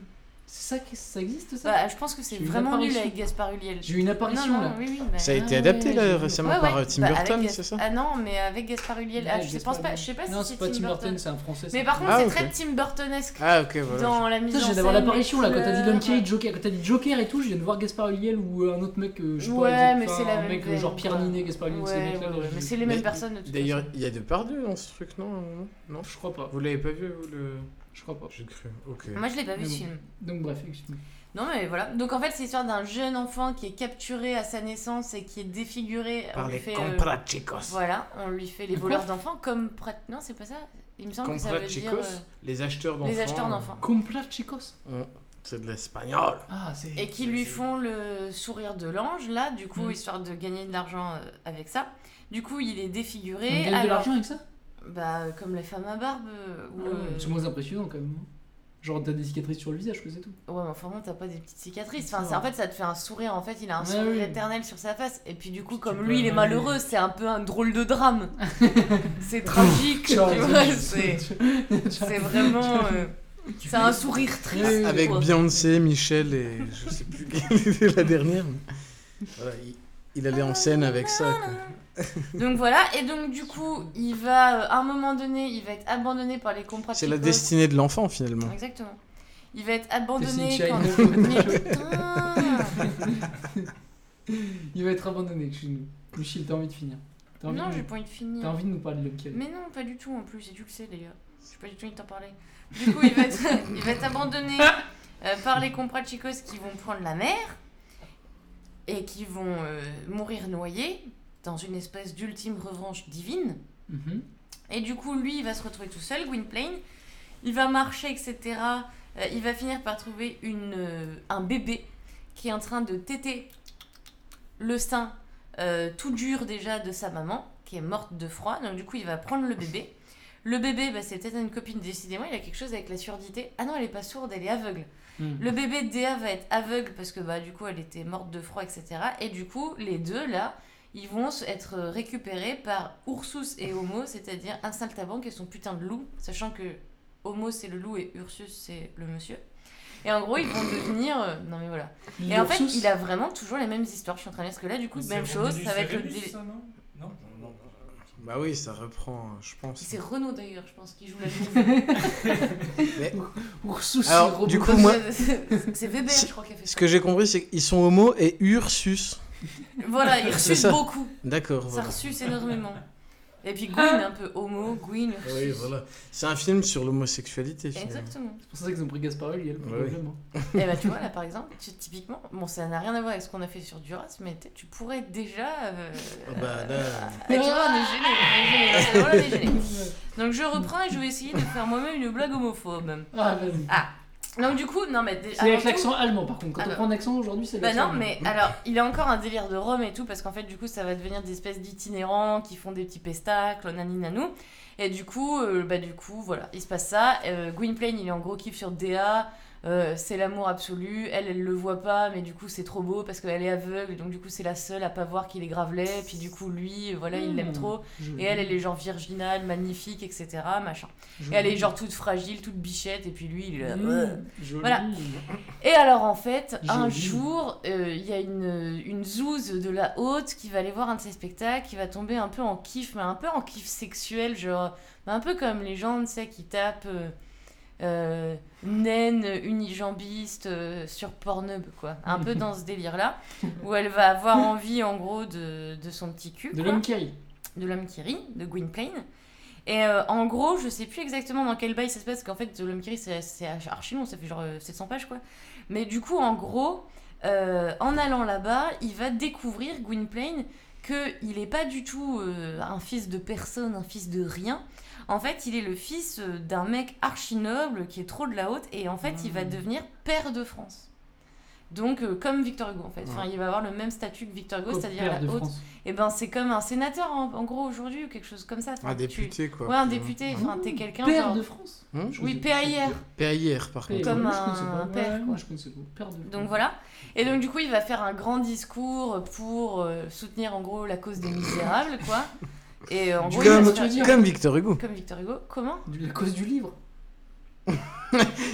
Speaker 7: C'est ça, qui- ça existe ça
Speaker 8: Bah, je pense que c'est
Speaker 7: J'ai une
Speaker 8: vraiment nul
Speaker 7: apparition.
Speaker 8: avec Gaspard Ulliel.
Speaker 7: J'ai eu une apparition
Speaker 8: non, non,
Speaker 7: là.
Speaker 8: oui, oui, bah,
Speaker 9: Ça a
Speaker 7: Ah
Speaker 9: été
Speaker 7: ouais,
Speaker 9: adapté
Speaker 7: j'ai
Speaker 9: là,
Speaker 7: vu.
Speaker 9: récemment
Speaker 8: Ouais,
Speaker 9: par
Speaker 8: ouais.
Speaker 9: euh, Tim
Speaker 8: Bah,
Speaker 9: Burton,
Speaker 8: avec-
Speaker 9: c'est ça
Speaker 8: Ah non, mais avec Gaspard Ulliel. Ah,
Speaker 7: Ouais,
Speaker 8: je, sais
Speaker 7: Gaspard
Speaker 8: pense pas,
Speaker 7: Ulliel.
Speaker 8: je sais pas
Speaker 7: Non,
Speaker 8: si
Speaker 7: c'est
Speaker 8: c'est
Speaker 7: pas
Speaker 8: Tim Burton.
Speaker 7: c'est un français. ça.
Speaker 8: Mais par contre,
Speaker 9: Ah,
Speaker 8: c'est
Speaker 9: ok.
Speaker 8: très Tim Burtonesque
Speaker 9: Ah ok, voilà.
Speaker 8: dans la mise
Speaker 7: Putain, je
Speaker 8: en
Speaker 7: viens
Speaker 8: scène. Euh,
Speaker 7: d'avoir l'apparition là,
Speaker 8: les
Speaker 7: quand t'as dit l'homme qui
Speaker 8: couleurs.
Speaker 7: rit, Joker, quand t'as dit Joker et tout, je viens de voir Gaspard Ulliel ou euh, un autre mec, euh, je sais
Speaker 8: Ouais,
Speaker 7: pas,
Speaker 8: mais
Speaker 7: enfin,
Speaker 8: c'est la
Speaker 7: un
Speaker 8: même
Speaker 7: mec euh,
Speaker 8: veine,
Speaker 7: genre Pierre
Speaker 8: quoi.
Speaker 7: Ninet, Gaspard Ulliel,
Speaker 8: Ouais,
Speaker 7: ces mecs-là.
Speaker 8: ouais,
Speaker 7: là,
Speaker 8: ouais,
Speaker 7: je-
Speaker 8: mais c'est les mêmes
Speaker 9: Mais-
Speaker 8: personnes de toute
Speaker 9: D'ailleurs,
Speaker 8: façon.
Speaker 9: il y a deux pardieux dans ce truc, non à un moment Non
Speaker 7: je crois pas,
Speaker 9: Vous l'avez pas vu, vous le.
Speaker 7: je crois pas.
Speaker 9: J'ai cru. Ok.
Speaker 8: Moi, je l'ai pas vu
Speaker 7: Mais
Speaker 8: ce
Speaker 7: bon.
Speaker 8: film.
Speaker 7: Donc bref, excuse-moi.
Speaker 8: Non, mais voilà. Donc, en fait, c'est l'histoire d'un jeune enfant qui est capturé à sa naissance et qui est défiguré. On
Speaker 9: Par
Speaker 8: lui
Speaker 9: les
Speaker 8: fait, euh,
Speaker 9: comprachicos.
Speaker 8: Voilà, on lui fait les
Speaker 7: Quoi
Speaker 8: voleurs d'enfants comme. prat- Non, c'est pas ça Il me semble que ça veut dire.
Speaker 9: Comprachicos, les acheteurs
Speaker 8: euh,
Speaker 9: d'enfants.
Speaker 8: Les acheteurs d'enfants.
Speaker 7: Complat Chicos
Speaker 9: C'est de l'espagnol.
Speaker 7: Ah, c'est.
Speaker 8: Et qui lui font le sourire de l'ange, là, du coup,
Speaker 7: Mm.
Speaker 8: histoire de gagner de l'argent euh, avec ça. Du coup, il est
Speaker 7: On
Speaker 8: défiguré.
Speaker 7: gagne de
Speaker 8: Alors,
Speaker 7: l'argent avec ça
Speaker 8: bah, euh, comme les femmes à barbe. euh, ou,
Speaker 7: Ouais,
Speaker 8: euh,
Speaker 7: C'est moins impressionnant quand même. hein. Genre t'as des cicatrices sur le visage, que c'est tout.
Speaker 8: Ouais, mais enfin, bon, t'as pas des petites cicatrices. Enfin,
Speaker 7: Non.
Speaker 8: c'est- en fait, ça te fait un sourire. En fait, il a un
Speaker 7: Ouais,
Speaker 8: sourire
Speaker 7: oui.
Speaker 8: éternel sur sa face. Et puis, du coup,
Speaker 7: Puis
Speaker 8: comme
Speaker 7: tu
Speaker 8: lui,
Speaker 7: peux
Speaker 8: il est
Speaker 7: aller-
Speaker 8: malheureux, c'est un peu un drôle de drame. c'est tragique, tu vois. C'est c'est vraiment. euh, c'est un sourire triste.
Speaker 9: Avec
Speaker 8: quoi.
Speaker 9: Beyoncé, Michel et je sais plus quelle était la dernière. mais- Voilà, il, il allait en scène avec ça. quoi.
Speaker 8: Donc voilà, et donc du coup, il va, euh, à un moment donné, il va être abandonné par les compras
Speaker 9: C'est la destinée de l'enfant finalement.
Speaker 8: Exactement. Il va être abandonné
Speaker 7: Destiny
Speaker 8: quand.
Speaker 7: Child.
Speaker 8: Mais putain
Speaker 7: Il va être abandonné chez nous. Michel, t'as envie de finir T'as envie,
Speaker 8: Non,
Speaker 7: de...
Speaker 8: j'ai
Speaker 7: nous-
Speaker 8: pas envie de
Speaker 7: t'as
Speaker 8: finir.
Speaker 7: envie de nous parler de l'homme qui rit.
Speaker 8: Mais non, pas du tout en plus, et tu le sais d'ailleurs. Je pas du tout envie de t'en parler. Du coup, il va être, il va être abandonné euh, par les comprachicos qui vont prendre la mer et qui vont euh, mourir noyés dans une espèce d'ultime revanche divine.
Speaker 7: Mhm.
Speaker 8: Et du coup, lui, il va se retrouver tout seul, Gwynplaine. Il va marcher, etc. Euh, il va finir par trouver une, euh, un bébé qui est en train de téter le sein euh, tout dur déjà de sa maman, qui est morte de froid. Donc du coup, il va prendre le bébé. Le bébé, bah, c'est peut-être une copine, décidément, il a quelque chose avec la surdité. Ah non, elle est pas sourde, elle est aveugle.
Speaker 11: Hmm.
Speaker 8: Le bébé de Déa va être aveugle parce que bah, du coup, elle était morte de froid, etc. Et du coup, les deux, là, ils vont se- être euh, récupérés par Ursus et Homo, c'est-à-dire un saltabanque et son putain de loup, sachant que Homo, c'est le loup et Ursus, c'est le monsieur. Et en gros, ils vont devenir. euh, non, mais voilà.
Speaker 7: Mmh.
Speaker 8: Et en fait,
Speaker 11: Ursus.
Speaker 8: il a vraiment toujours les mêmes histoires. Je suis en train de dire parce que là, du coup,
Speaker 1: C'est
Speaker 8: même chose,
Speaker 1: Romulus
Speaker 8: ça va
Speaker 1: et
Speaker 8: être le.
Speaker 1: Rémus,
Speaker 8: dé-
Speaker 1: ça, non Non, non, non.
Speaker 9: Bah oui, ça reprend, je pense.
Speaker 8: C'est Renaud d'ailleurs, je pense, qui joue la joue.
Speaker 9: Mais-
Speaker 11: Ursus,
Speaker 9: Alors, du coup, moi,
Speaker 8: C'est Weber, je crois, qui a fait
Speaker 9: ce
Speaker 8: ça.
Speaker 9: que j'ai compris, c'est qu'ils sont homo et Ursus.
Speaker 8: Voilà, il
Speaker 9: C'est
Speaker 8: reçut
Speaker 9: ça.
Speaker 8: beaucoup.
Speaker 9: D'accord.
Speaker 8: Ça
Speaker 9: voilà.
Speaker 8: ressuce énormément. Et puis Gwyn, un peu homo, Gwyn,
Speaker 9: Ah Oui,
Speaker 8: Ursus.
Speaker 9: voilà. C'est un film sur l'homosexualité, finalement.
Speaker 8: Exactement.
Speaker 7: C'est pour ça qu'ils ont pris Gasparel, il y a le
Speaker 9: Ouais,
Speaker 7: problème. hein.
Speaker 8: Et bah, tu vois, là, par exemple, tu- typiquement, bon, ça n'a rien à voir avec ce qu'on a fait sur Duras, mais tu- tu pourrais déjà. euh,
Speaker 9: Ah bah, là,
Speaker 8: Et tu vois, on est gêné, on est gêné, voilà, on est
Speaker 7: hein.
Speaker 8: gêné. Donc je reprends et je vais essayer de faire moi-même une blague homophobe.
Speaker 7: Ah, vas-y.
Speaker 8: Ah, donc du coup, non mais dé-
Speaker 7: C'est avec
Speaker 8: avant tout-
Speaker 7: l'accent allemand par contre. Quand
Speaker 8: Alors-
Speaker 7: on prend un accent aujourd'hui, c'est
Speaker 8: Bah
Speaker 7: l'accent
Speaker 8: non,
Speaker 7: allemand.
Speaker 8: mais alors, il a encore un délire de Rome et tout, parce qu'en fait, du coup, ça va devenir des espèces d'itinérants qui font des petits pestacles, nani nanou. Et du coup, euh, bah du coup, voilà, il se passe ça. Euh, Gwynplaine, il est en gros kiff sur Dea. euh, c'est l'amour absolu. Elle, elle le voit pas, mais du coup, c'est trop beau parce qu'elle est aveugle, donc du coup, c'est la seule à pas voir qu'il est grave laid. Puis du coup, lui, euh, voilà, il
Speaker 7: Mmh.
Speaker 8: l'aime trop.
Speaker 7: Joli.
Speaker 8: Et elle, elle est genre virginale, magnifique, etc. Machin.
Speaker 7: Joli.
Speaker 8: Et elle est genre toute fragile, toute bichette, et puis lui, il est là. euh,
Speaker 7: Mmh,
Speaker 8: Ouais.
Speaker 7: joli.
Speaker 8: Voilà. Et alors en fait, un
Speaker 7: Joli.
Speaker 8: jour, euh, il y a une, une zouze de la haute qui va aller voir un de ses spectacles, qui va tomber un peu en kiff, mais un peu en kiff sexuel, genre, mais un peu comme les gens, tu sais, qui tapent euh, euh, naine unijambiste euh, sur Pornhub, quoi. Un peu dans ce délire-là, où elle va avoir envie, en gros, de, de son petit cul.
Speaker 7: De
Speaker 8: quoi
Speaker 7: l'homme qui rit.
Speaker 8: de l'homme qui rit, de Gwynplaine. Et euh, en gros, je sais plus exactement dans quel bail ça se passe, parce qu'en fait, de l'homme qui rit, c'est c'est archi long, ça fait genre euh, 700 pages, quoi. Mais du coup, en gros, euh, en allant là-bas, il va découvrir Gwynplaine qu'il n'est pas du tout euh, un fils de personne, un fils de rien. En fait, il est le fils euh, d'un mec archi noble qui est trop de la haute, et en fait, il
Speaker 7: Mmh.
Speaker 8: va devenir père de France. Donc, euh, comme Victor Hugo, en fait. Enfin,
Speaker 7: Ouais.
Speaker 8: il va avoir le même statut que Victor Hugo,
Speaker 7: Au
Speaker 8: c'est-à-dire
Speaker 7: père
Speaker 8: la
Speaker 7: de
Speaker 8: haute.
Speaker 7: France.
Speaker 8: Et ben c'est comme un sénateur en, en gros aujourd'hui ou quelque chose comme ça. Enfin,
Speaker 9: Un
Speaker 8: tu-
Speaker 9: député, quoi.
Speaker 8: Ouais, un
Speaker 9: plus ou
Speaker 8: député.
Speaker 9: moins.
Speaker 8: Enfin, t'es quelqu'un
Speaker 7: Père
Speaker 8: genre.
Speaker 7: de France
Speaker 9: Hum
Speaker 7: Je
Speaker 8: Oui,
Speaker 7: sais-
Speaker 8: PAIR.
Speaker 9: Père, par
Speaker 7: Père,
Speaker 9: contre.
Speaker 8: Comme
Speaker 7: moi, je connaissais
Speaker 8: un
Speaker 7: pas. Ouais,
Speaker 8: père, quoi.
Speaker 7: Moi je connaissais pas. Père de France.
Speaker 8: Donc voilà. Et donc du coup, il va faire un grand discours pour euh, soutenir en gros la cause des misérables, quoi. Et euh, en
Speaker 7: Du
Speaker 8: gros, il va
Speaker 9: Comme,
Speaker 8: se faire-
Speaker 9: comme Victor Hugo.
Speaker 8: comme Victor Hugo. Comment
Speaker 7: Du- La cause du livre.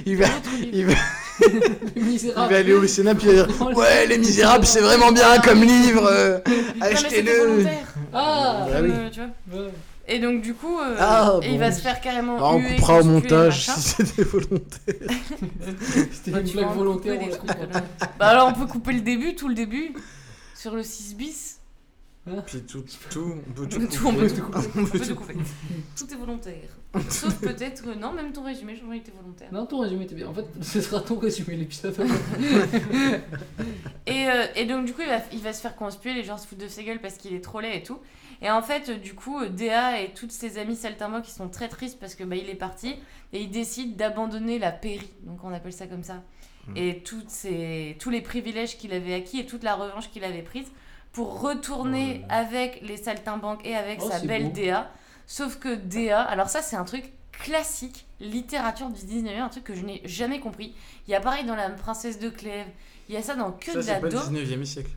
Speaker 9: Il va,
Speaker 8: L'autre livre.
Speaker 9: il va,
Speaker 7: Les
Speaker 9: il
Speaker 8: Ah,
Speaker 7: Misérables.
Speaker 9: va aller au Sénat puis il va dire
Speaker 7: Non, le-
Speaker 9: Ouais, Les Misérables, c'est vraiment bien comme livre. euh,
Speaker 8: Non, mais c'était
Speaker 9: Achetez-le.
Speaker 8: volontaire.
Speaker 7: Ah
Speaker 9: Bah
Speaker 8: Comme,
Speaker 9: oui.
Speaker 8: euh, tu vois.
Speaker 7: Ouais.
Speaker 8: Et donc du coup, euh,
Speaker 9: Ah,
Speaker 8: et il
Speaker 9: bon.
Speaker 8: va se faire carrément.
Speaker 9: Bah, on
Speaker 8: huer,
Speaker 9: coupera au
Speaker 8: conspuer,
Speaker 9: montage
Speaker 8: machin.
Speaker 9: si c'était volontaire.
Speaker 7: C'était
Speaker 8: Bah,
Speaker 7: une
Speaker 8: tu vas
Speaker 7: blague
Speaker 8: en
Speaker 7: volontaire.
Speaker 8: couper
Speaker 7: on
Speaker 8: des
Speaker 7: la
Speaker 8: trucs,
Speaker 7: trouve pas.
Speaker 8: alors. Bah alors, on peut couper le début, tout le début, sur le 6 bis.
Speaker 9: Puis tout, tout, on peut tout.
Speaker 8: Tout, on peut
Speaker 9: couper.
Speaker 8: tout
Speaker 9: On
Speaker 8: On
Speaker 9: peut
Speaker 8: peut
Speaker 9: tout
Speaker 8: tout couper. Tout est volontaire. Sauf peut-être, euh, non, même ton résumé, j'aurais été volontaire.
Speaker 7: Non, ton résumé était bien. En fait, ce sera ton résumé l'épisode.
Speaker 8: Et, euh, et donc, du coup, il va, il va se faire conspuer, les gens se foutent de ses gueules parce qu'il est trop laid et tout. Et en fait, euh, du coup, euh, Déa et toutes ses amies saltimbanques qui sont très tristes parce que bah, il est parti et ils décident d'abandonner la pairie, donc on appelle ça comme ça.
Speaker 7: Hmm.
Speaker 8: Et toutes ces, tous les privilèges qu'il avait acquis et toute la revanche qu'il avait prise pour retourner avec les saltimbanques et avec
Speaker 7: Oh,
Speaker 8: sa
Speaker 7: c'est
Speaker 8: belle
Speaker 7: beau.
Speaker 8: Déa. Sauf que Déa, alors ça, c'est un truc classique, littérature du 19e, un truc que je n'ai jamais compris. Il y a pareil dans La Princesse de Clèves, il y a ça dans Que
Speaker 9: Ça,
Speaker 8: de la
Speaker 9: c'est pas le
Speaker 8: daube.
Speaker 9: 19ème siècle.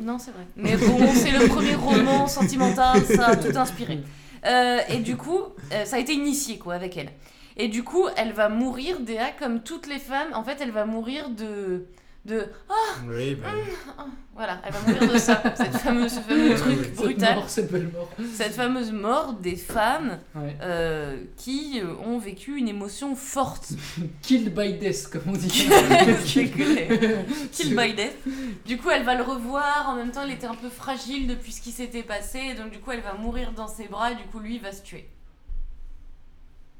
Speaker 8: Non, c'est vrai. Mais bon, c'est le premier roman sentimental, ça a tout inspiré. Euh, et du coup, euh, ça a été initié, quoi, avec elle. Et du coup, elle va mourir, Déa, comme toutes les femmes. En fait, elle va mourir de... de...
Speaker 9: Oui, bah,
Speaker 8: Voilà, elle va mourir de ça. Cette fameuse, ce fameux truc
Speaker 7: Cette
Speaker 8: brutal.
Speaker 7: mort, Cette belle mort.
Speaker 8: Cette fameuse mort des femmes
Speaker 7: Ouais.
Speaker 8: euh, qui euh, ont vécu une émotion forte.
Speaker 7: Killed by death, comme on dit.
Speaker 8: C'est clair.
Speaker 7: C'est-
Speaker 8: Kill by death. Du coup, elle va le revoir. En même temps, il était un peu fragile depuis ce qui s'était passé. Donc, du coup, elle va mourir dans ses bras. Du coup, lui, il va se tuer.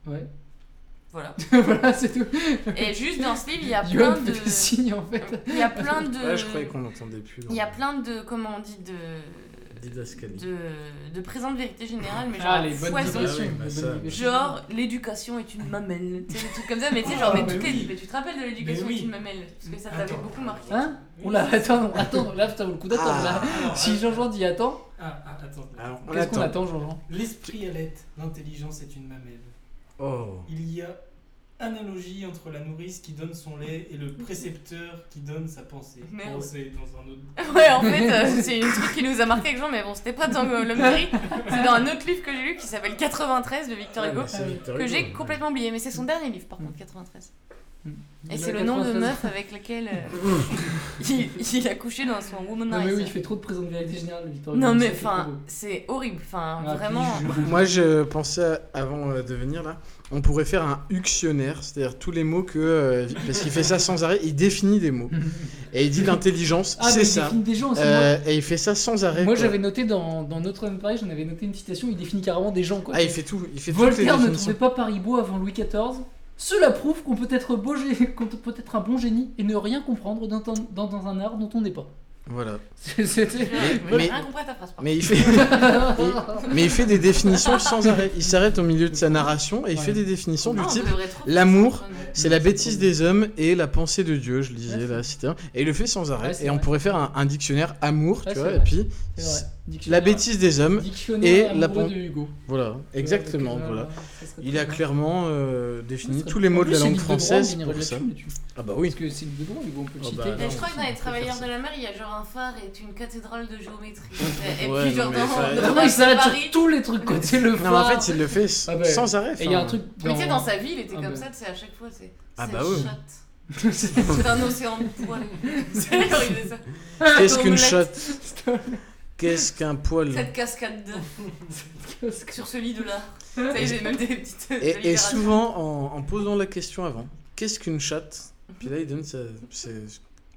Speaker 7: Ouais.
Speaker 8: Voilà.
Speaker 7: voilà, c'est tout.
Speaker 8: Et juste dans ce livre, il y a
Speaker 7: Johan
Speaker 8: plein
Speaker 7: fait
Speaker 8: de.
Speaker 7: des signes en fait.
Speaker 8: Il y a plein de.
Speaker 9: ouais, je croyais qu'on n'entendait plus.
Speaker 8: Il y a plein de. Comment on dit de.
Speaker 9: Didascalie.
Speaker 8: de, de présente vérité générale, mais genre
Speaker 7: Ah, les bonnes
Speaker 8: foison.
Speaker 7: digressions.
Speaker 9: Ah oui, bah
Speaker 7: les bonnes
Speaker 9: ça.
Speaker 7: digressions.
Speaker 8: Genre, l'éducation est une mamelle. Tu sais, des trucs comme ça, mais tu sais,
Speaker 7: Ah,
Speaker 8: genre, mais,
Speaker 7: mais
Speaker 8: tout est-
Speaker 7: oui.
Speaker 8: mais tu te rappelles de l'éducation
Speaker 7: Mais oui.
Speaker 8: est une mamelle Parce que ça t'avait
Speaker 7: Attends.
Speaker 8: beaucoup marqué.
Speaker 7: Hein Oula, attends, attends, là, ça vaut le coup d'attendre. là. si Jean-Jean dit attends,
Speaker 1: Ah, ah, attends.
Speaker 7: Ah. on Qu'est-ce qu'on attend. attend, Jean-Jean
Speaker 1: L'esprit l'aide, l'intelligence est une mamelle.
Speaker 9: Oh.
Speaker 1: Il y a analogie entre la nourrice qui donne son lait et le précepteur qui donne sa pensée.
Speaker 8: Merde.
Speaker 1: Bon, c'est dans un autre.
Speaker 8: Ouais, en fait, euh, c'est un truc qui nous a marqué avec Jean, mais bon, c'était pas dans euh, l'homme gris. C'est dans un autre livre que j'ai lu qui s'appelle 93 de Victor
Speaker 9: Ah,
Speaker 8: Hugo,
Speaker 9: mais c'est Victor
Speaker 8: que
Speaker 9: Hugo,
Speaker 8: j'ai
Speaker 9: ouais.
Speaker 8: complètement oublié. Mais c'est son dernier livre, par contre, 93. Et
Speaker 7: Il
Speaker 8: c'est
Speaker 7: a
Speaker 8: le nom de
Speaker 7: 93.
Speaker 8: meuf avec laquelle euh, il, il a couché dans son
Speaker 7: Non, mais oui, il
Speaker 8: womanizer.
Speaker 7: fait trop de présence de vérité générale, le Victor Hugo,
Speaker 8: Non,
Speaker 7: ça,
Speaker 8: mais
Speaker 7: c'est trop
Speaker 8: enfin,
Speaker 7: beau.
Speaker 8: c'est horrible. Enfin,
Speaker 7: Ah, puis
Speaker 8: vraiment.
Speaker 7: je-
Speaker 9: Moi, je pensais à- avant euh, de venir là, on pourrait faire un uctionnaire, c'est-à-dire tous les mots que. euh, parce qu'il fait ça sans arrêt, il définit des mots. Et il dit l'intelligence,
Speaker 7: Ah, mais
Speaker 9: c'est
Speaker 7: il
Speaker 9: ça.
Speaker 7: définit des gens, c'est
Speaker 9: Euh, et il fait ça sans arrêt.
Speaker 7: Moi,
Speaker 9: quoi.
Speaker 7: j'avais noté dans, dans Notre-Dame de Paris, j'en avais noté une citation, il définit carrément des gens, quoi.
Speaker 9: Ah, il fait tout. Il fait toutes les
Speaker 7: Voltaire ne
Speaker 9: définitions.
Speaker 7: trouvait pas Paris beau avant Louis XIV. Cela prouve qu'on peut être beau gé- qu'on peut être un bon génie et ne rien comprendre dans, un- dans- dans un art dont on n'est pas.
Speaker 9: Voilà.
Speaker 7: C'était.
Speaker 8: Mais- J'ai rien compris à ta phrase, par
Speaker 9: Mais il
Speaker 8: contre.
Speaker 9: fait, il- mais il fait des définitions sans arrêt. Il s'arrête au milieu de sa narration et il fait des définitions du
Speaker 8: Ah, on
Speaker 9: type
Speaker 8: devrait trop faire
Speaker 9: l'amour,
Speaker 8: ça, non
Speaker 9: c'est la bêtise des hommes et la pensée de Dieu. Je lisais là, c'était un- et il le fait sans arrêt.
Speaker 7: Ouais, c'est
Speaker 9: et on
Speaker 7: vrai.
Speaker 9: pourrait faire un, un dictionnaire amour,
Speaker 7: Ouais,
Speaker 9: tu
Speaker 7: c'est
Speaker 9: vois,
Speaker 7: vrai.
Speaker 9: et puis
Speaker 7: C'est vrai.
Speaker 9: la
Speaker 7: Dictionnaire-
Speaker 9: bêtise des hommes et
Speaker 7: Dictionnaire
Speaker 9: la
Speaker 7: amoureux
Speaker 9: pen-
Speaker 7: de Hugo.
Speaker 9: Voilà,
Speaker 7: Ouais,
Speaker 9: exactement.
Speaker 7: donc, euh,
Speaker 9: voilà.
Speaker 7: ça serait
Speaker 9: Il
Speaker 7: très
Speaker 9: a
Speaker 7: bien.
Speaker 9: clairement euh, défini
Speaker 7: Ça serait-
Speaker 9: tous les mots
Speaker 7: En
Speaker 9: de
Speaker 7: plus,
Speaker 9: la
Speaker 7: c'est
Speaker 9: langue
Speaker 7: le droit, on
Speaker 9: française
Speaker 7: gagnera
Speaker 9: pour
Speaker 7: de la
Speaker 9: ça.
Speaker 7: thune là-dessus.
Speaker 9: Ah bah oui.
Speaker 7: Parce que c'est le droit, Hugo, on peut le
Speaker 9: Ah
Speaker 7: citer.
Speaker 9: bah,
Speaker 8: Mais je crois que dans les
Speaker 9: on peut faire
Speaker 8: travailleurs
Speaker 9: ça.
Speaker 8: de la mer, il y a genre un phare et une cathédrale de géométrie. Et
Speaker 9: Ouais,
Speaker 8: puis
Speaker 9: non,
Speaker 8: genre
Speaker 9: mais
Speaker 8: dans,
Speaker 9: ça-
Speaker 8: dans
Speaker 7: Vraiment, il s'arrête
Speaker 8: Paris.
Speaker 7: sur tous les trucs, quoi. C'est le
Speaker 9: Non, mais en
Speaker 7: phare.
Speaker 9: fait, il le fait s-
Speaker 7: Ah bah,
Speaker 9: sans arrêt.
Speaker 7: Et il y a
Speaker 9: enfin.
Speaker 7: un truc.
Speaker 8: Mais tu sais, dans sa vie, il était comme ça, tu sais, à chaque fois, c'est.
Speaker 9: bah. Ah
Speaker 8: c'est
Speaker 9: bah
Speaker 8: une
Speaker 9: oui.
Speaker 8: chatte. C'est un océan de poils. C'est genre, il faisait ça.
Speaker 9: Qu'est-ce qu'une
Speaker 8: Omelette,
Speaker 9: chatte Qu'est-ce qu'un poil
Speaker 8: Cette cascade
Speaker 7: cascade.
Speaker 8: sur ce lit de là. Ça, j'ai même des petites.
Speaker 9: Et, et
Speaker 8: allitérations.
Speaker 9: souvent, en, en posant la question avant, qu'est-ce qu'une chatte Puis là, il donne sa. c'est-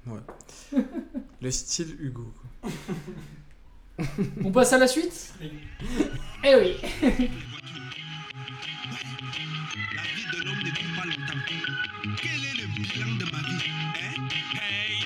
Speaker 9: ouais. Le style Hugo. quoi.
Speaker 7: On passe à la suite Eh oui
Speaker 12: La vie de l'homme ne dure pas longtemps. Quel est le bilan de ma vie Hein Hey,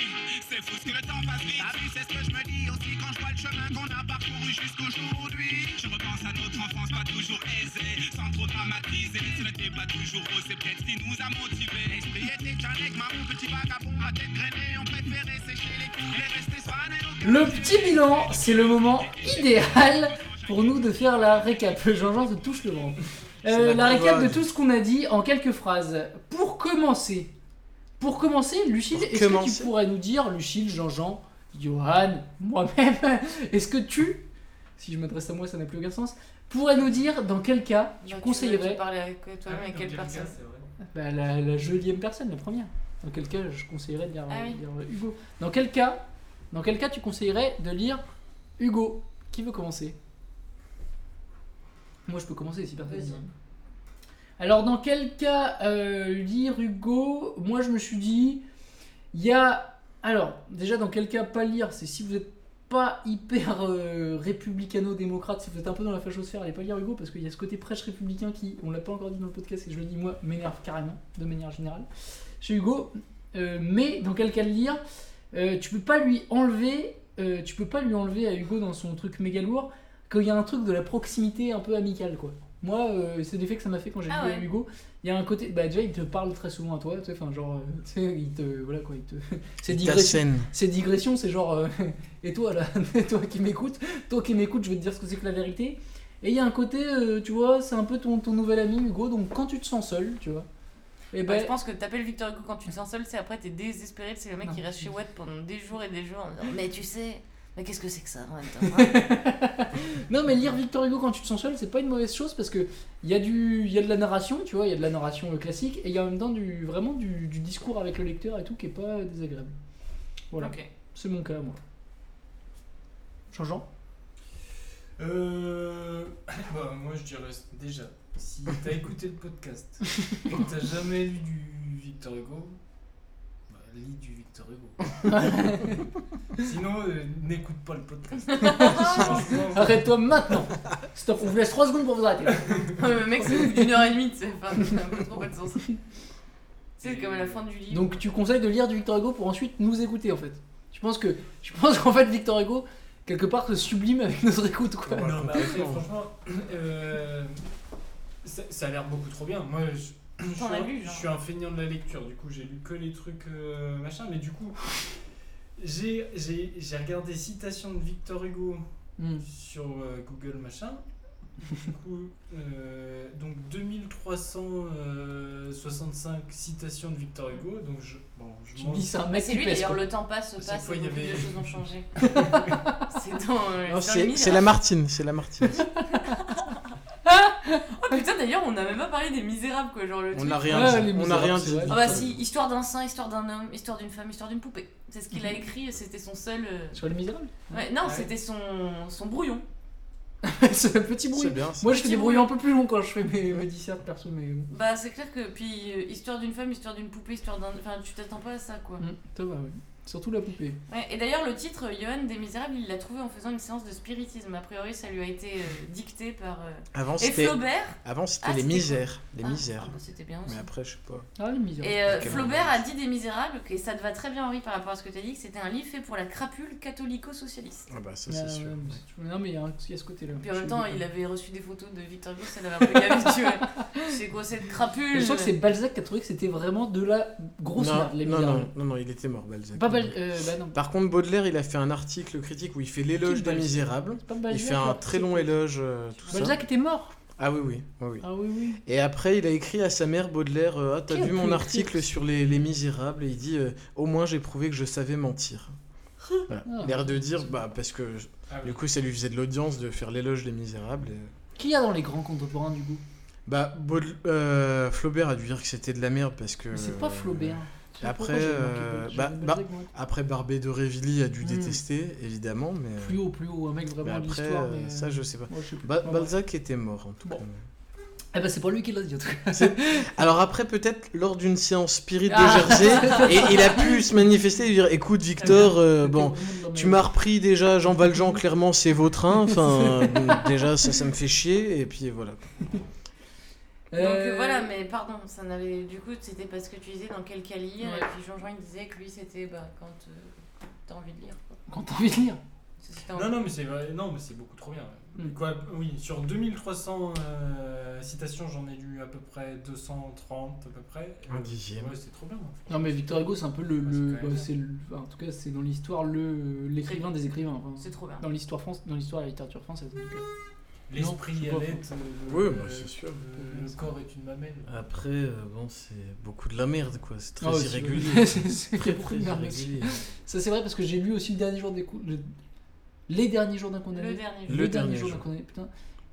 Speaker 12: c'est fou ce que le temps passe vite. La vie, c'est ce que je me dis aussi quand je vois le chemin qu'on a parcouru jusqu'aujourd'hui. Je repense à notre enfance pas toujours aisée, sans trop dramatiser. Ce n'était pas toujours beau, c'est peut-être ce qui nous a motivés. L'esprit était Janek, maman, petit vagabond à tête grainée. On préférait sécher les coups et rester spanés.
Speaker 7: Le petit bilan, c'est le moment idéal pour nous de faire la récap. Jean-Jean se touche le ventre. Euh,
Speaker 9: C'est la
Speaker 7: la récap de
Speaker 9: crevasse.
Speaker 7: tout ce qu'on a dit en quelques phrases. Pour commencer, pour commencer, Lucille,
Speaker 9: Pour
Speaker 7: est-ce que tu
Speaker 9: commencer.
Speaker 7: pourrais nous dire, Lucille, Jean-Jean, Johan, moi-même, est-ce que tu, si je m'adresse à moi, ça n'a plus aucun sens, pourrais nous dire dans quel cas tu
Speaker 8: Genre, Tu
Speaker 7: conseillerais
Speaker 8: parlais avec euh, toi-même
Speaker 1: Ah oui,
Speaker 8: avec
Speaker 1: dans
Speaker 8: quelle
Speaker 1: quel cas,
Speaker 8: personne
Speaker 1: c'est vrai.
Speaker 7: Bah, la, la jolième personne, la première. Dans quel cas je conseillerais de lire,
Speaker 8: Ah oui.
Speaker 7: de lire Hugo Dans quel cas, dans quel cas tu conseillerais de lire Hugo Qui veut commencer Moi je peux commencer si personne.
Speaker 8: Vas-y.
Speaker 7: Alors dans quel cas euh, lire Hugo Moi je me suis dit, il y a alors déjà dans quel cas pas lire C'est si vous êtes pas hyper euh, républicano-démocrate, si vous êtes un peu dans la fachosphère, allez pas lire Hugo parce qu'il y a ce côté prêche républicain qui, on l'a pas encore dit dans le podcast et je le dis moi, m'énerve carrément de manière générale chez Hugo. Euh, mais dans quel cas de lire euh, Tu peux pas lui enlever, euh, tu peux pas lui enlever à Hugo dans son truc méga lourd qu'il y a un truc de la proximité un peu amicale quoi. Moi, euh, c'est l'effet que ça m'a fait quand j'ai
Speaker 8: Ah
Speaker 7: lu
Speaker 8: ouais.
Speaker 7: Hugo. Il y a un côté, bah déjà il te parle très souvent à toi, tu sais, enfin genre, euh, tu sais, il te, voilà quoi, il te. C'est
Speaker 9: Il
Speaker 7: digression.
Speaker 9: t'assène.
Speaker 7: C'est digression, c'est genre. euh, et toi là, et toi qui m'écoutes, toi qui m'écoutes, je vais te dire ce que c'est que la vérité. Et il y a un côté, euh, tu vois, c'est un peu ton, ton nouvel ami Hugo, donc quand tu te sens seul, tu vois. Et
Speaker 8: Bah,
Speaker 7: ben,
Speaker 8: je pense que t'appelles Victor Hugo quand tu te sens seul, c'est après t'es désespéré, c'est le mec
Speaker 7: Non.
Speaker 8: qui reste chez Watt pendant des jours et des jours en disant Mais tu sais, mais qu'est-ce que c'est que ça en même temps hein
Speaker 7: Non, mais lire Victor Hugo quand tu te sens seul, c'est pas une mauvaise chose parce que il y, a du- il y a de la narration, tu vois, il y a de la narration euh, classique et il y a en même temps du, vraiment du, du discours avec le lecteur et tout qui est pas désagréable. Voilà,
Speaker 8: Ok.
Speaker 7: c'est mon cas, moi. Jean-Jean
Speaker 1: Euh... bah, moi je dirais déjà, si t'as écouté le podcast et que t'as jamais lu du Victor Hugo, bah, lis du Victor Hugo. Sinon, euh, n'écoute pas le podcast. Franchement,
Speaker 7: Arrête-toi maintenant Stop, on vous laisse 3 secondes pour vous arrêter.
Speaker 8: Non, mais le mec, c'est d'une heure et demie, tu sais, enfin, ça n'a pas trop pas de sens. C'est comme à la fin du livre.
Speaker 7: Donc tu conseilles de lire du Victor Hugo pour ensuite nous écouter en fait. Je pense que je pense qu'en fait Victor Hugo quelque part se sublime avec notre écoute. Quoi.
Speaker 1: Non, mais après, franchement, euh, ça, ça a l'air beaucoup trop bien. Moi, je, je suis,
Speaker 8: T'en as
Speaker 1: un-
Speaker 8: lu,
Speaker 1: je
Speaker 8: genre
Speaker 1: suis un feignant de la lecture, du coup, j'ai lu que les trucs euh, machin, mais du coup, j'ai j'ai- j'ai regardé Citation de Victor Hugo
Speaker 7: Hmm.
Speaker 1: sur euh, Google machin. Du coup, euh, donc 2365 euh, citations de Victor Hugo, donc je. Bon, je
Speaker 7: Tu
Speaker 1: m'en-
Speaker 7: dis, c'est un
Speaker 8: C'est lui d'ailleurs, le temps passe,
Speaker 1: À chaque
Speaker 8: passe,
Speaker 1: fois,
Speaker 8: et
Speaker 1: il y
Speaker 8: beaucoup de
Speaker 1: avait-
Speaker 8: choses ont changé. c'est dans, euh,
Speaker 9: Non,
Speaker 8: dans les
Speaker 9: c'est
Speaker 8: mille
Speaker 9: c'est
Speaker 1: hein.
Speaker 9: la Martine, c'est la Martine.
Speaker 8: Oh putain, d'ailleurs, on n'a même pas parlé des misérables, quoi. Genre le
Speaker 9: On
Speaker 8: truc.
Speaker 9: n'a rien
Speaker 7: Ouais,
Speaker 9: dit.
Speaker 7: les
Speaker 9: On n'a
Speaker 7: Misérables,
Speaker 9: rien
Speaker 7: c'est
Speaker 9: dit.
Speaker 7: vrai.
Speaker 8: Ah bah si, histoire d'un saint, histoire d'un homme, histoire d'une femme, histoire d'une poupée. C'est ce qu'il
Speaker 9: Mhm.
Speaker 8: a écrit, c'était son seul. euh,
Speaker 7: Sur les misérables
Speaker 8: Ouais, non,
Speaker 7: Ouais.
Speaker 8: c'était son, son brouillon.
Speaker 7: C'est un petit bruit.
Speaker 9: C'est bien, ça.
Speaker 7: Moi je fais
Speaker 8: Petit
Speaker 7: des brouillons un
Speaker 8: brouillon.
Speaker 7: peu plus longs quand je fais mes, mes dissertes perso, mais bon.
Speaker 8: Bah, c'est clair que. Puis, euh, histoire d'une femme, histoire d'une poupée, histoire d'un. Enfin, tu t'attends pas à ça, quoi.
Speaker 9: Mhm.
Speaker 7: Mm, ça va, ouais. Surtout la poupée.
Speaker 8: Ouais, et d'ailleurs, le titre, euh, Johan des Misérables, il l'a trouvé en faisant une séance de spiritisme. A priori, ça lui a été euh, dicté par. euh,
Speaker 9: Avant
Speaker 8: et
Speaker 9: c'était
Speaker 8: Flaubert.
Speaker 9: avant, c'était
Speaker 8: Ah,
Speaker 9: les
Speaker 8: c'était
Speaker 9: misères, les
Speaker 8: Ah,
Speaker 9: misères.
Speaker 8: ah bah, c'était bien aussi.
Speaker 9: Mais après je sais pas.
Speaker 7: Ah, les misérables.
Speaker 8: Et euh,
Speaker 9: Quel
Speaker 8: Flaubert a dit des Misérables, et ça te va très bien, Henri, par rapport à ce que tu as dit, que c'était un livre fait pour la crapule catholico-socialiste.
Speaker 9: Ah bah ça
Speaker 7: Ah,
Speaker 1: Euh,
Speaker 9: c'est sûr.
Speaker 7: ouais, mais c'est- Non, mais il y, a un- il y a ce côté-là.
Speaker 8: Puis en même
Speaker 7: Je
Speaker 8: temps,
Speaker 7: sais
Speaker 8: il
Speaker 7: pas.
Speaker 8: avait reçu des photos de Victor Hugo, ça l'avait un peu gavé, tu vois. C'est quoi cette crapule
Speaker 7: Je sens que c'est Balzac qui a trouvé que c'était vraiment de la grosse
Speaker 9: non,
Speaker 7: merde, les
Speaker 9: non,
Speaker 7: misérables.
Speaker 9: non, non, non, il était mort Balzac.
Speaker 7: Pas Bal- euh, bah non.
Speaker 9: Par contre, Baudelaire, il a fait un article critique où il fait l'éloge
Speaker 7: Qui,
Speaker 9: des
Speaker 7: Balzac
Speaker 9: Misérables.
Speaker 7: C'est pas
Speaker 9: il
Speaker 7: Balzac,
Speaker 9: fait un
Speaker 7: alors,
Speaker 9: très
Speaker 7: c'est-
Speaker 9: long éloge, euh, tout
Speaker 7: Balzac
Speaker 9: ça.
Speaker 7: était mort
Speaker 9: Ah oui, oui, oui, oui.
Speaker 7: Ah oui, oui.
Speaker 9: Et après, il a écrit à sa mère Baudelaire euh, Ah, t'as
Speaker 7: Qui a
Speaker 9: vu
Speaker 7: pu
Speaker 9: mon
Speaker 7: écrire
Speaker 9: article sur les, les Misérables Et il dit euh, Au moins, j'ai prouvé que je savais mentir. Voilà.
Speaker 7: Ah.
Speaker 9: L'air de dire, bah, parce que je-
Speaker 1: Ah oui.
Speaker 9: du coup, ça lui faisait de l'audience de faire l'éloge des Misérables. et-
Speaker 7: Qui y a dans les grands contemporains du coup
Speaker 9: Bah, Baudel- euh, Flaubert a dû dire que c'était de la merde parce que.
Speaker 7: Mais c'est pas Flaubert. Je sais pas
Speaker 9: Euh, Après,
Speaker 7: pourquoi j'ai marqué
Speaker 9: euh,
Speaker 7: Balzac,
Speaker 9: bah,
Speaker 7: j'ai
Speaker 9: bah,
Speaker 7: Balzac, moi.
Speaker 9: après Barbet de Révilly a dû
Speaker 7: Hmm.
Speaker 9: détester, évidemment, mais.
Speaker 7: Plus haut, plus haut, un mec
Speaker 9: mais
Speaker 7: vraiment de
Speaker 9: après,
Speaker 7: l'histoire.
Speaker 9: euh,
Speaker 7: mais,
Speaker 9: ça,
Speaker 7: euh,
Speaker 9: je sais pas. Bah,
Speaker 7: moi, je sais plus.
Speaker 9: Ba-
Speaker 7: Enfin, bref.
Speaker 9: Balzac était mort, en tout
Speaker 7: Bon.
Speaker 9: cas.
Speaker 7: Eh ben, c'est pas lui qui l'a dit en tout cas.
Speaker 9: C'est- Alors après, peut-être lors d'une séance spirit de
Speaker 7: Ah.
Speaker 9: Jersey, et il a pu se manifester et dire Écoute,
Speaker 7: Eh
Speaker 9: Victor, euh, bon, tu m'as repris déjà Jean Valjean, clairement, c'est vos trains. Enfin, euh, déjà, ça, ça me fait chier. Et puis voilà.
Speaker 8: Donc euh, voilà, mais pardon, ça n'avait. Du coup, c'était parce que tu disais dans quel cas lire,
Speaker 7: Ouais.
Speaker 8: et puis Jean-Jean il disait que lui c'était bah, quand euh, t'as envie de lire. Quoi.
Speaker 7: Quand t'as envie de lire.
Speaker 8: C'est- c'est un-
Speaker 1: Non, non, mais c'est vrai- non, mais c'est beaucoup trop bien.
Speaker 9: Hmm.
Speaker 7: Mm.
Speaker 1: Quoi, oui, sur 2300 euh, citations, j'en ai lu à peu près 230 à peu près.
Speaker 9: Un
Speaker 1: Euh,
Speaker 9: dixième.
Speaker 1: Ouais, c'est trop bien.
Speaker 7: Non mais Victor Hugo c'est un peu le,
Speaker 1: Ouais,
Speaker 7: le-
Speaker 1: Ah, c'est quand
Speaker 7: bah,
Speaker 1: même
Speaker 7: c'est le- enfin, en tout cas c'est dans l'histoire le l'écrivain des écrivains. enfin,
Speaker 8: C'est trop bien.
Speaker 7: dans l'histoire France, dans l'histoire de la littérature française. euh. en tout cas. Non,
Speaker 1: L'esprit
Speaker 7: je
Speaker 1: est
Speaker 7: sais pas.
Speaker 1: l'aide, euh,
Speaker 9: Oui,
Speaker 1: le-
Speaker 9: bah, c'est sûr.
Speaker 1: le- Le corps est une mamelle.
Speaker 9: Après, euh, bon, c'est beaucoup de la merde, quoi. C'est très
Speaker 7: Ah ouais, c'est-
Speaker 9: irrégulier.
Speaker 7: c'est- c'est
Speaker 9: Très,
Speaker 7: beaucoup
Speaker 9: très
Speaker 7: de merde aussi.
Speaker 9: irrégulier.
Speaker 7: Ça c'est vrai parce que j'ai lu aussi le dernier jour des cou- le- les derniers jours d'un condamné.
Speaker 8: Le dernier
Speaker 9: Le
Speaker 8: jour.
Speaker 9: dernier
Speaker 7: jour
Speaker 9: jour.
Speaker 7: d'un condamné putain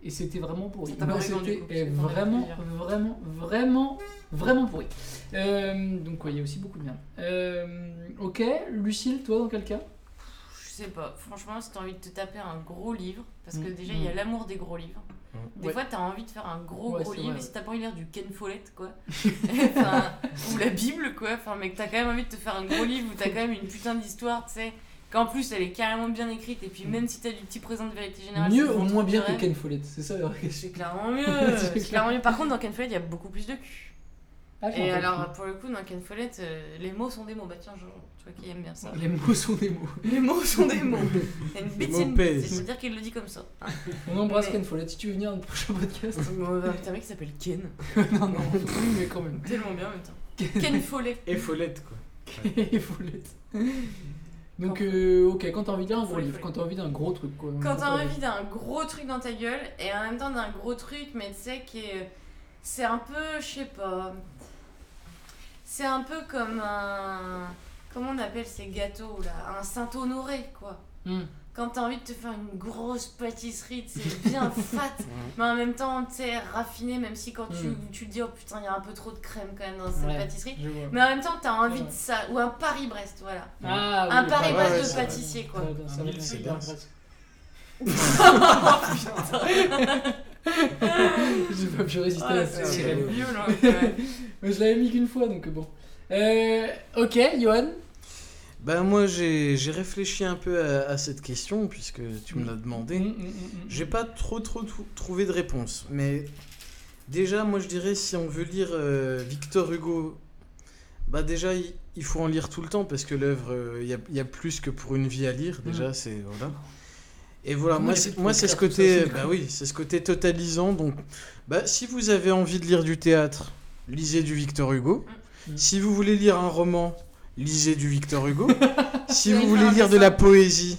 Speaker 7: et c'était vraiment pourri.
Speaker 8: Ça t'a
Speaker 7: Non,
Speaker 8: pas répondu,
Speaker 7: c'était
Speaker 8: du coup,
Speaker 7: eh,
Speaker 8: parce que t'en avais
Speaker 7: vraiment
Speaker 8: plusieurs.
Speaker 1: hein.
Speaker 7: vraiment vraiment vraiment pourri. Euh, donc ouais, il y a aussi beaucoup de merde. Euh, ok, Lucille, toi dans quel cas
Speaker 8: Je sais pas, franchement, si t'as envie de te taper un gros livre, parce que
Speaker 7: Mm.
Speaker 8: déjà il y a
Speaker 7: Mm.
Speaker 8: l'amour des gros livres. Des
Speaker 7: Ouais.
Speaker 8: fois, t'as envie de faire un gros
Speaker 7: Ouais,
Speaker 8: gros
Speaker 7: c'est
Speaker 8: livre,
Speaker 7: vrai.
Speaker 8: et si t'as pas envie de lire du Ken Follett, quoi, Enfin, ou la Bible, quoi, enfin, mais que t'as quand même envie de te faire un gros livre où t'as quand même une putain d'histoire, tu sais, qu'en plus elle est carrément bien écrite, et puis même si t'as du petit présent de vérité générale,
Speaker 7: Mieux
Speaker 8: c'est
Speaker 7: ou
Speaker 8: bon,
Speaker 7: moins
Speaker 8: tu
Speaker 7: bien
Speaker 8: verrais.
Speaker 7: que Ken Follett, c'est ça la vraie question.
Speaker 8: C'est clairement mieux,
Speaker 7: C'est
Speaker 8: c'est
Speaker 7: clair.
Speaker 8: clairement mieux. Par contre, dans Ken Follett, il y a beaucoup plus de cul.
Speaker 7: Ah, j'en
Speaker 8: Et
Speaker 7: peux
Speaker 8: alors, pour le coup, dans Ken Follett, euh, les mots sont des mots. Bah tiens, Jean, tu vois qui aime bien ça.
Speaker 7: plus. les mots sont des mots.
Speaker 8: Les mots sont des mots. Il y a une
Speaker 9: Les
Speaker 8: bêtise,
Speaker 9: mots pèsent.
Speaker 8: c'est-à-dire qu'il le dit comme ça. hein.
Speaker 7: On embrasse
Speaker 8: Mais-
Speaker 7: Ken Follett. Si tu veux venir à notre prochain podcast.
Speaker 8: Bon, bah, T'as un mec qui s'appelle Ken.
Speaker 7: non, non, oui, mais quand même.
Speaker 8: Tellement bien en même temps. Ken Follet.
Speaker 9: Et Follette, quoi.
Speaker 7: Et Follett. Donc, euh, ok, quand t'as envie d'un gros livre, quand t'as envie d'un gros truc, quoi.
Speaker 8: Quand t'as envie d'un gros truc dans ta gueule et en même temps d'un gros truc, mais tu sais, qui est. C'est un peu, je sais pas. C'est un peu comme un. Comment on appelle ces gâteaux là Un Saint-Honoré quoi.
Speaker 7: Hmm.
Speaker 8: Quand t'as envie de te faire une grosse pâtisserie, c'est bien fat, mais en même temps, tu sais, raffiné, même si quand tu,
Speaker 9: Mm.
Speaker 7: Hmm.
Speaker 8: tu te dis, oh putain, il y a un peu trop de crème quand même dans cette
Speaker 7: Ouais.
Speaker 8: pâtisserie.
Speaker 7: Je vois.
Speaker 8: Mais en même temps, t'as envie
Speaker 7: Ouais.
Speaker 8: de ça, ou un Paris-Brest, voilà.
Speaker 7: Ah,
Speaker 8: un
Speaker 7: oui,
Speaker 8: Paris-Brest
Speaker 9: ouais,
Speaker 8: de
Speaker 9: c'est vrai.
Speaker 8: pâtissier, quoi.
Speaker 7: Très bien, ça va,
Speaker 1: Un
Speaker 7: c'est
Speaker 1: mille
Speaker 7: bien.
Speaker 9: feuilles.
Speaker 7: J'ai pas pu résister
Speaker 8: Ah,
Speaker 7: à
Speaker 8: c'est
Speaker 9: Euh,
Speaker 7: ça.
Speaker 8: c'est
Speaker 7: Mais
Speaker 8: violent, ouais.
Speaker 7: je l'avais mis qu'une fois, donc bon. Euh, ok, Johan.
Speaker 9: Bah, moi, j'ai j'ai réfléchi un peu à, à cette question, puisque tu me l'as demandé.
Speaker 7: Mm, mm, mm, mm.
Speaker 9: J'ai pas trop trop trou- trouvé de réponse, mais déjà moi je dirais si on veut lire euh, Victor Hugo, bah déjà il, euh,
Speaker 7: Mhm.
Speaker 9: il faut en lire tout le temps parce que l'œuvre il y, a plus que pour une vie à lire déjà c'est voilà. Et voilà,
Speaker 7: Comment
Speaker 9: moi
Speaker 7: il a fait
Speaker 9: c'est,
Speaker 7: pour
Speaker 9: moi c'est
Speaker 7: écrire
Speaker 9: ce
Speaker 7: tout ça,
Speaker 9: côté,
Speaker 7: ce mec
Speaker 9: bah oui, c'est ce côté totalisant. Donc, bah, si vous avez envie de lire du théâtre, lisez du Victor Hugo.
Speaker 7: Mm.
Speaker 9: Si vous voulez lire un roman, lisez du Victor Hugo. si vous voulez lire de la poésie,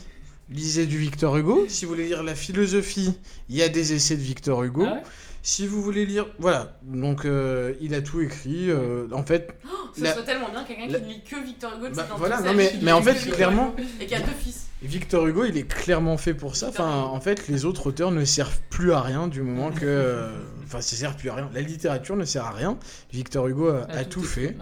Speaker 9: lisez du Victor Hugo. Si vous voulez lire la philosophie, il y a des essais de Victor Hugo.
Speaker 7: Ah
Speaker 9: si vous voulez lire, voilà, donc euh, il a tout écrit. euh, en fait,
Speaker 8: Oh, Ce
Speaker 9: la-
Speaker 8: serait tellement bien quelqu'un
Speaker 9: la-
Speaker 8: qui lit que Victor Hugo. tu sais,
Speaker 9: Bah,
Speaker 8: dans
Speaker 9: voilà,
Speaker 8: toute
Speaker 9: non,
Speaker 8: sa
Speaker 9: mais-
Speaker 8: vie,
Speaker 9: mais en
Speaker 8: il lit
Speaker 9: fait,
Speaker 8: que Victor
Speaker 9: clairement-
Speaker 8: Hugo Et qui a deux fils.
Speaker 9: Victor Hugo, il est clairement fait pour ça. Enfin, en fait, les autres auteurs ne servent plus à rien du moment que. euh, Enfin, ça sert plus à rien. La littérature ne sert à rien. Victor Hugo a,
Speaker 7: Ah,
Speaker 9: a tout fait.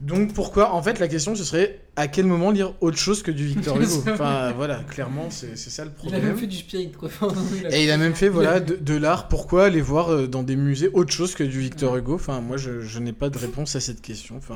Speaker 9: Donc pourquoi En fait, la question ce serait à quel moment lire autre chose que du Victor Hugo
Speaker 7: C'est vrai.
Speaker 9: Enfin, voilà, clairement, c'est c'est ça le
Speaker 7: Il a
Speaker 9: problème.
Speaker 7: même fait du spirit, quoi. Enfin, il a-
Speaker 9: Et il a même fait
Speaker 7: il
Speaker 9: voilà
Speaker 7: a-
Speaker 9: de, de l'art. Pourquoi aller voir euh, dans des musées autre chose que du Victor Hugo Enfin, moi, je, je n'ai pas de réponse à cette question. Enfin,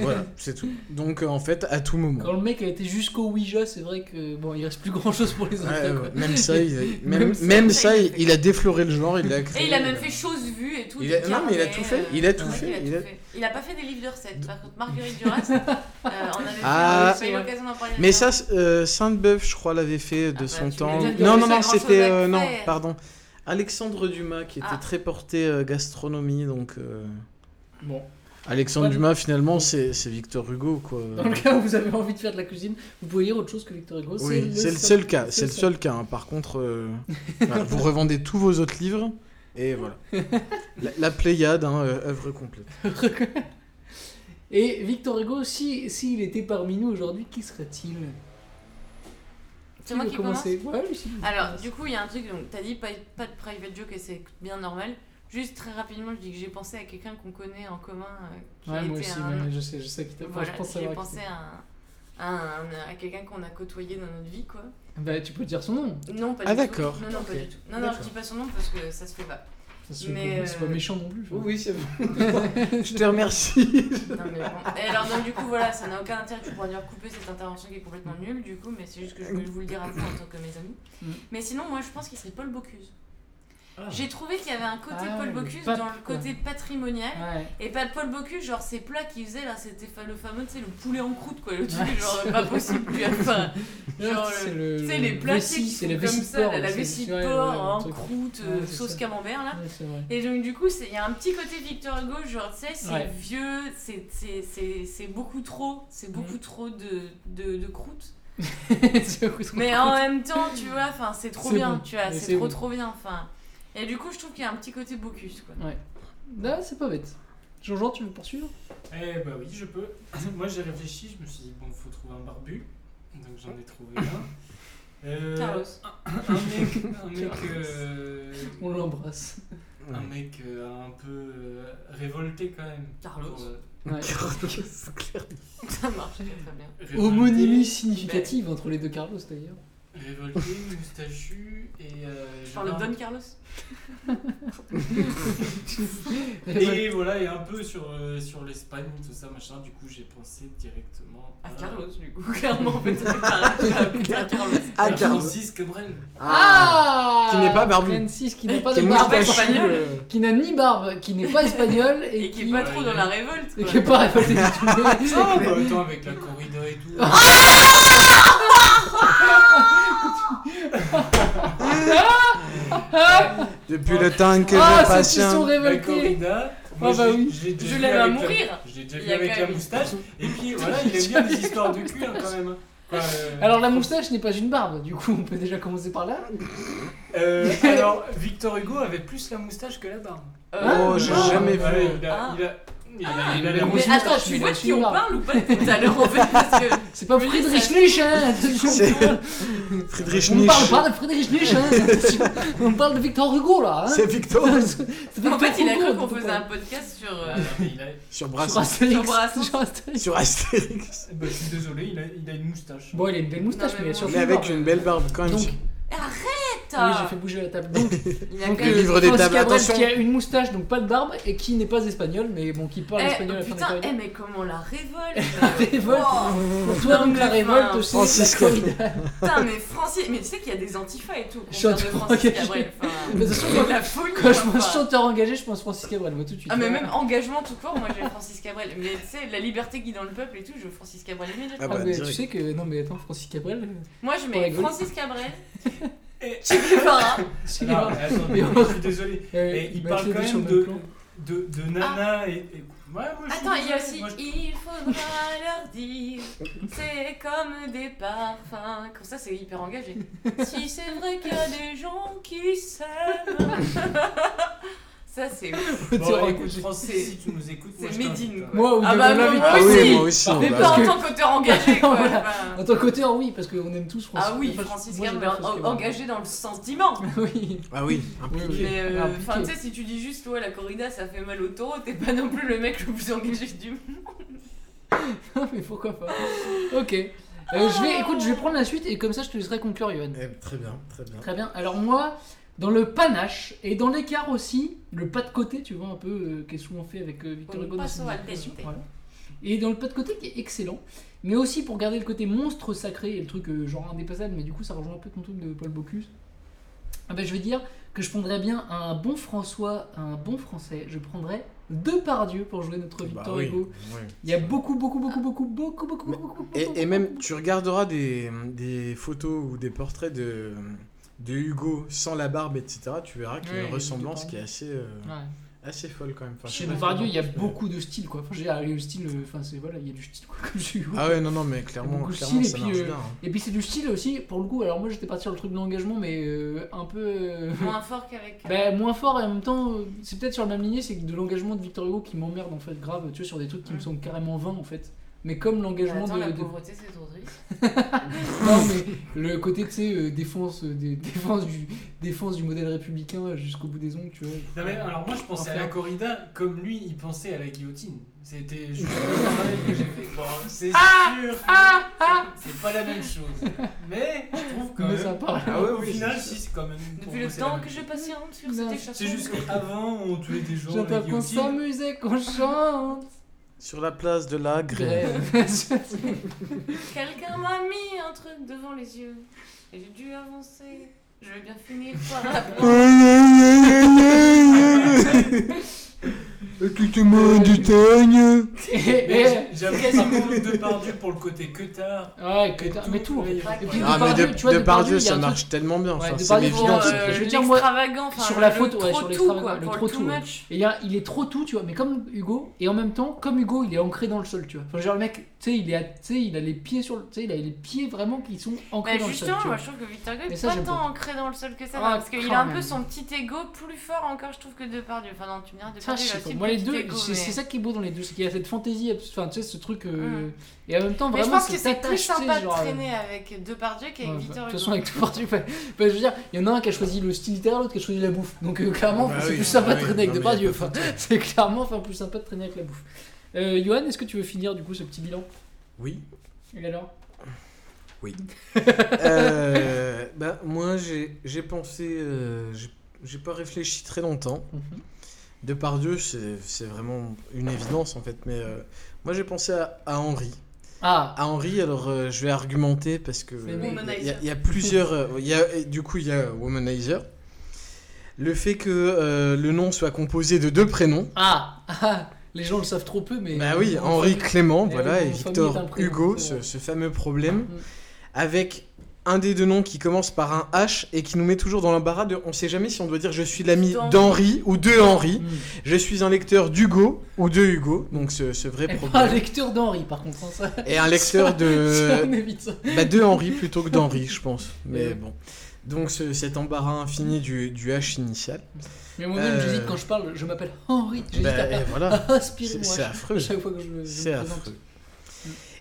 Speaker 9: voilà, c'est tout. Donc, euh, en fait, à tout moment.
Speaker 7: Quand le mec a été jusqu'au Ouija, c'est vrai que bon, il reste plus grand chose pour les autres.
Speaker 9: Ouais,
Speaker 7: quoi.
Speaker 9: ouais, même ça, il a, même,
Speaker 7: ça,
Speaker 9: même ça, il, il a défloré le genre. Il a
Speaker 8: Et
Speaker 9: créé,
Speaker 8: il a même
Speaker 9: euh,
Speaker 8: fait choses vues et tout.
Speaker 9: Il
Speaker 8: des
Speaker 9: a- non, mais il a
Speaker 8: carnets,
Speaker 9: tout fait,
Speaker 8: euh,
Speaker 9: il a tout
Speaker 8: ouais,
Speaker 9: fait,
Speaker 8: Il a,
Speaker 9: il
Speaker 8: tout
Speaker 9: a-
Speaker 8: fait. Il a pas fait des livres de recettes. Par contre, Marguerite Duras, euh, on avait
Speaker 9: Ah,
Speaker 8: fait- euh, on avait eu l'occasion d'en parler.
Speaker 9: mais ça, euh, Sainte-Beuve, je crois, l'avait fait de son temps.
Speaker 8: Ah bah, m'étonnes, il y
Speaker 9: Non,
Speaker 8: avait
Speaker 9: non,
Speaker 8: pas
Speaker 9: non,
Speaker 8: grand-chose
Speaker 9: c'était.
Speaker 8: à
Speaker 9: euh, non,
Speaker 8: faire.
Speaker 9: pardon. Alexandre Dumas, qui était
Speaker 8: Ah.
Speaker 9: très porté euh, gastronomie, donc. euh,
Speaker 7: Bon.
Speaker 9: Alexandre
Speaker 7: Ouais.
Speaker 9: Dumas, finalement, c'est c'est Victor Hugo, quoi.
Speaker 7: Dans le cas où vous avez envie de faire de la cuisine, vous pouvez lire autre chose que Victor Hugo.
Speaker 9: Oui, c'est le seul cas. C'est le seul cas. hein. Par contre, euh, voilà, vous revendez tous vos autres livres et voilà. La, la Pléiade, hein, euh, œuvre complète.
Speaker 7: Et Victor Hugo, si s'il était parmi nous aujourd'hui, qui serait-il
Speaker 8: C'est moi
Speaker 7: veut
Speaker 8: qui commence.
Speaker 7: commencer Ouais, Lucie.
Speaker 8: Alors, du coup, il y a un truc, donc t'as dit pas, pas de private joke et c'est bien normal. Juste très rapidement, je dis que j'ai pensé à quelqu'un qu'on connaît en commun. euh, qui
Speaker 7: Ouais, moi
Speaker 8: était
Speaker 7: aussi,
Speaker 8: un-
Speaker 7: ouais, je sais, je sais qui t'a- enfin,
Speaker 8: Voilà,
Speaker 7: je pense
Speaker 8: j'ai
Speaker 7: savoir qui
Speaker 8: pensé
Speaker 7: c'est.
Speaker 8: à, un- à un- à quelqu'un qu'on a côtoyé dans notre vie, quoi.
Speaker 7: Bah, tu peux dire son nom.
Speaker 8: Non, pas
Speaker 7: Ah,
Speaker 8: du tout.
Speaker 7: d'accord.
Speaker 8: Non, non, pas
Speaker 7: Ok.
Speaker 8: du tout. Non, non,
Speaker 7: D'accord.
Speaker 8: je dis pas son nom parce que ça se fait pas.
Speaker 7: Ça se fait pas, c'est pas
Speaker 8: euh,
Speaker 7: méchant non plus, je vois.
Speaker 9: Oui, c'est bon. Je te remercie.
Speaker 8: Non, mais bon. Et alors, donc, du coup, voilà, ça n'a aucun intérêt. Tu pourras dire couper cette intervention qui est complètement nulle, du coup, mais c'est juste que je voulais vous le dire à vous en tant que mes amis.
Speaker 7: Mm.
Speaker 8: Mais sinon, moi, je pense qu'il serait Paul Bocuse. J'ai trouvé qu'il y avait un côté
Speaker 7: Ah,
Speaker 8: Paul
Speaker 7: le
Speaker 8: Bocuse
Speaker 7: pape,
Speaker 8: dans le
Speaker 7: quoi.
Speaker 8: côté patrimonial.
Speaker 7: Ouais.
Speaker 8: Et pas Paul Bocuse, genre ces plats qu'il faisait là, c'était fa- le fameux, tu sais, le poulet en croûte quoi. Le truc,
Speaker 7: Ouais,
Speaker 8: genre
Speaker 7: c'est
Speaker 8: pas
Speaker 7: vrai.
Speaker 8: possible. lui, Enfin,
Speaker 7: Ouais,
Speaker 8: genre,
Speaker 7: Ah, c'est
Speaker 8: le-
Speaker 7: le-
Speaker 8: tu sais,
Speaker 7: le
Speaker 8: les plats
Speaker 7: vessie,
Speaker 8: qui
Speaker 7: c'est
Speaker 8: sont
Speaker 7: la
Speaker 8: comme
Speaker 7: vessie de
Speaker 8: ça,
Speaker 7: porc,
Speaker 8: là, la
Speaker 7: c'est-
Speaker 8: vessie de
Speaker 7: ouais,
Speaker 8: porc
Speaker 7: ouais, ouais,
Speaker 8: en
Speaker 7: le truc.
Speaker 8: croûte,
Speaker 7: Ouais,
Speaker 8: euh,
Speaker 7: c'est
Speaker 8: sauce
Speaker 7: ça.
Speaker 8: camembert là.
Speaker 7: Ouais, c'est vrai.
Speaker 8: Et donc du coup, c'est- il y a un petit côté Victor Hugo, genre tu sais, c'est
Speaker 7: Ouais.
Speaker 8: vieux, c'est- c'est- c'est c'est beaucoup trop, c'est beaucoup
Speaker 7: Mhm.
Speaker 8: trop de, de, de croûte. Mais euh, en même temps, tu vois, enfin, c'est trop
Speaker 7: C'est
Speaker 8: bien,
Speaker 7: bon.
Speaker 8: tu vois,
Speaker 7: Mais
Speaker 8: c'est
Speaker 7: c'est
Speaker 8: trop
Speaker 7: bon.
Speaker 8: trop bien, enfin. Et du coup, je trouve qu'il y a un petit côté Bocuse, quoi.
Speaker 7: Ouais. Là, c'est pas bête. Jean-Jean, tu veux poursuivre
Speaker 1: Eh bah oui, je peux. Moi j'ai réfléchi, je me suis dit, bon, faut trouver un barbu. Donc j'en ai trouvé un. Euh,
Speaker 7: Carlos.
Speaker 1: Un un mec. Un mec euh,
Speaker 7: On l'embrasse.
Speaker 1: un mec euh, un peu euh, révolté quand même.
Speaker 8: Carlos. Oh,
Speaker 7: Ouais.
Speaker 8: Ça marche très très bien.
Speaker 7: Homonymie significative entre les deux Carlos d'ailleurs.
Speaker 1: Révolté, moustachu et. Euh,
Speaker 8: Je parle de
Speaker 1: genre-
Speaker 8: Don Carlos.
Speaker 1: et voilà, et un peu sur, euh, sur l'Espagne, tout ça, machin. Du coup, j'ai pensé directement
Speaker 8: À Carlos, du coup, clairement, peut-être à à Carlos.
Speaker 9: À Carlos.
Speaker 1: Francis Cabrel.
Speaker 7: Ah
Speaker 9: Qui n'est pas barbu.
Speaker 7: Francis, qui n'est pas
Speaker 9: Qui
Speaker 7: de
Speaker 9: est
Speaker 7: barbe.
Speaker 9: moustachu,
Speaker 7: espagnole,
Speaker 9: euh.
Speaker 7: Qui n'a ni barbe, qui n'est pas espagnol et,
Speaker 8: qui est pas trop dans la révolte.
Speaker 7: Et
Speaker 8: quoi.
Speaker 7: qui est pas révolté du tout.
Speaker 1: Ah, bah attends, avec la corrida et tout.
Speaker 7: Ah,
Speaker 9: Depuis le temps que
Speaker 7: Ah,
Speaker 9: je
Speaker 7: ceux qui
Speaker 9: patiente.
Speaker 8: Bah,
Speaker 7: sont révoltés.
Speaker 1: La corrida. moi,
Speaker 7: Ah bah
Speaker 1: je-
Speaker 7: oui.
Speaker 1: je l'ai déjà
Speaker 7: Je
Speaker 1: vu
Speaker 7: l'aime à
Speaker 1: avec la-
Speaker 7: mourir.
Speaker 1: Je l'ai déjà
Speaker 7: Il
Speaker 1: vu
Speaker 7: y a
Speaker 1: avec
Speaker 7: quand
Speaker 1: la
Speaker 7: même-
Speaker 1: moustache. Et puis voilà, il aime bien les histoires de cul hein, quand même. Quoi, euh,
Speaker 7: Alors la moustache n'est pas une barbe, du coup on peut déjà commencer par là.
Speaker 1: euh, alors, Victor Hugo avait plus la moustache que la barbe.
Speaker 7: Oh,
Speaker 9: j'ai jamais vu.
Speaker 1: Ouais,
Speaker 9: Ah.
Speaker 1: il a- il a- il a- il a la
Speaker 8: Mais
Speaker 1: moustache.
Speaker 8: Ah. attends, je suis là qui on
Speaker 7: barbe.
Speaker 8: parle ou pas depuis tout à l'heure en fait parce que
Speaker 7: C'est pas Friedrich Nietzsche, hein, attention.
Speaker 9: Friedrich
Speaker 7: On parle
Speaker 9: Nietzsche.
Speaker 7: pas de Friedrich Nietzsche, hein, attention. on parle de Victor Hugo là. hein.
Speaker 9: C'est Victor.
Speaker 7: C'est Victor
Speaker 8: en fait il a cru
Speaker 7: Hugo,
Speaker 8: qu'on
Speaker 7: on peut
Speaker 8: faisait
Speaker 7: pas.
Speaker 8: un podcast sur euh,
Speaker 9: Sur
Speaker 7: Sur
Speaker 9: Brassens.
Speaker 7: Astérix.
Speaker 8: Sur Brassens.
Speaker 7: Sur Astérix.
Speaker 9: Sur Astérix.
Speaker 1: Bah, je suis désolé, il a, il a une moustache.
Speaker 7: Bon, il a une belle moustache, mais il a surtout
Speaker 9: Mais
Speaker 7: une
Speaker 9: avec
Speaker 7: barbe.
Speaker 9: une belle barbe quand même.
Speaker 7: Donc,
Speaker 8: Eh, arrête
Speaker 7: Ah Oui, j'ai fait bouger la table. Donc,
Speaker 8: Il a
Speaker 7: donc, euh,
Speaker 8: quand même- Le livre des
Speaker 7: Francis
Speaker 8: tables,
Speaker 7: Cabrel
Speaker 8: attention.
Speaker 7: qui a une moustache, donc pas de barbe, et qui n'est pas espagnol, mais bon, qui parle
Speaker 8: Eh,
Speaker 7: espagnol à la fin des
Speaker 8: putain,
Speaker 7: corridors.
Speaker 8: eh, mais comment la révolte euh.
Speaker 7: révolte.
Speaker 8: Wow.
Speaker 7: Pour toi,
Speaker 8: Non,
Speaker 7: donc,
Speaker 8: mais
Speaker 7: la révolte,
Speaker 8: enfin,
Speaker 7: c'est Francis la corrida.
Speaker 8: Putain, mais Francis, mais tu sais qu'il y a des antifas et tout.
Speaker 7: Je
Speaker 8: Je
Speaker 7: suis
Speaker 8: de
Speaker 7: en train
Speaker 8: Francis
Speaker 7: d'engager.
Speaker 8: Cabrel. Enfin,
Speaker 7: Mais de toute façon,
Speaker 8: c'est de la folie.
Speaker 7: Quand je
Speaker 8: enfin.
Speaker 7: pense chanteur engagé, je pense Francis Cabrel, moi tout de suite.
Speaker 8: Ah, mais même engagement tout court, moi j'ai Francis Cabrel. Mais tu sais, la liberté guidant le peuple et tout, je veux Francis Cabrel immédiatement.
Speaker 9: bah,
Speaker 7: Ah,
Speaker 1: bah,
Speaker 7: mais tu sais que. Non, mais attends, Francis Cabrel. euh,
Speaker 8: Moi je
Speaker 7: pour la
Speaker 8: mets
Speaker 7: Gaule.
Speaker 8: Francis Cabrel, Che Guevara.
Speaker 7: Che
Speaker 1: Ah, Non,
Speaker 7: Guevara.
Speaker 1: mais attends,
Speaker 7: Mais
Speaker 1: mais
Speaker 7: on-
Speaker 1: je suis désolé.
Speaker 7: Euh,
Speaker 1: Mais il
Speaker 7: bah,
Speaker 1: parle
Speaker 7: c'est
Speaker 1: quand
Speaker 7: sur
Speaker 1: même
Speaker 7: le
Speaker 1: de,
Speaker 7: plan.
Speaker 1: de, de Nana et. et- Ouais, moi, je suis
Speaker 8: Attends, il y a
Speaker 1: désolé,
Speaker 8: aussi
Speaker 1: moi, je-
Speaker 8: il faudra leur dire, c'est comme des parfums. Comme ça, c'est hyper engagé. si c'est vrai qu'il y a des gens qui s'aiment. ça, c'est ouf.
Speaker 1: Bon,
Speaker 8: C'est-
Speaker 1: écoute, Francis, si tu nous écoutes, moi,
Speaker 8: C'est
Speaker 1: je t'invite,
Speaker 8: Médine.
Speaker 1: hein.
Speaker 8: quoi.
Speaker 7: Moi, oui,
Speaker 8: Ah
Speaker 7: donc
Speaker 8: bah,
Speaker 7: on
Speaker 8: moi
Speaker 7: l'invite.
Speaker 8: aussi. Ah oui, moi aussi,
Speaker 7: Mais
Speaker 8: on
Speaker 7: parce
Speaker 8: va.
Speaker 7: que-
Speaker 8: En tant qu'auteur engagé, quoi,
Speaker 7: Voilà.
Speaker 8: enfin.
Speaker 7: En tant qu'auteur, oui, parce qu'on aime tous Francis
Speaker 8: Ah oui,
Speaker 7: enfin,
Speaker 8: Francis
Speaker 7: moi, j'aime
Speaker 8: Cabrel,
Speaker 7: bien Francis
Speaker 8: en- engagé dans le sentiment.
Speaker 7: Oui.
Speaker 9: Ah oui, impliqué.
Speaker 8: Mais euh,
Speaker 7: Impliqué.
Speaker 8: enfin, tu sais, si tu dis juste, ouais, la corrida ça fait mal au taureau, t'es pas non plus le mec le plus engagé du monde.
Speaker 7: Non, mais pourquoi pas Ok. Euh, je vais, écoute, je vais prendre la suite et comme ça, je te laisserai conclure, Yohan.
Speaker 9: Eh, très bien, très bien.
Speaker 7: Très bien. Alors moi, dans le panache et dans l'écart aussi, le pas de côté, tu vois un peu, euh, qui est souvent fait avec euh, Victor
Speaker 8: On
Speaker 7: Hugo. dans
Speaker 8: passe
Speaker 7: ses
Speaker 8: au
Speaker 7: illustrations,
Speaker 8: Alpes.
Speaker 7: voilà. Et dans le pas de côté qui est excellent, mais aussi pour garder le côté monstre sacré et le truc euh, genre indépassable, mais du coup ça rejoint un peu ton truc de Paul Bocuse. Ah ben je vais dire que je prendrais bien un bon François, un bon Français, je prendrais deux Pardieu pour jouer notre Victor
Speaker 9: Bah oui,
Speaker 7: Hugo.
Speaker 9: oui.
Speaker 7: Il y a beaucoup, beaucoup, beaucoup, beaucoup, beaucoup, beaucoup, beaucoup, beaucoup,
Speaker 9: Et, et même, tu regarderas des, des photos ou des portraits de, de Hugo sans la barbe, etc. Tu verras qu'il y a
Speaker 7: Ouais,
Speaker 9: une
Speaker 7: il est
Speaker 9: ressemblance
Speaker 7: tout
Speaker 9: qui est assez, euh,
Speaker 7: Ouais.
Speaker 9: assez folle quand même. Enfin, je sais
Speaker 7: Chez
Speaker 9: pas
Speaker 7: Depardieu, il y a
Speaker 9: comment-
Speaker 7: beaucoup de style quoi. Enfin, j'ai ah, le style, euh, enfin c'est voilà, il y a du style quoi comme chez Hugo.
Speaker 9: Ah ouais, non, non, mais
Speaker 7: Il y a
Speaker 9: clairement-
Speaker 7: beaucoup de
Speaker 9: clairement,
Speaker 7: style,
Speaker 9: ça
Speaker 7: et
Speaker 9: marche
Speaker 7: puis, euh,
Speaker 9: bien, hein.
Speaker 7: Et puis c'est du style aussi pour le coup. Alors moi j'étais parti sur le truc de l'engagement, mais euh, un peu euh,
Speaker 8: Moins fort qu'avec. euh,
Speaker 7: bah, moins fort et en même temps, euh, c'est peut-être sur la même lignée, c'est que de l'engagement de Victor Hugo qui m'emmerde en fait grave, tu vois, sur des trucs qui me semblent carrément vains en fait. Mais comme l'engagement
Speaker 8: Bah, Attends,
Speaker 7: de,
Speaker 8: la
Speaker 7: de-
Speaker 8: pauvreté, c'est trop triste.
Speaker 7: non mais le côté tu sais euh, défense, euh, des- défense du défense du modèle républicain euh, jusqu'au bout des ongles, tu vois.
Speaker 1: Non, mais alors moi je pensais à la
Speaker 7: Enfer.
Speaker 1: corrida comme lui il pensait à la guillotine. C'était juste le parallèle que j'ai fait. Bon, c'est
Speaker 7: Ah,
Speaker 1: sûr, que c'est pas la même chose. Mais je trouve quand
Speaker 7: Mais
Speaker 1: même.
Speaker 7: ça parle.
Speaker 1: Ah ouais, au
Speaker 7: Oui, c'est
Speaker 1: final,
Speaker 7: ça.
Speaker 1: si c'est quand même. pour
Speaker 8: Depuis
Speaker 1: moi,
Speaker 8: le
Speaker 1: c'est la
Speaker 8: temps
Speaker 1: même
Speaker 8: que je
Speaker 1: chose.
Speaker 8: patiente sur cette chanson.
Speaker 1: C'est juste qu'avant on tuait des gens. à la
Speaker 7: J'entends qu'on
Speaker 1: guillotine.
Speaker 7: s'amusait, qu'on chante.
Speaker 9: Sur la place de la grève.
Speaker 8: Quelqu'un m'a mis un truc devant les yeux. Et j'ai dû avancer. Je vais bien finir par
Speaker 9: Écoutez-moi du teigne.
Speaker 1: Mais j'avoue par contre Depardieu pour le côté que tard.
Speaker 7: Ouais, que tard, mais tout, en fait. Et puis,
Speaker 9: Ah, mais
Speaker 7: Depardieu,
Speaker 9: de,
Speaker 7: tu vois,
Speaker 9: de
Speaker 7: Depardieu,
Speaker 9: Pardieu,
Speaker 7: il y a
Speaker 9: ça
Speaker 7: un
Speaker 9: marche
Speaker 7: truc-
Speaker 9: tellement bien.
Speaker 7: Ouais,
Speaker 9: enfin, c'est
Speaker 7: Depardieu,
Speaker 9: évident.
Speaker 7: pour, euh,
Speaker 9: c'est-
Speaker 7: je veux dire, moi,
Speaker 8: l'extravagant, enfin,
Speaker 7: sur la
Speaker 8: le
Speaker 7: photo, ouais,
Speaker 8: trop
Speaker 7: sur
Speaker 8: tout,
Speaker 7: l'extravagant,
Speaker 8: quoi,
Speaker 7: le
Speaker 8: pour
Speaker 7: trop
Speaker 8: le
Speaker 7: tout.
Speaker 8: too
Speaker 7: ouais.
Speaker 8: much.
Speaker 7: Et il, y a- il est trop tout, tu vois, mais comme Hugo, et en même temps, comme Hugo, il est ancré dans le sol, tu vois. Enfin, genre, le mec, tu sais, il, est à- tu sais, il a les pieds sur le. Tu sais, il a les pieds vraiment qui sont ancrés
Speaker 8: Bah
Speaker 7: dans le sol.
Speaker 8: justement,
Speaker 7: tu vois.
Speaker 8: moi je trouve que Victor Hugo
Speaker 7: Mais
Speaker 8: est
Speaker 7: ça,
Speaker 8: pas
Speaker 7: j'aime
Speaker 8: tant
Speaker 7: pas.
Speaker 8: ancré dans le sol que ça,
Speaker 7: Ah,
Speaker 8: parce qu'il
Speaker 7: quand
Speaker 8: a un peu
Speaker 7: même.
Speaker 8: son petit ego plus fort encore, je trouve, que Depardieu. Enfin, non, tu me diras,
Speaker 7: Ça, je
Speaker 8: Depardieu, il a
Speaker 7: sais
Speaker 8: aussi
Speaker 7: pas.
Speaker 8: le
Speaker 7: Moi, les
Speaker 8: petit
Speaker 7: deux,
Speaker 8: ego,
Speaker 7: c'est
Speaker 8: mais-
Speaker 7: c'est ça qui est beau dans les deux, c'est qu'il y a cette fantaisie, enfin, tu sais, ce truc. euh,
Speaker 8: Mm.
Speaker 7: Et en même temps,
Speaker 8: Mais
Speaker 7: vraiment.
Speaker 8: je pense que
Speaker 7: cette
Speaker 8: c'est plus
Speaker 7: attache, tu sais,
Speaker 8: sympa de
Speaker 7: genre, euh,
Speaker 8: traîner avec Depardieu qu'avec
Speaker 7: Ouais, bah,
Speaker 8: Victor
Speaker 7: De
Speaker 8: Hugo.
Speaker 7: toute façon, avec tout partout, bah, bah, je veux dire, il y en a un qui a choisi le style littéraire, l'autre qui a choisi la bouffe. Donc euh, clairement,
Speaker 9: Bah
Speaker 7: enfin, c'est
Speaker 9: oui,
Speaker 7: plus sympa
Speaker 9: bah
Speaker 7: de
Speaker 9: oui,
Speaker 7: traîner
Speaker 9: non,
Speaker 7: avec
Speaker 9: mais y
Speaker 7: Depardieu.
Speaker 9: a pas
Speaker 7: Enfin, c'est clairement enfin, plus sympa de traîner avec la bouffe. Euh, Johan, est-ce que tu veux finir du coup ce petit bilan
Speaker 9: Oui.
Speaker 7: Et alors
Speaker 9: Oui. Euh, bah, moi, j'ai j'ai pensé. euh, j'ai- j'ai pas réfléchi très longtemps.
Speaker 8: Mhm.
Speaker 9: De par Dieu, c'est vraiment une évidence en fait. Mais euh, moi, j'ai pensé à, à Henri.
Speaker 7: Ah.
Speaker 9: À Henri, alors euh, je vais argumenter parce que.
Speaker 7: C'est bon.
Speaker 9: Il y a- il y, a plusieurs. euh, il y a- et du coup, il y a Womanizer. Le fait que euh, le nom soit composé de deux prénoms.
Speaker 7: Ah, ah, Les gens le savent trop peu, mais.
Speaker 9: Bah oui,
Speaker 7: Euh,
Speaker 9: Henri
Speaker 7: famille-
Speaker 9: Clément,
Speaker 7: Eh
Speaker 9: voilà, et
Speaker 7: oui, famille est un
Speaker 9: Victor
Speaker 7: prénom, Mm.
Speaker 9: Hugo,
Speaker 7: c'est
Speaker 9: ce,
Speaker 7: vrai.
Speaker 9: ce fameux problème, avec un des deux noms qui commence par un H et qui nous met toujours dans l'embarras de on sait jamais si on doit dire je suis l'ami
Speaker 7: D'Henri.
Speaker 9: d'Henri ou de Henri,
Speaker 7: Mm.
Speaker 9: je suis un lecteur d'Hugo ou de Hugo, donc ce, ce vrai
Speaker 7: Et pas un
Speaker 9: problème.
Speaker 7: Ah, lecteur d'Henri, par contre. hein, ça-
Speaker 9: Et un lecteur
Speaker 7: ça-
Speaker 9: de.
Speaker 7: ça, on évite ça.
Speaker 9: Bah, de Henri plutôt que d'Henri, je pense.
Speaker 7: Ouais.
Speaker 9: Mais bon. Donc ce- cet embarras infini du, du H initial.
Speaker 7: Mais moi-même,
Speaker 9: Euh,
Speaker 7: j'hésite quand je parle, je m'appelle Henri. J'hésite
Speaker 9: bah,
Speaker 7: à,
Speaker 9: et voilà.
Speaker 7: à aspirer
Speaker 9: C'est-
Speaker 7: moi.
Speaker 9: c'est affreux.
Speaker 7: Chaque fois que je, je me
Speaker 9: C'est
Speaker 7: présente.
Speaker 9: affreux.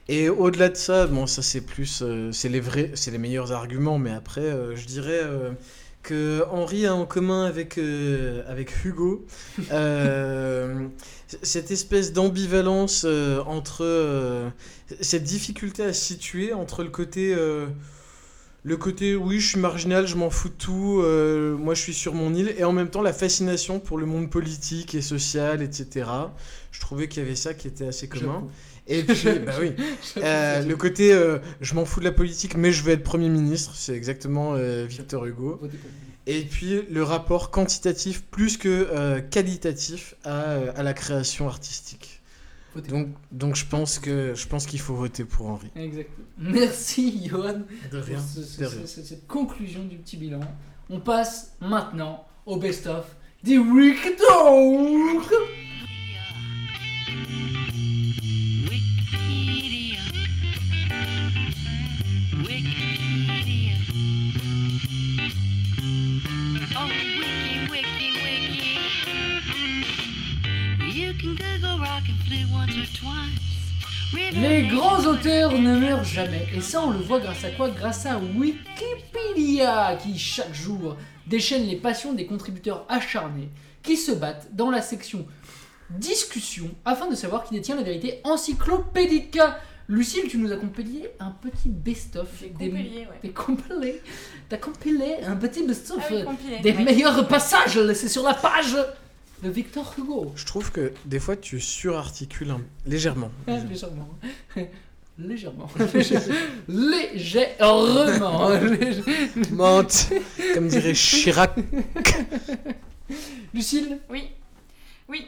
Speaker 9: Et au-delà de ça, bon, ça c'est plus, euh, c'est les vrais, c'est les meilleurs arguments, mais après, euh, je dirais euh, que Henri a en commun avec euh, avec Hugo euh, c- cette espèce d'ambivalence euh, entre euh, cette difficulté à se situer entre le côté euh, le côté oui, je suis marginal, je m'en fous de tout, euh, moi je suis sur mon île, et en même temps la fascination pour le monde politique et social, etc. Je trouvais qu'il y avait ça qui était assez commun.
Speaker 7: J'avoue.
Speaker 9: Et puis, bah oui, Euh, le côté euh, je m'en fous de la politique, mais je veux être Premier ministre, c'est exactement euh, Victor Hugo. Et puis le rapport quantitatif plus que euh, qualitatif à, euh, à la création artistique.
Speaker 7: Votez
Speaker 9: Donc, donc je pense que je pense qu'il faut voter pour Henri.
Speaker 7: Exactement. Merci, Johan,
Speaker 9: De rien,
Speaker 7: pour ce- ce-
Speaker 9: de rien.
Speaker 7: ce- cette conclusion du petit bilan. On passe maintenant au best-of des Week Talk.
Speaker 12: Oh, wiki, wiki, wiki. You can Google rock and flu once or twice.
Speaker 7: Les grands auteurs ne meurent jamais. Et ça, on le voit grâce à quoi Grâce à Wikipédia, qui chaque jour déchaîne les passions des contributeurs acharnés qui se battent dans la section discussion afin de savoir qui détient la vérité encyclopédique. Lucille, tu nous as compilé un petit best-of. des-
Speaker 8: compilé, ouais.
Speaker 7: des compilé. T'as compilé un petit best-of
Speaker 8: Ah oui,
Speaker 7: euh,
Speaker 8: compilé,
Speaker 7: des
Speaker 8: ouais.
Speaker 7: meilleurs passages laissés sur la page de Victor Hugo.
Speaker 9: Je trouve que des fois tu surarticules un- légèrement.
Speaker 7: Ah, Légèrement. Légèrement. Légèrement.
Speaker 9: Mente, comme dirait Chirac.
Speaker 7: Lucille
Speaker 8: Oui. Oui.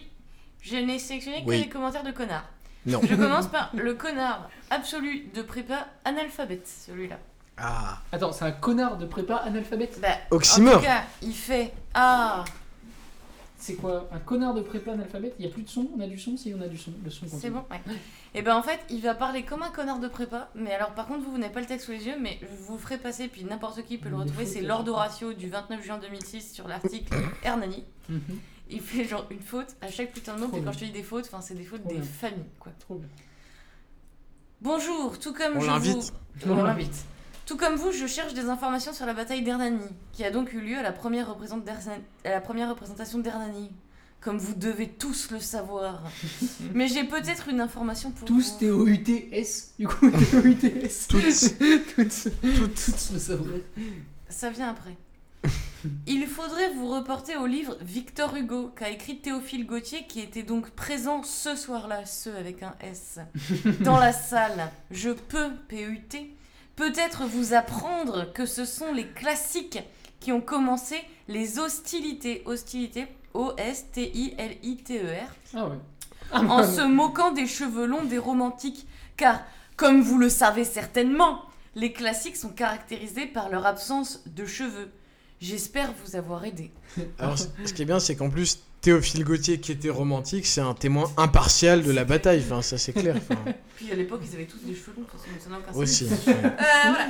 Speaker 8: Je n'ai sélectionné que
Speaker 9: Oui.
Speaker 8: des commentaires de connards.
Speaker 9: Non.
Speaker 8: Je commence par le connard absolu de prépa analphabète, celui-là.
Speaker 9: Ah.
Speaker 7: Attends, c'est un connard de prépa analphabète
Speaker 8: Bah,
Speaker 9: Oxymore.
Speaker 8: En tout cas, il fait Ah
Speaker 7: C'est quoi Un connard de prépa analphabète Il n'y a plus de son On a du son Si, on a du son. Le son
Speaker 8: C'est
Speaker 7: continue.
Speaker 8: bon, ouais. Et ben en fait, il va parler comme un connard de prépa, mais alors par contre, vous, vous n'avez pas le texte sous les yeux, mais je vous ferai passer, puis n'importe qui peut le
Speaker 7: Mais
Speaker 8: retrouver,
Speaker 7: faut
Speaker 8: c'est
Speaker 7: que-
Speaker 8: l'ordre ratio du 29 juin 2006 sur l'article Hernani.
Speaker 7: Mhm.
Speaker 8: Il fait genre une faute à chaque putain de mot,
Speaker 7: Trop
Speaker 8: puis quand
Speaker 7: bien.
Speaker 8: je te dis des fautes, enfin c'est des fautes
Speaker 7: Trop
Speaker 8: des
Speaker 7: bien.
Speaker 8: familles, quoi.
Speaker 7: Trop bien.
Speaker 8: Bonjour, tout comme
Speaker 9: On
Speaker 8: je
Speaker 9: l'invite.
Speaker 8: vous...
Speaker 9: On
Speaker 8: On
Speaker 9: l'invite.
Speaker 8: l'invite. Tout comme vous, je cherche des informations sur la bataille d'Hernani, qui a donc eu lieu à la première, représente- d'Herzen- à la première représentation d'Hernani. Comme vous devez tous le savoir. Mais j'ai peut-être une information pour
Speaker 7: Tous
Speaker 8: vous.
Speaker 7: T-O-U-T-S Du coup, T-O-U-T-S.
Speaker 9: Toutes.
Speaker 7: Toutes. Toutes le savent.
Speaker 8: Ça vient après. Il faudrait vous reporter au livre Victor Hugo, qu'a écrit Théophile Gauthier, qui était donc présent ce soir-là, ce avec un S, dans la salle. Je peux, PUT, peut-être vous apprendre que ce sont les classiques qui ont commencé les hostilités. Hostilités, O-S-T-I-L-I-T-E-R
Speaker 7: Ah ouais.
Speaker 8: en se moquant des cheveux longs des romantiques, car, comme vous le savez certainement, les classiques sont caractérisés par leur absence de cheveux. J'espère vous avoir aidé.
Speaker 9: Alors, c- ce qui est bien, c'est qu'en plus, Théophile Gauthier, qui était romantique, c'est un témoin impartial de la bataille. Enfin, ça, c'est clair. Enfin,
Speaker 8: Puis à l'époque, ils avaient tous des cheveux longs, parce que ça n'a aucun sens.
Speaker 9: Aussi.
Speaker 8: Euh, voilà.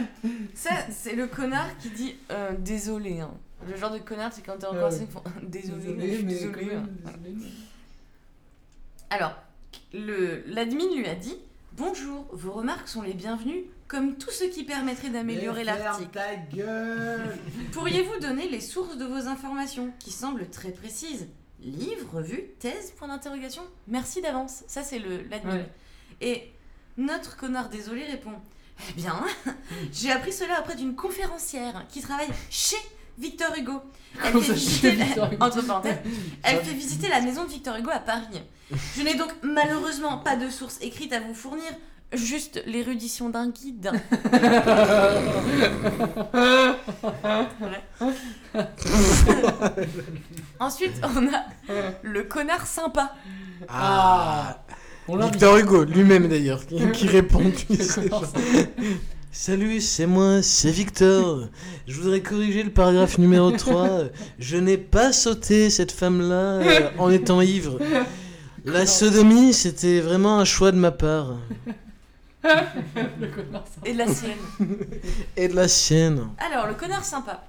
Speaker 8: Ça, c'est le connard qui dit euh, désolé. hein. Le genre de connard, c'est quand t'es encore
Speaker 7: Ah
Speaker 8: assez
Speaker 7: ouais.
Speaker 8: fond- désolé,
Speaker 7: Désolé,
Speaker 8: mais je suis
Speaker 7: mais
Speaker 8: désolé,
Speaker 7: quand
Speaker 8: hein.
Speaker 7: même,
Speaker 8: Voilà. Alors, le- l'admin lui a dit Bonjour, vos remarques sont les bienvenues, comme tout ce qui permettrait d'améliorer l'article. Pourriez-vous donner les sources de vos informations, qui semblent très précises Livre, revue, thèse, point d'interrogation Merci d'avance. Ça, c'est le- l'admin.
Speaker 7: Ouais.
Speaker 8: Et notre connard désolé répond Eh bien, j'ai appris cela après d'une conférencière qui travaille chez Victor Hugo. Elle
Speaker 7: Comment Ah ça,
Speaker 8: fait visiter
Speaker 7: chez Victor Hugo
Speaker 8: entre parenthèses, elle fait visiter la maison de Victor Hugo à Paris. Je n'ai donc malheureusement pas de source écrite à vous fournir, juste l'érudition d'un guide. Ouais. Ensuite, on a le connard sympa.
Speaker 9: Ah.
Speaker 7: On l'invite.
Speaker 9: Victor Hugo, lui-même d'ailleurs, qui, qui répond. tu sais,
Speaker 7: D'accord.
Speaker 9: genre, Salut, c'est moi, c'est Victor. Je voudrais corriger le paragraphe numéro 3. Je n'ai pas sauté cette femme-là euh, en étant ivre. La sodomie, c'était vraiment un choix de ma part.
Speaker 7: Le connard sympa.
Speaker 8: Et de la sienne.
Speaker 9: Et de la sienne.
Speaker 8: Alors, le connard sympa.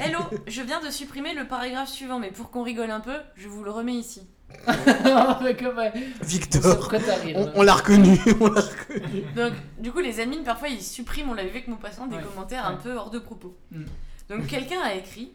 Speaker 8: Hello, je viens de supprimer le paragraphe suivant, mais pour qu'on rigole un peu, je vous le remets ici.
Speaker 7: Ah, mais quand même. On
Speaker 9: Victor.
Speaker 7: s'apprête à rire,
Speaker 9: On,
Speaker 7: là.
Speaker 9: on l'a reconnu, on l'a reconnu.
Speaker 8: Donc, du coup, les admins, parfois, ils suppriment, on l'avait vu avec mon passant, des
Speaker 7: Ouais,
Speaker 8: commentaires un
Speaker 7: ouais.
Speaker 8: peu hors de propos.
Speaker 7: Mm.
Speaker 8: Donc, quelqu'un a écrit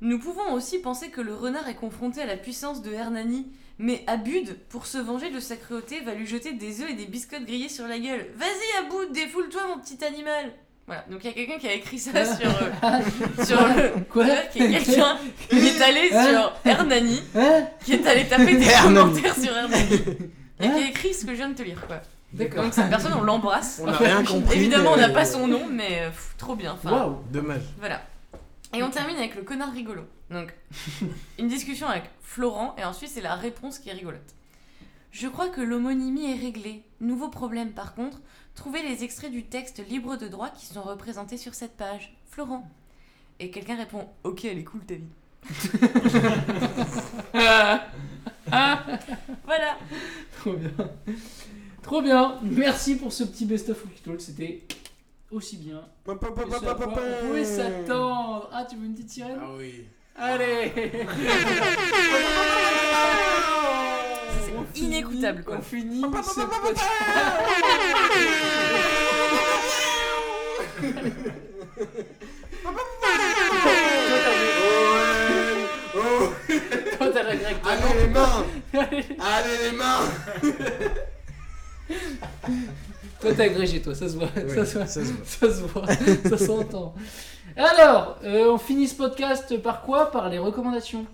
Speaker 8: Nous pouvons aussi penser que le renard est confronté à la puissance de Hernani, mais Abud, pour se venger de sa cruauté, va lui jeter des œufs et des biscottes grillés sur la gueule. Vas-y, Aboud, défoule-toi, mon petit animal Voilà, donc il y a quelqu'un qui a écrit
Speaker 7: Ah.
Speaker 8: ça sur, euh, sur le.
Speaker 11: Quoi
Speaker 8: Il y a quelqu'un qui est allé
Speaker 7: Ah.
Speaker 8: sur Hernani,
Speaker 7: Hein
Speaker 8: qui est allé taper des
Speaker 9: Hernani.
Speaker 8: commentaires sur Hernani, et
Speaker 7: Ah.
Speaker 8: qui a écrit ce que je viens de te lire, quoi.
Speaker 9: D'accord.
Speaker 8: Donc cette personne, on l'embrasse.
Speaker 9: On n'a rien compris,
Speaker 8: Évidemment, on n'a
Speaker 9: mais-
Speaker 8: pas son nom, mais euh, pff, trop bien. Enfin,
Speaker 9: Waouh, dommage.
Speaker 8: Voilà. Et on termine avec le connard rigolo. Donc, une discussion avec Florent, et ensuite c'est la réponse qui est rigolote. Je crois que l'homonymie est réglée. Nouveau problème par contre, trouver les extraits du texte libre de droit qui sont représentés sur cette page. Florent. Et quelqu'un répond Ok, elle est cool ta vie. voilà.
Speaker 7: Ah, Trop bien. Trop bien. Merci pour ce petit best-of Wiki Talk. C'était aussi bien. que ce à quoi on pouvait s'attendre. Ah, tu veux une petite sirène Ah
Speaker 9: oui.
Speaker 7: Allez
Speaker 8: C'est inécoutable quoi.
Speaker 7: On finit ce
Speaker 11: Toi, t'as la grecque.
Speaker 9: Allez les mains Allez les mains
Speaker 7: Toi, t'es agrégé, toi, ça se voit.
Speaker 9: Oui,
Speaker 7: ça se voit.
Speaker 9: ça se voit.
Speaker 7: Ça se voit. ça s'entend. Alors, euh, on finit ce podcast par quoi Par les recommandations.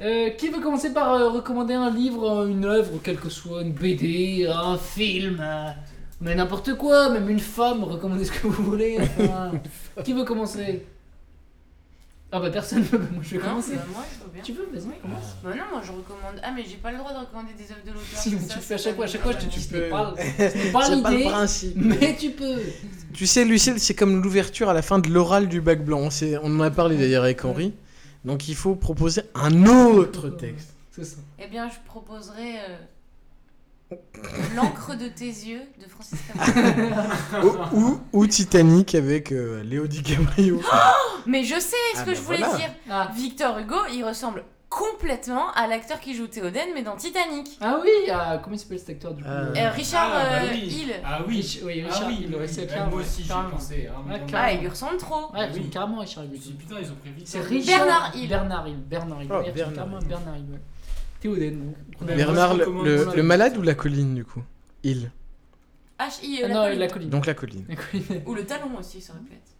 Speaker 7: Euh, qui veut commencer par euh, recommander un livre, euh, une œuvre, quelle que soit, une BD, un film, euh, mais n'importe quoi, même une femme, recommandez ce que vous voulez. enfin. qui veut commencer Ah bah personne veut, bah, moi je vais
Speaker 8: Non,
Speaker 7: commencer.
Speaker 8: bah, moi je veux bien.
Speaker 7: Tu veux Vas-y, commence.
Speaker 8: Bah non, moi je recommande. Ah, mais j'ai pas le droit de recommander des œuvres de l'auteur.
Speaker 7: Si, mais
Speaker 8: c'est
Speaker 7: tu
Speaker 8: ça,
Speaker 7: le fais à
Speaker 8: c'est
Speaker 7: chaque fois, à chaque fois je te dis, ce n'est pas, ce n'est pas
Speaker 9: C'est pas le
Speaker 7: l'idée,
Speaker 9: principe.
Speaker 7: mais tu peux.
Speaker 9: Tu sais, Lucille, c'est comme l'ouverture à la fin de l'oral du bac blanc. On, s'est- on en a parlé d'ailleurs avec Henri. Donc il faut proposer un autre texte.
Speaker 7: C'est ça.
Speaker 8: Eh bien, je proposerai euh, L'encre de tes yeux de Francis Cabrel.
Speaker 9: ou, Oh, ou- ou Titanic avec euh, Léo DiCaprio.
Speaker 8: Oh Mais je sais ce
Speaker 9: Ah
Speaker 8: que
Speaker 9: bah
Speaker 8: je voulais
Speaker 9: voilà.
Speaker 8: dire.
Speaker 7: Ah.
Speaker 8: Victor Hugo, il ressemble complètement à l'acteur qui joue Théoden, mais dans Titanic.
Speaker 7: Ah oui, ah, comment il s'appelle cet acteur du coup
Speaker 9: Eh,
Speaker 8: Euh, Euh, Richard, Ah, bah euh, oui. Hill.
Speaker 1: Ah oui.
Speaker 7: Rich- oui,
Speaker 1: Ah
Speaker 7: Richard
Speaker 1: oui,
Speaker 7: Hill,
Speaker 1: oui,
Speaker 7: ouais,
Speaker 1: oui.
Speaker 7: c'est
Speaker 1: Ah,
Speaker 7: clair,
Speaker 1: moi
Speaker 7: ouais,
Speaker 1: aussi, j'y ai
Speaker 7: carrément.
Speaker 1: pensé, hein,
Speaker 7: Ouais,
Speaker 1: mais bon.
Speaker 7: carrément.
Speaker 1: Ah, il lui
Speaker 8: ressemble trop.
Speaker 7: Ouais, il
Speaker 1: Oui.
Speaker 7: ressemble carrément à Richard Hill.
Speaker 1: Putain, ils ont pris vite.
Speaker 7: C'est
Speaker 1: hein.
Speaker 7: Richard
Speaker 8: Bernard Hill.
Speaker 7: Bernard Hill. Bernard Hill.
Speaker 9: Oh,
Speaker 7: Ouais, il ressemble
Speaker 9: Bernard
Speaker 7: carrément à Bernard Hill, ouais. Théoden, donc.
Speaker 9: Bernard, le, le- le malade ou la colline du coup Il.
Speaker 8: H.I.
Speaker 7: Ah
Speaker 8: E, la
Speaker 7: non,
Speaker 8: colline.
Speaker 7: la colline.
Speaker 9: Donc la colline.
Speaker 8: Ou le talon aussi, ça aurait pu être.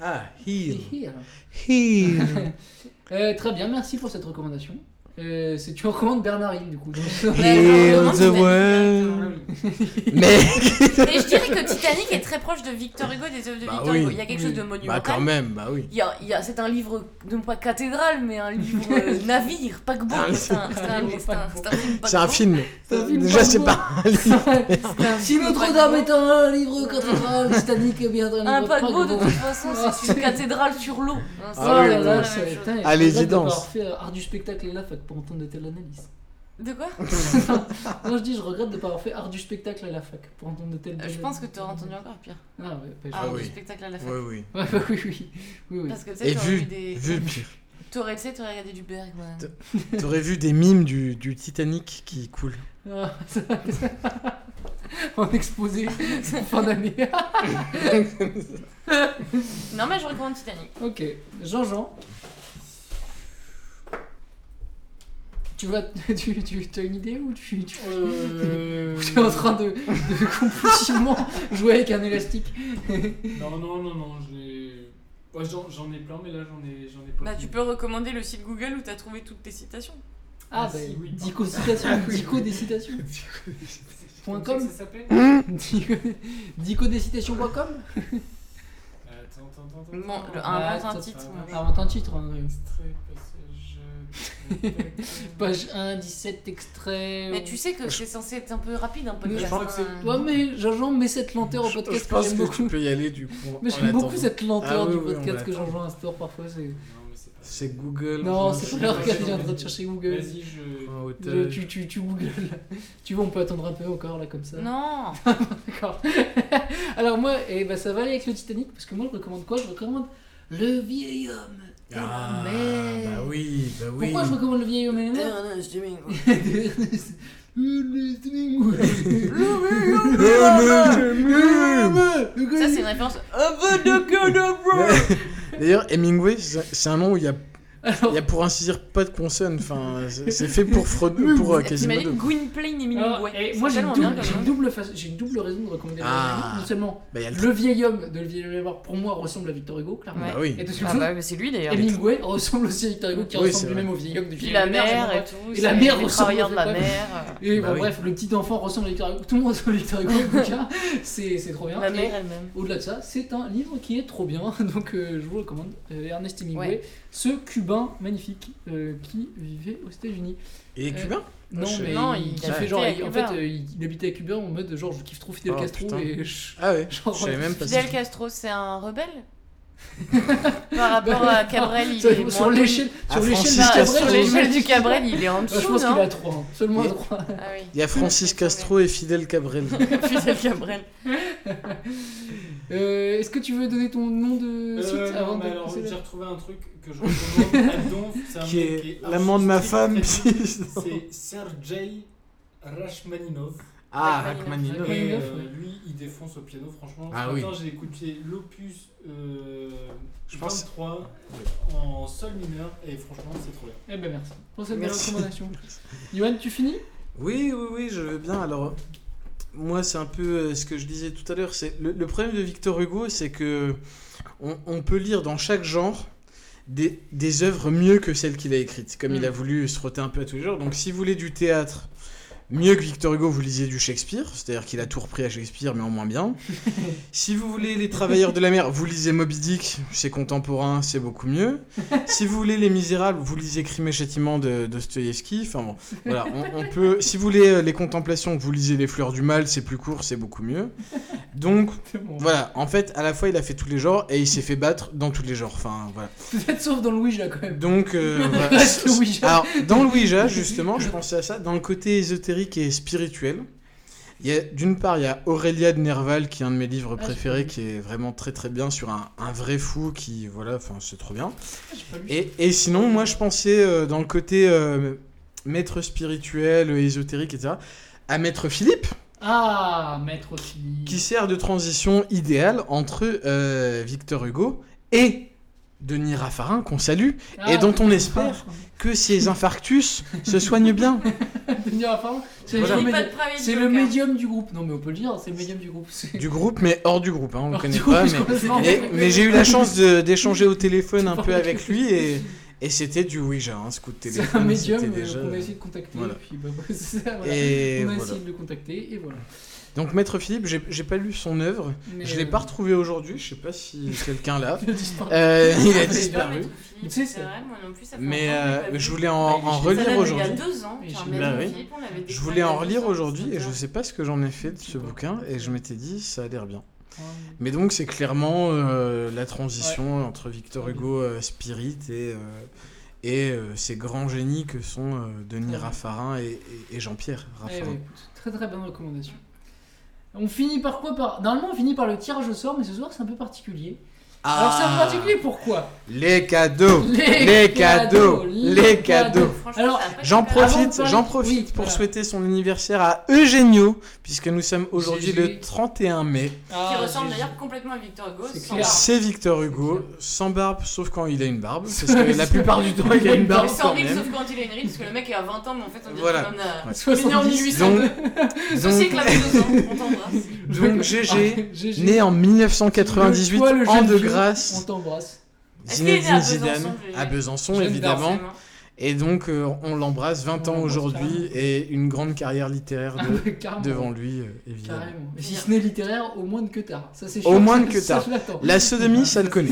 Speaker 9: Ah, Hill.
Speaker 7: Hill.
Speaker 9: Hill.
Speaker 7: Euh, très bien, merci pour cette recommandation. Euh, c'est- tu recommandes Bernard Hill, du coup. donc-
Speaker 9: Heal the world.
Speaker 8: Et je dirais que Titanic est très proche de Victor Hugo des œuvres de
Speaker 9: Bah
Speaker 8: Victor
Speaker 9: oui.
Speaker 8: Hugo. Il y a quelque
Speaker 9: Oui.
Speaker 8: chose de
Speaker 9: Bah
Speaker 8: monumental.
Speaker 9: quand même, bah oui.
Speaker 8: Il y a- il y a- c'est un livre, non pas cathédrale, mais un livre euh, navire, paquebot.
Speaker 7: Ah,
Speaker 8: quoi. C'est un, c'est un- c'est un- c'est un film
Speaker 9: C'est un
Speaker 8: paquebot.
Speaker 9: film. Déjà, c'est pas un livre.
Speaker 7: Si Notre-Dame est un livre cathédrale, Titanic est bien un
Speaker 8: Un
Speaker 7: livre
Speaker 8: paquebot, de toute façon,
Speaker 7: Ah,
Speaker 8: c'est une
Speaker 7: c'est-
Speaker 8: cathédrale sur l'eau. Hein, c'est
Speaker 7: Ah,
Speaker 8: pas
Speaker 7: là
Speaker 8: la
Speaker 7: là,
Speaker 8: même
Speaker 7: c'est-
Speaker 8: chose.
Speaker 7: putain,
Speaker 9: Allez,
Speaker 7: j'ai hâte
Speaker 9: dis donc.
Speaker 7: d'avoir fait euh, art du spectacle et la fac pour entendre de telles analyses.
Speaker 8: De quoi Euh,
Speaker 7: Non, je dis, je regrette de ne pas avoir fait art du spectacle à la fac pour entendre de telles
Speaker 8: Euh, Je pense que tu auras entendu encore pire.
Speaker 7: Ah, ouais, bah, je-
Speaker 8: Ah,
Speaker 7: Ah
Speaker 8: du
Speaker 7: oui.
Speaker 8: spectacle à la fac.
Speaker 7: Ouais, oui. Ouais, bah, oui, oui. Oui, oui.
Speaker 8: Parce que tu
Speaker 9: Et
Speaker 8: sais, t'aurais
Speaker 9: vu-
Speaker 8: vu des.
Speaker 9: vu pire.
Speaker 8: T'aurais, tu sais, t'aurais regardé du Bergman.
Speaker 9: T'aurais vu des mimes du, du Titanic qui coule.
Speaker 7: Ah, ça- en exposé en fin d'année.
Speaker 8: Non, mais je recommande Titanic.
Speaker 7: ok, Jean-Jean. Tu vas, tu, tu as une idée ou tu, tu,
Speaker 1: Euh,
Speaker 7: ou tu es en train de, de compulsivement jouer avec un élastique
Speaker 1: Non, non, non, non, j'ai. Ouais, j'en j'en ai plein, mais là j'en ai, j'en ai pas.
Speaker 8: Bah,
Speaker 1: fini.
Speaker 8: tu peux recommander le site Google où t'as trouvé toutes tes citations.
Speaker 7: Ah, bah,
Speaker 1: si, oui.
Speaker 7: dico citation,
Speaker 1: Ah, oui.
Speaker 7: dico des citations. Point
Speaker 1: Comme
Speaker 7: com.
Speaker 1: ça, ça s'appelle
Speaker 7: Dico des citations.com
Speaker 1: Attends, attends, attends. attends.
Speaker 8: Bon, le-
Speaker 7: Ah,
Speaker 8: invente un
Speaker 7: ça-
Speaker 8: titre.
Speaker 7: Ah, Invente un titre. hein, oui.
Speaker 1: Extrait, passage.
Speaker 7: Page 1, 17 extraits.
Speaker 8: Mais tu sais que c'est censé être un peu rapide, un podcast. hein.
Speaker 7: Ouais, mais Jean-Jean met cette lenteur au
Speaker 9: Je
Speaker 7: podcast que
Speaker 9: pense
Speaker 7: j'aime
Speaker 9: que tu
Speaker 7: beaucoup.
Speaker 9: peux y aller du coup.
Speaker 7: Mais
Speaker 9: en
Speaker 7: j'aime beaucoup
Speaker 9: attendant.
Speaker 7: cette lenteur
Speaker 9: Ah
Speaker 7: du
Speaker 9: oui, oui, on
Speaker 7: podcast que
Speaker 9: l'attend.
Speaker 7: Jean-Jean instaure parfois. c'est-
Speaker 9: C'est Google.
Speaker 7: Non,
Speaker 9: enfin,
Speaker 7: c'est
Speaker 9: je
Speaker 7: pas leur
Speaker 9: sais
Speaker 7: cas, il est en train de chercher Google.
Speaker 1: Vas-y, je.
Speaker 9: Un
Speaker 7: Je-
Speaker 9: hôtel.
Speaker 7: tu, tu, tu googles là. Tu vois, on peut attendre un peu encore là comme ça.
Speaker 8: Non
Speaker 7: D'accord. Alors moi, eh ben, ça va aller avec le Titanic parce que moi je recommande quoi Je recommande Le vieil homme. et la
Speaker 9: Ah,
Speaker 7: mer.
Speaker 9: bah oui, bah oui.
Speaker 7: Pourquoi je recommande le vieil homme et la mer
Speaker 8: Ernest Hemingway.
Speaker 7: Ernest Hemingway.
Speaker 8: Ça, Ah, c'est une référence. Un peu de gueule, bro
Speaker 9: D'ailleurs, Hemingway, c'est c'est un nom où il y a Il y a pour ainsi dire pas de consonne, enfin, c'est c'est fait pour, Frodo, pour euh, Quasimodo.
Speaker 8: T'imagines Gwynplaine Ah, et
Speaker 7: Alors,
Speaker 8: Mimingway.
Speaker 7: Oh, et
Speaker 8: C'est
Speaker 7: moi j'ai une,
Speaker 8: tellement
Speaker 7: double,
Speaker 8: bien
Speaker 7: j'ai
Speaker 8: comme
Speaker 7: une
Speaker 8: nom.
Speaker 7: double face- j'ai une double raison de recommander la
Speaker 9: Ah.
Speaker 7: Marie-Anne. Non seulement
Speaker 9: Bah, il y a le
Speaker 7: le vieil homme de Le vieil homme à voir, pour moi ressemble à Victor Hugo, clairement.
Speaker 8: Ouais. Bah oui.
Speaker 7: Et de ce
Speaker 8: Ah
Speaker 7: coup,
Speaker 8: bah, mais c'est lui, d'ailleurs.
Speaker 7: Hemingway ressemble aussi à Victor Hugo qui
Speaker 8: Oui, c'est
Speaker 7: ressemble
Speaker 8: vrai.
Speaker 7: lui-même au vieil homme de
Speaker 8: Puis
Speaker 7: Victor
Speaker 8: la
Speaker 7: Hugo,
Speaker 8: mère
Speaker 7: je
Speaker 8: et
Speaker 7: comprends
Speaker 8: tout,
Speaker 7: pas. Et
Speaker 8: c'est
Speaker 7: la mère
Speaker 8: les
Speaker 7: ressemble
Speaker 8: travailleurs de la
Speaker 7: Victor Hugo.
Speaker 8: mer.
Speaker 7: Et
Speaker 8: Bah
Speaker 7: bon,
Speaker 8: oui.
Speaker 7: bref, le petit enfant ressemble à Victor Hugo. Tout le monde ressemble à Victor Hugo, en tout cas. C'est c'est trop bien.
Speaker 8: La
Speaker 7: Et
Speaker 8: mère elle-même.
Speaker 7: Au-delà de ça, c'est un livre qui est trop bien. Donc euh, je vous recommande euh, Ernest Hemingway,
Speaker 8: Ouais.
Speaker 7: ce Cubain magnifique euh, qui vivait aux États-Unis.
Speaker 9: Il est
Speaker 7: Euh,
Speaker 9: cubain
Speaker 7: Non,
Speaker 9: Je-
Speaker 7: mais
Speaker 9: Non,
Speaker 7: il,
Speaker 9: il
Speaker 7: il
Speaker 9: a
Speaker 7: fait
Speaker 9: habité
Speaker 7: genre.
Speaker 9: à
Speaker 7: il- en
Speaker 9: Cuba.
Speaker 7: fait, euh, il, il habitait à Cuba en mode genre je kiffe trop Fidel
Speaker 9: Oh,
Speaker 7: Castro
Speaker 9: putain.
Speaker 7: et. je-
Speaker 9: Ah ouais,
Speaker 7: genre,
Speaker 9: je savais même pas
Speaker 8: Fidel
Speaker 9: ça.
Speaker 8: Castro, c'est un rebelle Par rapport à Cabrel, il
Speaker 7: Sur-
Speaker 8: est
Speaker 7: sur
Speaker 8: moins-
Speaker 7: l'échelle
Speaker 9: Ah,
Speaker 7: sur l'échelle
Speaker 9: Francis
Speaker 7: du Cabrel,
Speaker 9: Castro.
Speaker 8: Sur l'échelle du Cabrel, il est en
Speaker 7: hein. je
Speaker 8: dessous,
Speaker 7: pense qu'il
Speaker 8: non
Speaker 7: a 3, seulement à 3.
Speaker 8: Ah oui.
Speaker 9: Il y a Francis Castro et Fidel Cabrel.
Speaker 8: Fidel Cabrel.
Speaker 7: Euh, Est-ce que tu veux donner ton nom de site
Speaker 1: Euh,
Speaker 7: avant
Speaker 1: non, mais
Speaker 7: de
Speaker 1: alors
Speaker 7: passer là
Speaker 1: j'ai retrouvé un truc que je recommande à Donf, c'est un
Speaker 9: Qui
Speaker 1: mec
Speaker 9: est
Speaker 1: qui est
Speaker 9: l'amant de ma
Speaker 1: archi
Speaker 9: femme,
Speaker 1: très bon.
Speaker 9: puis-
Speaker 1: C'est Sergei Rachmaninov.
Speaker 9: Ah, Rachmaninov.
Speaker 1: Et,
Speaker 9: Rachmaninov,
Speaker 1: euh,
Speaker 9: ouais.
Speaker 1: lui, il défonce au piano, franchement.
Speaker 9: Ah
Speaker 1: ce
Speaker 9: oui.
Speaker 1: matin, j'ai écouté l'opus euh,
Speaker 9: Je pense-
Speaker 1: 23 en sol mineur, et franchement, c'est trop bien.
Speaker 7: Eh ben merci pour cette belle
Speaker 9: Merci.
Speaker 7: recommandation. Yoann, tu finis
Speaker 9: Oui, oui, oui, je veux bien. Alors, moi, c'est un peu euh, ce que je disais tout à l'heure. C'est le, le problème de Victor Hugo, c'est que on, on peut lire dans chaque genre des, des œuvres mieux que celles qu'il a écrites, comme il a voulu se frotter un peu à tous les genres. Donc, si vous voulez du théâtre, mieux que Victor Hugo, vous lisez du Shakespeare, c'est-à-dire qu'il a tout repris à Shakespeare, mais en moins bien. si vous voulez les Travailleurs de la mer, vous lisez Moby Dick, c'est contemporain, c'est beaucoup mieux. si vous voulez Les Misérables, vous lisez Crime et Châtiment de Dostoïevski. Enfin bon, voilà, on, on peut. Si vous voulez euh, les Contemplations, vous lisez Les Fleurs du Mal, c'est plus court, c'est beaucoup mieux. Donc voilà, en fait, à la fois il a fait tous les genres et il s'est fait battre dans tous les genres. Enfin voilà.
Speaker 7: Peut-être sauf dans le Ouija quand même.
Speaker 9: Donc, euh, voilà.
Speaker 7: Reste le Ouija.
Speaker 9: Alors, dans le Ouija, justement, je pensais à ça, dans le côté ésotérique et spirituel. Il y a- D'une part, il y a Aurélia de Nerval, qui est un de mes livres
Speaker 7: Ah, j'ai
Speaker 9: préférés, qui est vraiment très très bien sur un, un vrai fou qui, voilà, enfin, c'est trop bien.
Speaker 7: pas lu.
Speaker 9: Et, et sinon, moi, je pensais euh, dans le côté euh, maître spirituel, ésotérique, etc., à Maître Philippe,
Speaker 7: Ah, maître aussi.
Speaker 9: qui sert de transition idéale entre euh, Victor Hugo et Denis Raffarin, qu'on salue, et
Speaker 7: Ah,
Speaker 9: dont on
Speaker 7: Denis
Speaker 9: espère que ses infarctus se soignent bien.
Speaker 7: Devenir informant, C'est
Speaker 9: Voilà.
Speaker 7: le,
Speaker 9: Dis pas
Speaker 7: médium-
Speaker 9: de travail
Speaker 7: c'est
Speaker 9: du
Speaker 7: le
Speaker 9: Joker.
Speaker 7: médium du groupe. Non, mais on peut le dire, c'est le médium du groupe. C'est-
Speaker 9: Du groupe, mais hors du groupe, hein, on le
Speaker 7: Hors
Speaker 9: connaît
Speaker 7: du
Speaker 9: pas.
Speaker 7: groupe,
Speaker 9: Mais,
Speaker 7: complètement.
Speaker 9: mais- mais j'ai eu la chance de- d'échanger au téléphone un
Speaker 7: C'est
Speaker 9: peu
Speaker 7: pas
Speaker 9: avec lui et, et c'était du Ouija, hein, ce coup de
Speaker 7: C'est
Speaker 9: téléphone.
Speaker 7: un médium
Speaker 9: c'était
Speaker 7: euh,
Speaker 9: déjà-
Speaker 7: qu'on a essayé de contacter.
Speaker 9: voilà.
Speaker 7: Et puis, bah, ça, voilà.
Speaker 9: Et
Speaker 7: on a
Speaker 9: voilà.
Speaker 7: essayé de le contacter et voilà.
Speaker 9: Donc Maître Philippe, j'ai j'ai pas lu son œuvre,
Speaker 7: Mais,
Speaker 9: je l'ai
Speaker 7: euh,
Speaker 9: pas retrouvé aujourd'hui, je sais pas si quelqu'un l'a.
Speaker 7: Il a disparu.
Speaker 9: Euh, il a
Speaker 7: Il a
Speaker 9: disparu.
Speaker 8: hein,
Speaker 7: disparu. Tu sais, c'est-
Speaker 9: Mais euh, je voulais en,
Speaker 8: Ouais, il est
Speaker 9: en
Speaker 8: chez- ça
Speaker 9: relire
Speaker 8: date d'il y a
Speaker 9: aujourd'hui.
Speaker 8: deux ans,
Speaker 9: Bah
Speaker 8: quand même,
Speaker 9: oui.
Speaker 8: Philippe, on l'avait
Speaker 9: Je
Speaker 8: découvert
Speaker 9: voulais
Speaker 8: il y
Speaker 9: en
Speaker 8: a
Speaker 9: relire
Speaker 8: deux ans,
Speaker 9: aujourd'hui
Speaker 8: c'est
Speaker 9: et je sais pas ce que j'en ai fait de ce bouquin et je m'étais dit ça a l'air bien. Mais donc c'est clairement euh, la transition entre Victor Hugo euh, Spirit et, euh, et euh, ces grands génies que sont euh, Denis
Speaker 7: Ouais.
Speaker 9: Raffarin et, et- et Jean-Pierre
Speaker 7: Eh
Speaker 9: Raffarin.
Speaker 7: ouais, écoute, très très bonne recommandation. On finit par quoi par... Normalement, on finit par le tirage au sort, mais ce soir, c'est un peu particulier.
Speaker 9: Ah.
Speaker 7: Alors, c'est un peu particulier pourquoi
Speaker 9: Les cadeaux Les, cadeaux, Les cadeaux
Speaker 7: Alors,
Speaker 8: Ah,
Speaker 9: J'en
Speaker 7: avant de
Speaker 9: profite,
Speaker 7: parler-
Speaker 9: j'en profite pour souhaiter son anniversaire à Eugenio, puisque nous sommes aujourd'hui le 31 mai.
Speaker 7: Ah,
Speaker 8: Qui ressemble d'ailleurs complètement à Victor Hugo. sans-
Speaker 9: Ah, C'est Victor Hugo, sans barbe, sauf quand il a une barbe, parce que la plupart du temps il a une barbe
Speaker 8: Mais sans
Speaker 9: quand
Speaker 8: rire,
Speaker 9: même.
Speaker 8: sauf quand il a une ride, parce que le mec est à 20 ans, mais en fait, on dirait
Speaker 9: Voilà.
Speaker 8: qu'il euh, en a.
Speaker 9: Ouais.
Speaker 8: Il est né en 1800.
Speaker 9: Donc-
Speaker 8: Ce siècle avait deux ans, on t'embrasse.
Speaker 9: Donc GG,
Speaker 7: GG.
Speaker 9: né en 1998,
Speaker 7: Toi, le
Speaker 9: en
Speaker 7: jeune
Speaker 9: de
Speaker 7: vieux,
Speaker 9: grâce,
Speaker 7: On t'embrasse.
Speaker 9: Zinedine Zidane, à Besançon
Speaker 7: Jeune
Speaker 9: évidemment.
Speaker 7: d'Arsenal.
Speaker 9: Et donc euh, on l'embrasse 20 ans aujourd'hui et une grande carrière littéraire de-
Speaker 7: Ah, carrément.
Speaker 9: devant lui euh, évidemment.
Speaker 7: Carrément. Et si ce n'est littéraire, au moins de que tard. Ça, c'est
Speaker 9: Au
Speaker 7: sûr,
Speaker 9: moins
Speaker 7: ça,
Speaker 9: que
Speaker 7: ça,
Speaker 9: tard.
Speaker 7: je l'attends.
Speaker 9: La sodomie, ça le connaît.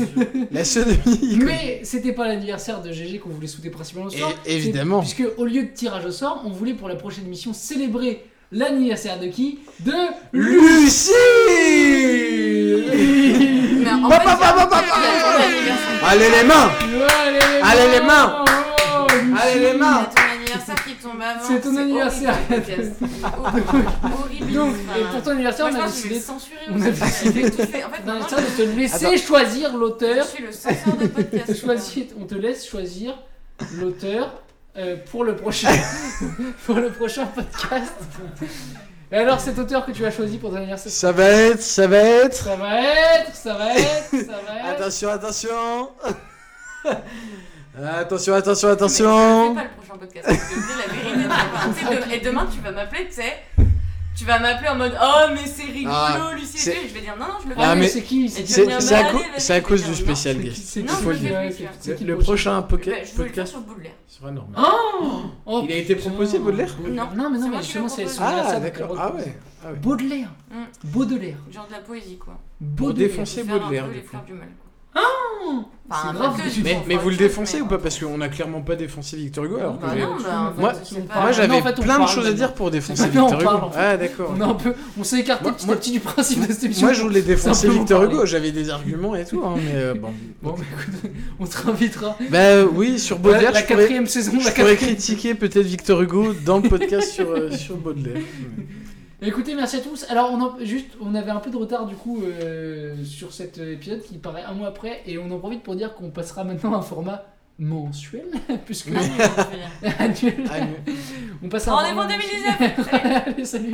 Speaker 9: La sodomie, il connaît.
Speaker 7: Mais c'était pas l'anniversaire de GG qu'on voulait souhaiter principalement ce
Speaker 9: Et-
Speaker 7: soir.
Speaker 9: évidemment.
Speaker 7: C'est- Puisque au lieu de tirage au sort, on voulait pour la prochaine émission célébrer l'anniversaire de qui De
Speaker 9: Lucie
Speaker 8: Mais en
Speaker 9: Pa,
Speaker 8: fait,
Speaker 9: pa, pa, pa, pa,
Speaker 8: il y a
Speaker 9: pa.
Speaker 8: un jour d'anniversaire.
Speaker 9: Allez les mains Allez les mains
Speaker 7: Oh,
Speaker 9: Allez les mains
Speaker 8: C'est ton anniversaire qui tombe avant.
Speaker 7: C'est ton anniversaire.
Speaker 8: horrible, podcast. C'est horrible.
Speaker 7: Donc,
Speaker 8: Enfin,
Speaker 7: et pour ton anniversaire,
Speaker 8: moi, je
Speaker 7: on a
Speaker 8: pense que je
Speaker 7: décidé-
Speaker 8: vais le censurer
Speaker 7: on a
Speaker 8: aussi.
Speaker 7: décidé-
Speaker 8: Je vais tout faire. En fait,
Speaker 7: Dans
Speaker 8: maintenant,
Speaker 7: le sens de te laisser
Speaker 9: Attends.
Speaker 7: choisir l'auteur.
Speaker 8: Je suis le censeur de podcast.
Speaker 7: Choisis- on te laisse choisir l'auteur euh, pour le prochain pour le prochain podcast. Et alors cet auteur que tu as choisi pour ton anniversaire
Speaker 9: Ça va être, ça va être.
Speaker 7: Ça va être, ça va être, ça va être.
Speaker 9: Attention, attention Attention, attention,
Speaker 8: Je fais
Speaker 9: attention
Speaker 8: pas le prochain podcast parce que je dis la vérité. tu vois. Tu sais, de- Et demain, tu vas m'appeler, tu sais. Tu vas m'appeler en mode Oh, mais c'est rigolo,
Speaker 9: Ah,
Speaker 8: Lucie et
Speaker 9: c'est-
Speaker 8: Jules. Je vais dire Non, non, je le fais.
Speaker 9: Ah, mais
Speaker 8: Et
Speaker 9: c'est
Speaker 8: tu vas dire,
Speaker 9: c'est à,
Speaker 8: Bah,
Speaker 9: cau-
Speaker 8: allez, vas-y,
Speaker 9: c'est à
Speaker 8: je vais
Speaker 9: cause
Speaker 8: dire,
Speaker 9: du
Speaker 8: Non.
Speaker 9: spécialiste.
Speaker 8: c'est- Non, c'est- je le fais plus, c'est-
Speaker 9: Le- le prochain
Speaker 8: Bah,
Speaker 9: pocket-
Speaker 8: je voulais le faire
Speaker 9: podcast
Speaker 8: sur Baudelaire.
Speaker 9: sera normal.
Speaker 7: Oh,
Speaker 9: Il a été proposé, Baudelaire
Speaker 8: Non,
Speaker 7: Non, mais non, mais
Speaker 8: moi qui
Speaker 7: justement,
Speaker 8: le
Speaker 7: c'est
Speaker 8: propose.
Speaker 7: c'est la
Speaker 9: Ah,
Speaker 7: salle
Speaker 9: d'accord.
Speaker 7: qu'on
Speaker 9: Ah
Speaker 7: propose.
Speaker 9: ouais, ah ouais.
Speaker 7: Baudelaire.
Speaker 8: Mm.
Speaker 7: Baudelaire.
Speaker 8: Genre de la poésie, quoi.
Speaker 7: Baudelaire.
Speaker 9: défoncer
Speaker 8: Faire un peu
Speaker 9: Baudelaire,
Speaker 8: les
Speaker 9: du
Speaker 8: fleurs du mal. quoi.
Speaker 7: Ah
Speaker 8: Enfin,
Speaker 7: C'est
Speaker 8: un
Speaker 7: grave
Speaker 8: peu
Speaker 7: que
Speaker 8: que
Speaker 7: tu
Speaker 9: Mais,
Speaker 8: Bon,
Speaker 9: mais
Speaker 8: enfin,
Speaker 9: vous le
Speaker 8: je sais,
Speaker 9: défoncez
Speaker 8: mais-
Speaker 9: ou pas Parce qu'on n'a clairement pas défoncé Victor Hugo alors que
Speaker 8: Bah
Speaker 9: j'ai-
Speaker 8: non, bah, en fait,
Speaker 9: Moi,
Speaker 8: c'est pas-
Speaker 9: Ah, moi j'avais
Speaker 7: Ah, Non, en fait,
Speaker 9: plein
Speaker 7: on
Speaker 9: de
Speaker 7: parle
Speaker 9: choses à
Speaker 7: maintenant.
Speaker 9: dire pour défoncer
Speaker 7: Maintenant, on
Speaker 9: Victor Hugo.
Speaker 7: parle, en fait.
Speaker 9: Ah d'accord.
Speaker 7: On, a un peu, on s'est écarté petit à petit du principe de cette émission.
Speaker 9: Moi je voulais défoncer
Speaker 7: Simplement
Speaker 9: Victor
Speaker 7: parler.
Speaker 9: Hugo, j'avais des arguments et tout, hein, mais euh, bon.
Speaker 7: Bon, bah, écoute, on te réinvitera.
Speaker 9: Bah oui, sur
Speaker 7: Voilà,
Speaker 9: Baudelaire,
Speaker 7: la
Speaker 9: je pourrais-
Speaker 7: quatrième saison,
Speaker 9: je
Speaker 7: la
Speaker 9: pourrais
Speaker 7: quatrième.
Speaker 9: critiquer peut-être Victor Hugo dans le podcast sur, euh, sur Baudelaire.
Speaker 7: Écoutez, merci à tous. Alors, on en- juste, on avait un peu de retard du coup euh, sur cet épisode qui paraît un mois après, et on en profite pour dire qu'on passera maintenant à un format mensuel, puisque annuel.
Speaker 9: Ah,
Speaker 7: On passe à un
Speaker 8: Ah, Rendez-vous en
Speaker 7: format
Speaker 8: 2019
Speaker 7: Allez, salut.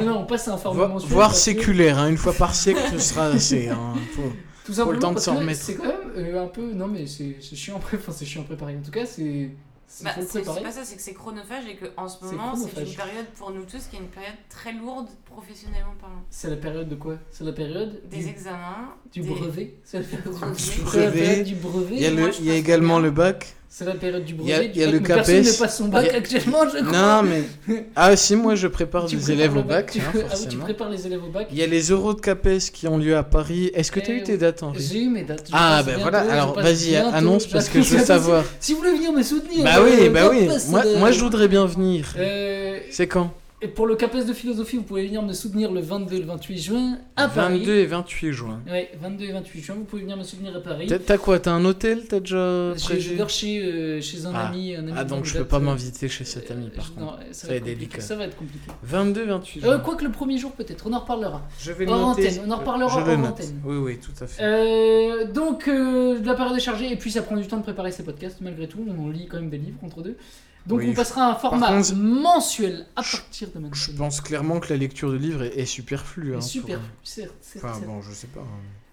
Speaker 7: Non, non, on passe à un format
Speaker 9: Vo-
Speaker 7: mensuel.
Speaker 9: voire
Speaker 7: parce que-
Speaker 9: séculaire, hein, une fois par siècle ce sera assez. Hein, faut,
Speaker 7: Tout
Speaker 9: faut
Speaker 7: simplement
Speaker 9: le temps de
Speaker 7: parce
Speaker 9: s'en
Speaker 7: que
Speaker 9: remettre.
Speaker 7: C'est quand même euh, un peu. Non, mais c'est c'est chiant préparé. Enfin, c'est chiant préparé. En tout cas, c'est. c'est
Speaker 8: Bah,
Speaker 7: faut le
Speaker 8: c'est
Speaker 7: préparer.
Speaker 8: c'est pas ça, c'est que c'est chronophage et qu'en ce
Speaker 7: C'est
Speaker 8: moment, c'est
Speaker 7: chronophage.
Speaker 8: une période pour nous tous qui est une période très lourde professionnellement parlant.
Speaker 7: C'est la période de quoi C'est la période
Speaker 8: Des
Speaker 7: du-
Speaker 8: examens,
Speaker 7: Du
Speaker 8: des-
Speaker 7: brevet C'est la période du
Speaker 8: Du
Speaker 7: C'est la
Speaker 9: brevet.
Speaker 7: période du brevet.
Speaker 9: Il y a, le- il y a également le bac.
Speaker 7: C'est la période du
Speaker 9: Il y a-
Speaker 7: brevet.
Speaker 9: il y a le
Speaker 7: CAPES. Personne
Speaker 9: CAPES.
Speaker 7: ne passe son bac
Speaker 9: Il y a-
Speaker 7: actuellement, je crois.
Speaker 9: Non mais ah si moi je prépare
Speaker 7: Tu
Speaker 9: des
Speaker 7: prépares
Speaker 9: élèves
Speaker 7: le
Speaker 9: au bac,
Speaker 7: Tu,
Speaker 9: hein,
Speaker 7: pré- ah oui, tu
Speaker 9: forcément.
Speaker 7: prépares les élèves au bac.
Speaker 9: Il y a les euros de CAPES qui ont lieu à Paris. Est-ce que tu as
Speaker 7: Eh
Speaker 9: eu tes
Speaker 7: oui.
Speaker 9: dates Henri
Speaker 7: J'ai eu mes dates. je
Speaker 9: Ah
Speaker 7: passe
Speaker 9: ben
Speaker 7: bientôt,
Speaker 9: voilà,
Speaker 7: je
Speaker 9: alors
Speaker 7: passe
Speaker 9: vas-y
Speaker 7: bientôt,
Speaker 9: annonce
Speaker 7: je
Speaker 9: parce
Speaker 7: passe
Speaker 9: que je veux
Speaker 7: bientôt.
Speaker 9: savoir.
Speaker 7: Si vous voulez venir me soutenir.
Speaker 9: Bah
Speaker 7: euh,
Speaker 9: oui,
Speaker 7: au
Speaker 9: bah oui.
Speaker 7: CAPES,
Speaker 9: Moi,
Speaker 7: euh,
Speaker 9: moi je voudrais bien venir.
Speaker 7: euh,
Speaker 9: C'est quand
Speaker 7: Et pour le CAPES de philosophie, vous pouvez venir me soutenir le 22 et le 28 juin à Paris.
Speaker 9: 22 et 28 juin.
Speaker 7: Ouais, 22 et 28 juin, vous pouvez venir me soutenir à Paris.
Speaker 9: T'as- T'as quoi T'as un hôtel T'as déjà
Speaker 7: J'ai- Je
Speaker 9: prévu
Speaker 7: dors chez, euh, chez un,
Speaker 9: Ah.
Speaker 7: ami, un ami.
Speaker 9: Ah donc
Speaker 7: de
Speaker 9: je peux
Speaker 7: date,
Speaker 9: pas
Speaker 7: euh,
Speaker 9: m'inviter chez cet ami par
Speaker 7: non,
Speaker 9: contre.
Speaker 7: ça
Speaker 9: Ça
Speaker 7: va
Speaker 9: va
Speaker 7: être
Speaker 9: être
Speaker 7: compliqué,
Speaker 9: délicat.
Speaker 7: ça va être compliqué.
Speaker 9: 22 28 juin.
Speaker 7: Euh, Quoique le premier jour peut-être, on en reparlera.
Speaker 9: Je vais le
Speaker 7: hors
Speaker 9: noter.
Speaker 7: antenne, on en reparlera
Speaker 9: Je le
Speaker 7: hors
Speaker 9: note.
Speaker 7: antenne.
Speaker 9: Oui oui, tout à fait.
Speaker 7: Euh, donc euh, de la période est chargée et puis ça prend du temps de préparer ces podcasts malgré tout, on en lit quand même des livres entre deux. Donc
Speaker 9: Oui,
Speaker 7: on passera à un format
Speaker 9: contre,
Speaker 7: mensuel à partir de maintenant.
Speaker 9: Je pense clairement que la lecture de livres est, est superflue. hein,
Speaker 7: Super,
Speaker 9: pour-
Speaker 7: certes, certes,
Speaker 9: Enfin
Speaker 7: certes.
Speaker 9: bon, je sais pas. hein.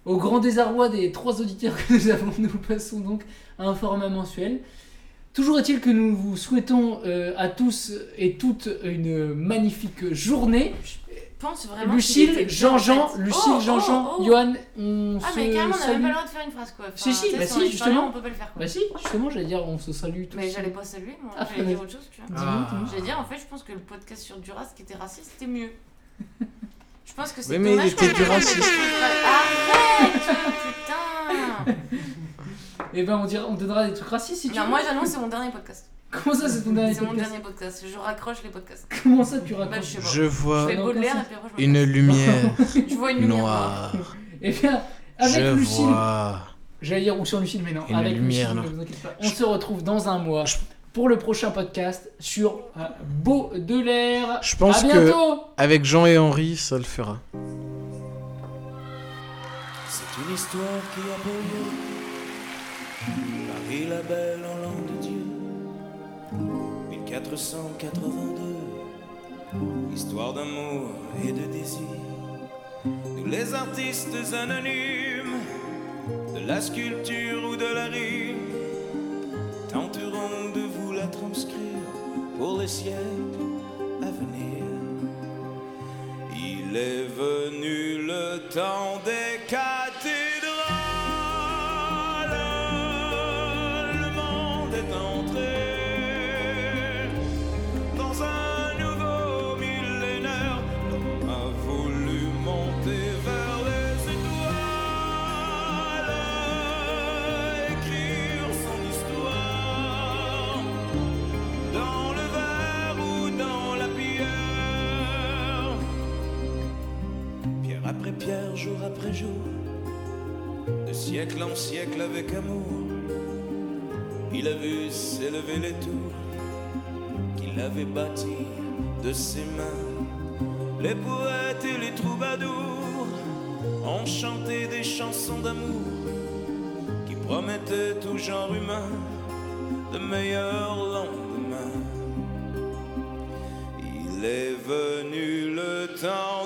Speaker 7: Au grand désarroi des trois auditeurs que nous avons, nous passons donc à un format mensuel. Toujours est-il que nous vous souhaitons euh, à tous et toutes une magnifique journée.
Speaker 8: pense vraiment. qu'il était
Speaker 7: Lucille,
Speaker 8: bien, en
Speaker 7: Jean-Jean,
Speaker 8: fait.
Speaker 7: Lucille,
Speaker 8: Oh,
Speaker 7: Jean-Jean,
Speaker 8: oh, oh.
Speaker 7: Johan, on
Speaker 8: Ah,
Speaker 7: se
Speaker 8: mais carrément, on n'avait
Speaker 7: salue.
Speaker 8: pas le droit de faire une phrase quoi. Enfin,
Speaker 7: Si, si,
Speaker 8: tu sais,
Speaker 7: bah
Speaker 8: on
Speaker 7: si,
Speaker 8: est parlé,
Speaker 7: justement.
Speaker 8: On peut pas le faire quoi.
Speaker 7: Bah si, justement, j'allais dire, on se salue tous.
Speaker 8: Mais j'allais pas saluer moi,
Speaker 7: Ah,
Speaker 8: j'allais
Speaker 7: bah,
Speaker 8: dire autre chose, tu vois.
Speaker 7: dis-moi,
Speaker 9: Ah.
Speaker 7: dis-moi.
Speaker 8: J'allais dire en fait, je pense que le podcast sur Duras qui était raciste, c'était mieux. Je pense que c'est
Speaker 9: Oui, mais il
Speaker 8: dommage
Speaker 9: était
Speaker 8: qu'on-
Speaker 9: du racisme.
Speaker 8: Arrête,
Speaker 7: Et ben on, dira, on donnera des trucs racistes si tu
Speaker 8: putain. Non,
Speaker 7: veux.
Speaker 8: moi j'annonce c'est mon dernier podcast.
Speaker 7: Comment ça, c'est ton dernier
Speaker 8: C'est mon
Speaker 7: podcast
Speaker 8: dernier podcast. Je raccroche les podcasts.
Speaker 7: Comment ça, tu
Speaker 8: Bah,
Speaker 7: racontes
Speaker 8: je sais pas.
Speaker 9: Je vois
Speaker 8: fais Baudelaire et puis après, je me
Speaker 9: une
Speaker 8: casse.
Speaker 9: lumière
Speaker 8: Je vois une lumière
Speaker 9: noire.
Speaker 7: Eh bien, avec
Speaker 9: je
Speaker 7: Lucille,
Speaker 9: vois.
Speaker 7: j'allais dire ou sur Lucille, mais non,
Speaker 9: Une
Speaker 7: avec
Speaker 9: lumière,
Speaker 7: Lucille,
Speaker 9: non.
Speaker 7: ne vous inquiétez pas. On se retrouve dans un mois pour le prochain podcast sur euh, Baudelaire.
Speaker 9: Je pense
Speaker 7: à
Speaker 9: que
Speaker 7: bientôt
Speaker 9: avec Jean et Henri, ça le fera.
Speaker 13: C'est une histoire qui a beau lieu. Paris la belle en l'an de Dieu. 1482. Histoire d'amour et de désir. Nous les artistes anonymes, de la sculpture ou de la rime, tenterons de vous la transcrire pour les siècles à venir. Il est venu le temps des cathédrales. Le monde est entré dans un nouveau millénaire. L'homme a voulu monter vers les étoiles, écrire son histoire dans le verre ou dans la pierre. Pierre après pierre, jour après jour, de siècle en siècle avec amour, il a vu s'élever les tours qu'il avait bâties de ses mains. Les poètes et les troubadours ont chanté des chansons d'amour qui promettaient au genre humain de meilleurs lendemains. Il est venu le temps